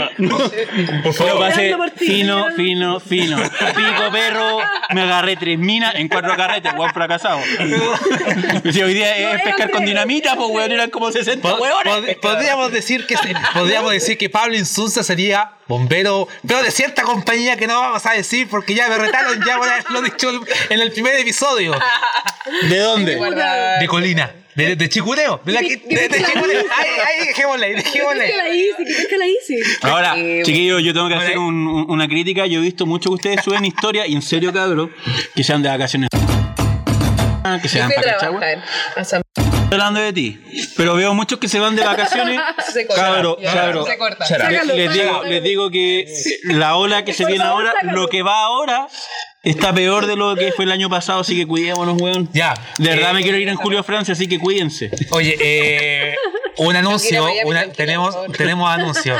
Speaker 2: Por
Speaker 6: favor.
Speaker 5: Hablando por ti.
Speaker 2: fino, fino, fino. Pico perro, me agarré tres minas en cuatro carretes, weón fracasado. Si hoy día es
Speaker 5: eran
Speaker 2: pescar con
Speaker 5: tres.
Speaker 2: dinamita, pues weón, eran como 60 weones.
Speaker 3: podríamos decir que se- podríamos decir que Pablo Insunza sería bombero, pero de cierta compañía que no vamos a decir porque ya me retaron, ya voy a haberlo dicho en el primer episodio
Speaker 5: Ah,
Speaker 2: ¿De dónde?
Speaker 4: Guarda-
Speaker 3: de Colina, de, de Chicureo, de, la que- de- de Chicureo. Ahí, ahí, dejémosle, ahí,
Speaker 5: Que
Speaker 3: dejémosle.
Speaker 5: pesca la Isi, que pesca la Isi.
Speaker 2: Ahora,
Speaker 4: Eh,
Speaker 2: chiquillos, yo tengo que hacer
Speaker 3: Hola.
Speaker 2: un- un- una crítica. Yo he visto mucho que ustedes suben historia y en serio, cabrón, que sean de vacaciones. Que
Speaker 4: Yo
Speaker 2: sean
Speaker 4: fui a
Speaker 2: para Cachagua.
Speaker 4: trabajar a San
Speaker 2: Estoy hablando de ti. Pero veo muchos que se van de vacaciones.
Speaker 4: Se corta.
Speaker 2: Cabro,
Speaker 4: Ya,
Speaker 2: cabro.
Speaker 4: Se corta.
Speaker 6: Chara.
Speaker 2: Le-
Speaker 5: Sácalo,
Speaker 2: les, digo,
Speaker 5: sácalo.
Speaker 2: les digo que la ola que se
Speaker 5: Por
Speaker 2: viene
Speaker 5: favor,
Speaker 2: ahora,
Speaker 5: sácalo.
Speaker 2: lo que va ahora, está peor de lo que fue el año pasado, así que cuidémonos, weón.
Speaker 3: Ya.
Speaker 2: De verdad
Speaker 3: Eh,
Speaker 2: me quiero ir en julio a Francia, así que cuídense.
Speaker 3: Oye, eh, un anuncio,
Speaker 4: Miami,
Speaker 3: una-
Speaker 4: tranquila,
Speaker 3: tenemos,
Speaker 4: por favor.
Speaker 3: tenemos anuncio.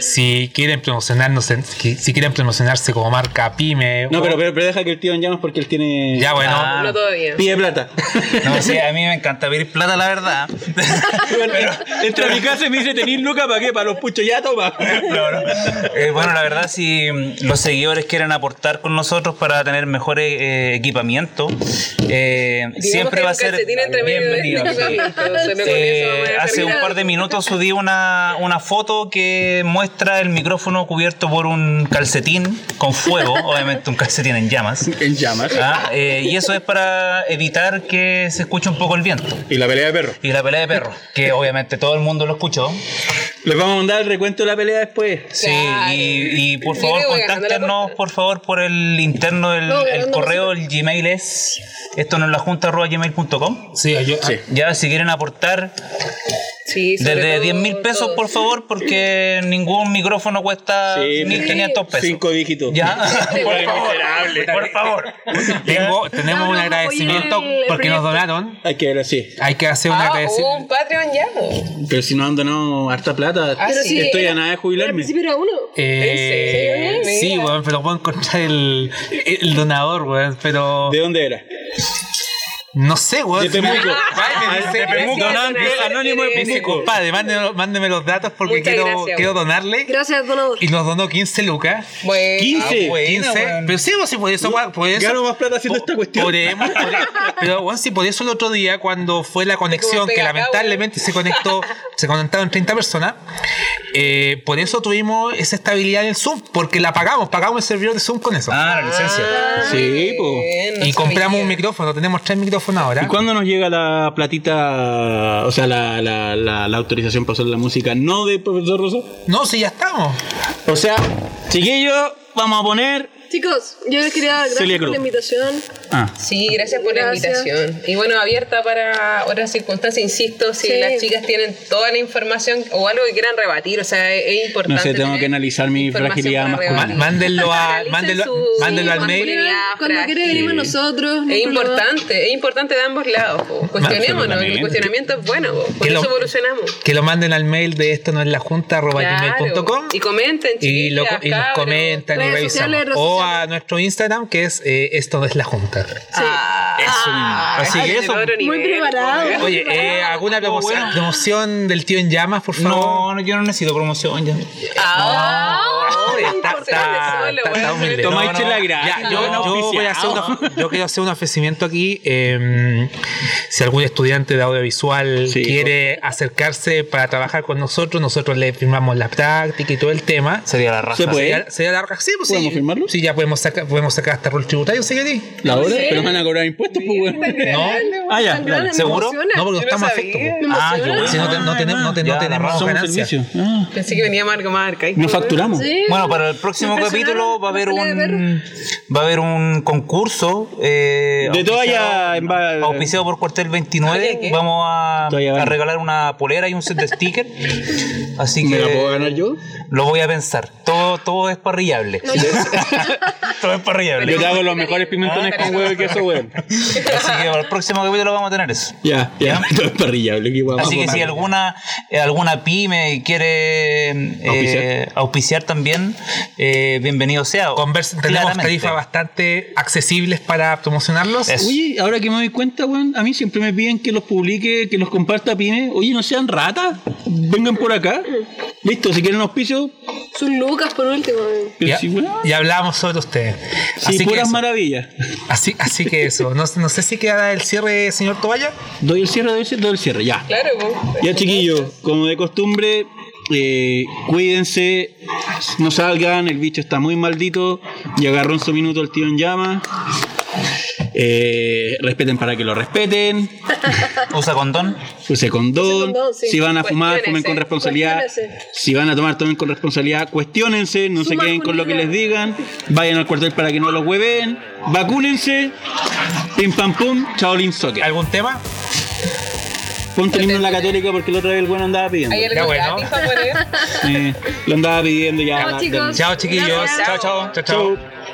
Speaker 3: Si quieren promocionarnos, en- que- si quieren promocionarse como marca pyme,
Speaker 2: No,
Speaker 3: o-
Speaker 2: pero, pero, pero deja que el tío en llamas porque él tiene.
Speaker 3: ya bueno,
Speaker 6: Ah.
Speaker 4: No todavía.
Speaker 2: Pide plata.
Speaker 6: No sé, a mí me encanta pedir plata, la verdad.
Speaker 2: Entra a mi casa y me dice, ¿tenís Luca para qué? Para los puchos, ya toma.
Speaker 6: No, no. Eh, bueno, la verdad, si mm, los seguidores quieren aportar con nosotros para tener mejores eh, equipamiento, eh, siempre va a ser bienvenido. Eh, hace un par de minutos subí una, una foto que muestra el micrófono cubierto por un calcetín con fuego, obviamente un calcetín en llamas.
Speaker 2: En llamas.
Speaker 6: Ah, eh, y eso es para evitar que se escuche un poco el viento.
Speaker 2: Y la pelea de perros.
Speaker 6: Y la pelea de perros, que obviamente todo el mundo lo escuchó.
Speaker 2: Les vamos a mandar el recuento de la pelea después.
Speaker 6: Sí,
Speaker 4: Claro.
Speaker 6: y, y por
Speaker 4: Yo
Speaker 6: favor,
Speaker 4: creo que ganó la
Speaker 6: contáctenos
Speaker 4: puerta.
Speaker 6: por favor por el interno, el,
Speaker 5: No,
Speaker 6: el
Speaker 5: ganó
Speaker 6: correo, el Gmail es esto no la junta arroba gmail.com.
Speaker 3: sí, yo-
Speaker 2: Sí.
Speaker 6: Ya, si quieren aportar,
Speaker 4: Sí, sobre
Speaker 6: Desde
Speaker 4: todo
Speaker 6: 10 mil pesos,
Speaker 4: todos.
Speaker 6: por favor, porque ningún micrófono cuesta
Speaker 2: Sí,
Speaker 6: 1.500 pesos.
Speaker 2: Cinco dígitos.
Speaker 6: Ya, por favor. Por favor.
Speaker 3: Tengo- tenemos
Speaker 5: Cabros,
Speaker 3: un
Speaker 5: apoyen
Speaker 3: agradecimiento
Speaker 5: el
Speaker 3: porque nos
Speaker 5: proyecto.
Speaker 3: donaron.
Speaker 2: Hay que ver así.
Speaker 3: Hay que hacer un
Speaker 4: Ah,
Speaker 3: agradecimiento.
Speaker 4: hubo un Patreon ya. po.
Speaker 2: Pero si no han donado harta plata,
Speaker 4: Ah,
Speaker 5: Pero
Speaker 4: sí.
Speaker 5: sí,
Speaker 2: estoy
Speaker 5: era-
Speaker 2: a nada de
Speaker 5: Al
Speaker 2: jubilarme.
Speaker 5: principio era uno.
Speaker 3: Eh,
Speaker 4: ¿En serio?
Speaker 3: sí,
Speaker 4: Mira.
Speaker 3: weón, pero puedo encontrar el, el donador, weón, pero
Speaker 2: ¿De dónde era?
Speaker 3: no sé, weón.
Speaker 2: De Temuco.
Speaker 3: Ay, me dice,
Speaker 4: Ah, de Temuco.
Speaker 3: donante
Speaker 4: Gracias,
Speaker 3: anónimo de
Speaker 4: gracias.
Speaker 3: Temuco. Compadre, mándeme, mándeme los datos porque
Speaker 4: Muchas
Speaker 3: quiero,
Speaker 4: gracias,
Speaker 3: quiero
Speaker 4: weón.
Speaker 3: donarle.
Speaker 5: Gracias, donador.
Speaker 3: Y nos donó 15 lucas.
Speaker 4: Bueno,
Speaker 2: 15.
Speaker 6: Buena,
Speaker 3: 15,
Speaker 6: weón.
Speaker 3: pero sí, weón, sí, por eso, weón, por eso.
Speaker 2: Gano más plata haciendo
Speaker 3: po-
Speaker 2: esta cuestión.
Speaker 3: oremos, ore- pero bueno, sí, por eso el otro día, cuando fue la conexión, que
Speaker 4: pega acá,
Speaker 3: lamentablemente se conectó, se conectaron 30 personas, eh, por eso tuvimos esa estabilidad en el Zoom, porque la pagamos, pagamos el servidor de Zoom con eso.
Speaker 6: Ah, la licencia.
Speaker 2: Sí, po.
Speaker 4: bien, no
Speaker 3: y compramos
Speaker 4: sabía.
Speaker 3: un micrófono, tenemos tres micrófonos
Speaker 2: ¿Y
Speaker 3: ahora.
Speaker 2: cuándo nos llega la platita, o sea, la, la, la, la autorización para hacer la música no de Profesor Rosa?
Speaker 3: No, sí, ya estamos.
Speaker 2: O sea, chiquillos, vamos a poner...
Speaker 5: Chicos, yo les quería dar
Speaker 2: Celia
Speaker 5: gracias por
Speaker 2: Cruz.
Speaker 5: la invitación.
Speaker 2: Ah,
Speaker 4: Sí, gracias por
Speaker 5: Gracias.
Speaker 4: la invitación. Y bueno, abierta para otras circunstancias, insisto, si
Speaker 5: Sí.
Speaker 4: las chicas tienen toda la información o algo que quieran rebatir, o sea, es, es importante.
Speaker 2: No sé, tengo
Speaker 4: tener
Speaker 2: que analizar mi
Speaker 4: información
Speaker 2: fragilidad
Speaker 4: para
Speaker 2: masculina.
Speaker 4: rebatir.
Speaker 3: Ma- mándenlo a-
Speaker 4: Ah, Analicen
Speaker 3: mándenlo-
Speaker 4: su
Speaker 3: mándenlo al mail.
Speaker 5: Cuando
Speaker 4: masculinidad
Speaker 5: quieran- Cuando
Speaker 4: frágil.
Speaker 5: quieran venimos nosotros. no
Speaker 4: Es
Speaker 5: hay problema.
Speaker 4: importante, es importante de ambos lados. po. Cuestionémonos,
Speaker 2: Absolutamente.
Speaker 4: el cuestionamiento es bueno, po. por
Speaker 3: Que lo-
Speaker 4: eso evolucionamos.
Speaker 3: Que lo manden al mail de esto no es la junta, arroba gmail punto com.
Speaker 4: Claro. Y comenten,
Speaker 3: y, lo,
Speaker 4: chiquillas,
Speaker 3: y nos
Speaker 4: cabros.
Speaker 3: comentan y
Speaker 5: Redes
Speaker 3: revisamos.
Speaker 5: sociales, redes
Speaker 3: o
Speaker 5: sociales.
Speaker 3: a nuestro Instagram, que es eh, esto no es la junta.
Speaker 4: Ah, ah,
Speaker 3: Así que
Speaker 4: es
Speaker 3: eso.
Speaker 4: de otro
Speaker 5: Muy
Speaker 4: nivel,
Speaker 5: preparado.
Speaker 4: po.
Speaker 3: Oye, eh, ¿alguna promoción, promoción del tío en llamas, por favor?
Speaker 6: No, no, yo no necesito promoción ya.
Speaker 4: Ah,
Speaker 3: Oye,
Speaker 4: está-
Speaker 3: está- está- está- está humilde.
Speaker 2: Toma
Speaker 3: No, no,
Speaker 2: chela
Speaker 3: no.
Speaker 2: gratis,
Speaker 3: Ya, yo,
Speaker 2: no,
Speaker 3: yo voy a hacer
Speaker 2: auspiciado.
Speaker 3: una- yo quiero hacer un ofrecimiento aquí. eh, si algún estudiante de audiovisual
Speaker 2: Sí.
Speaker 3: quiere acercarse para trabajar con nosotros, nosotros le firmamos la práctica y todo el tema.
Speaker 6: Sería la raja.
Speaker 2: ¿Se puede?
Speaker 3: Sería, sería la raja. Sí, pues,
Speaker 2: ¿Podemos
Speaker 3: sí.
Speaker 2: firmarlo?
Speaker 3: Sí, ya podemos sacar, podemos sacar hasta rol tributario, si queréis.
Speaker 2: ¿la hora? Pero me van a cobrar impuestos, pues, weón.
Speaker 3: No.
Speaker 2: Ah, ya,
Speaker 5: Tan
Speaker 2: dale.
Speaker 5: grande, me
Speaker 3: ¿Seguro?
Speaker 5: emociona.
Speaker 3: No, porque
Speaker 4: Yo no
Speaker 3: estamos
Speaker 4: sabía.
Speaker 3: afectos. po.
Speaker 5: Me
Speaker 6: Ah, yo
Speaker 5: emociona.
Speaker 6: bueno.
Speaker 3: Si no, te- no tenemos, no te- no
Speaker 6: Ya,
Speaker 3: tenemos
Speaker 2: Somos un
Speaker 3: ganancias.
Speaker 2: servicio. Ah,
Speaker 4: Pensé que venía Marco más arcaico.
Speaker 2: nos facturamos.
Speaker 5: Sí.
Speaker 6: Bueno, para el próximo
Speaker 5: Me
Speaker 6: capítulo va a haber
Speaker 5: impresionaron las peleas
Speaker 6: un va a haber un concurso eh,
Speaker 2: De toalla en ba-
Speaker 6: auspiciado por Cuartel 29.
Speaker 4: Oye, ¿qué?
Speaker 6: Vamos a,
Speaker 2: Toalla baño.
Speaker 6: a regalar una polera y un set de sticker. Así
Speaker 2: ¿Me la puedo
Speaker 6: que
Speaker 2: ganar yo?
Speaker 6: lo voy a pensar. Todo todo es parrillable. todo es parrillable.
Speaker 2: Yo te hago los mejores pimentones
Speaker 6: Ah,
Speaker 2: con huevo y queso, weón.
Speaker 6: Así que para el próximo capítulo vamos a tener eso.
Speaker 2: Ya, ya, todo es parrillable, qué guapo.
Speaker 6: Así que si alguna eh, alguna pyme quiere eh, auspiciar también, eh, bienvenido sea.
Speaker 3: Converse, tenemos
Speaker 6: Claramente.
Speaker 3: tarifas bastante accesibles para promocionarlos.
Speaker 6: Eso.
Speaker 2: Oye, ahora que me doy cuenta, weón, a mí siempre me piden que los publique, que los comparta Pyme. Oye, no sean ratas, vengan por acá. Listo, si quieren auspicio,
Speaker 5: Sus lucas por último.
Speaker 2: pero
Speaker 3: Ya,
Speaker 2: sí, weón.
Speaker 3: y hablamos sobre ustedes.
Speaker 2: Sí,
Speaker 3: así, que
Speaker 2: puras
Speaker 3: eso,
Speaker 2: maravillas.
Speaker 3: así, así que eso. No, no sé si queda el cierre, señor Toalla.
Speaker 2: Doy el cierre, doy el cierre, doy el cierre, ya.
Speaker 4: Claro, po.
Speaker 2: Ya chiquillos, como de costumbre, eh, cuídense, no salgan, el bicho está muy maldito y agarró en su minuto el tío en llamas. Eh, respeten para que lo respeten,
Speaker 6: Usa condón.
Speaker 2: use condón,
Speaker 5: Use condón, sí.
Speaker 2: si van a fumar,
Speaker 4: Cuestiónense,
Speaker 2: fumen con responsabilidad,
Speaker 5: cuestiónense.
Speaker 2: si van a tomar, tomen con responsabilidad, cuestiónense, no
Speaker 5: Su
Speaker 2: se queden con lo que les
Speaker 5: masculinidad.
Speaker 2: digan, vayan al cuartel para que no los hueven, vacúnense, pim pam pum, chaolin soccer.
Speaker 3: ¿Algún tema?
Speaker 2: Ponte el himno en la católica porque la otra vez el bueno andaba pidiendo.
Speaker 4: Hay
Speaker 3: Ya,
Speaker 4: algo
Speaker 3: bueno.
Speaker 4: gratis para poner.
Speaker 2: Sí, lo andaba pidiendo ya.
Speaker 5: Chao, chicos.
Speaker 3: Chao, chiquillos.
Speaker 5: Gracias.
Speaker 3: Chao, chao. Chao, chao.
Speaker 2: Chao.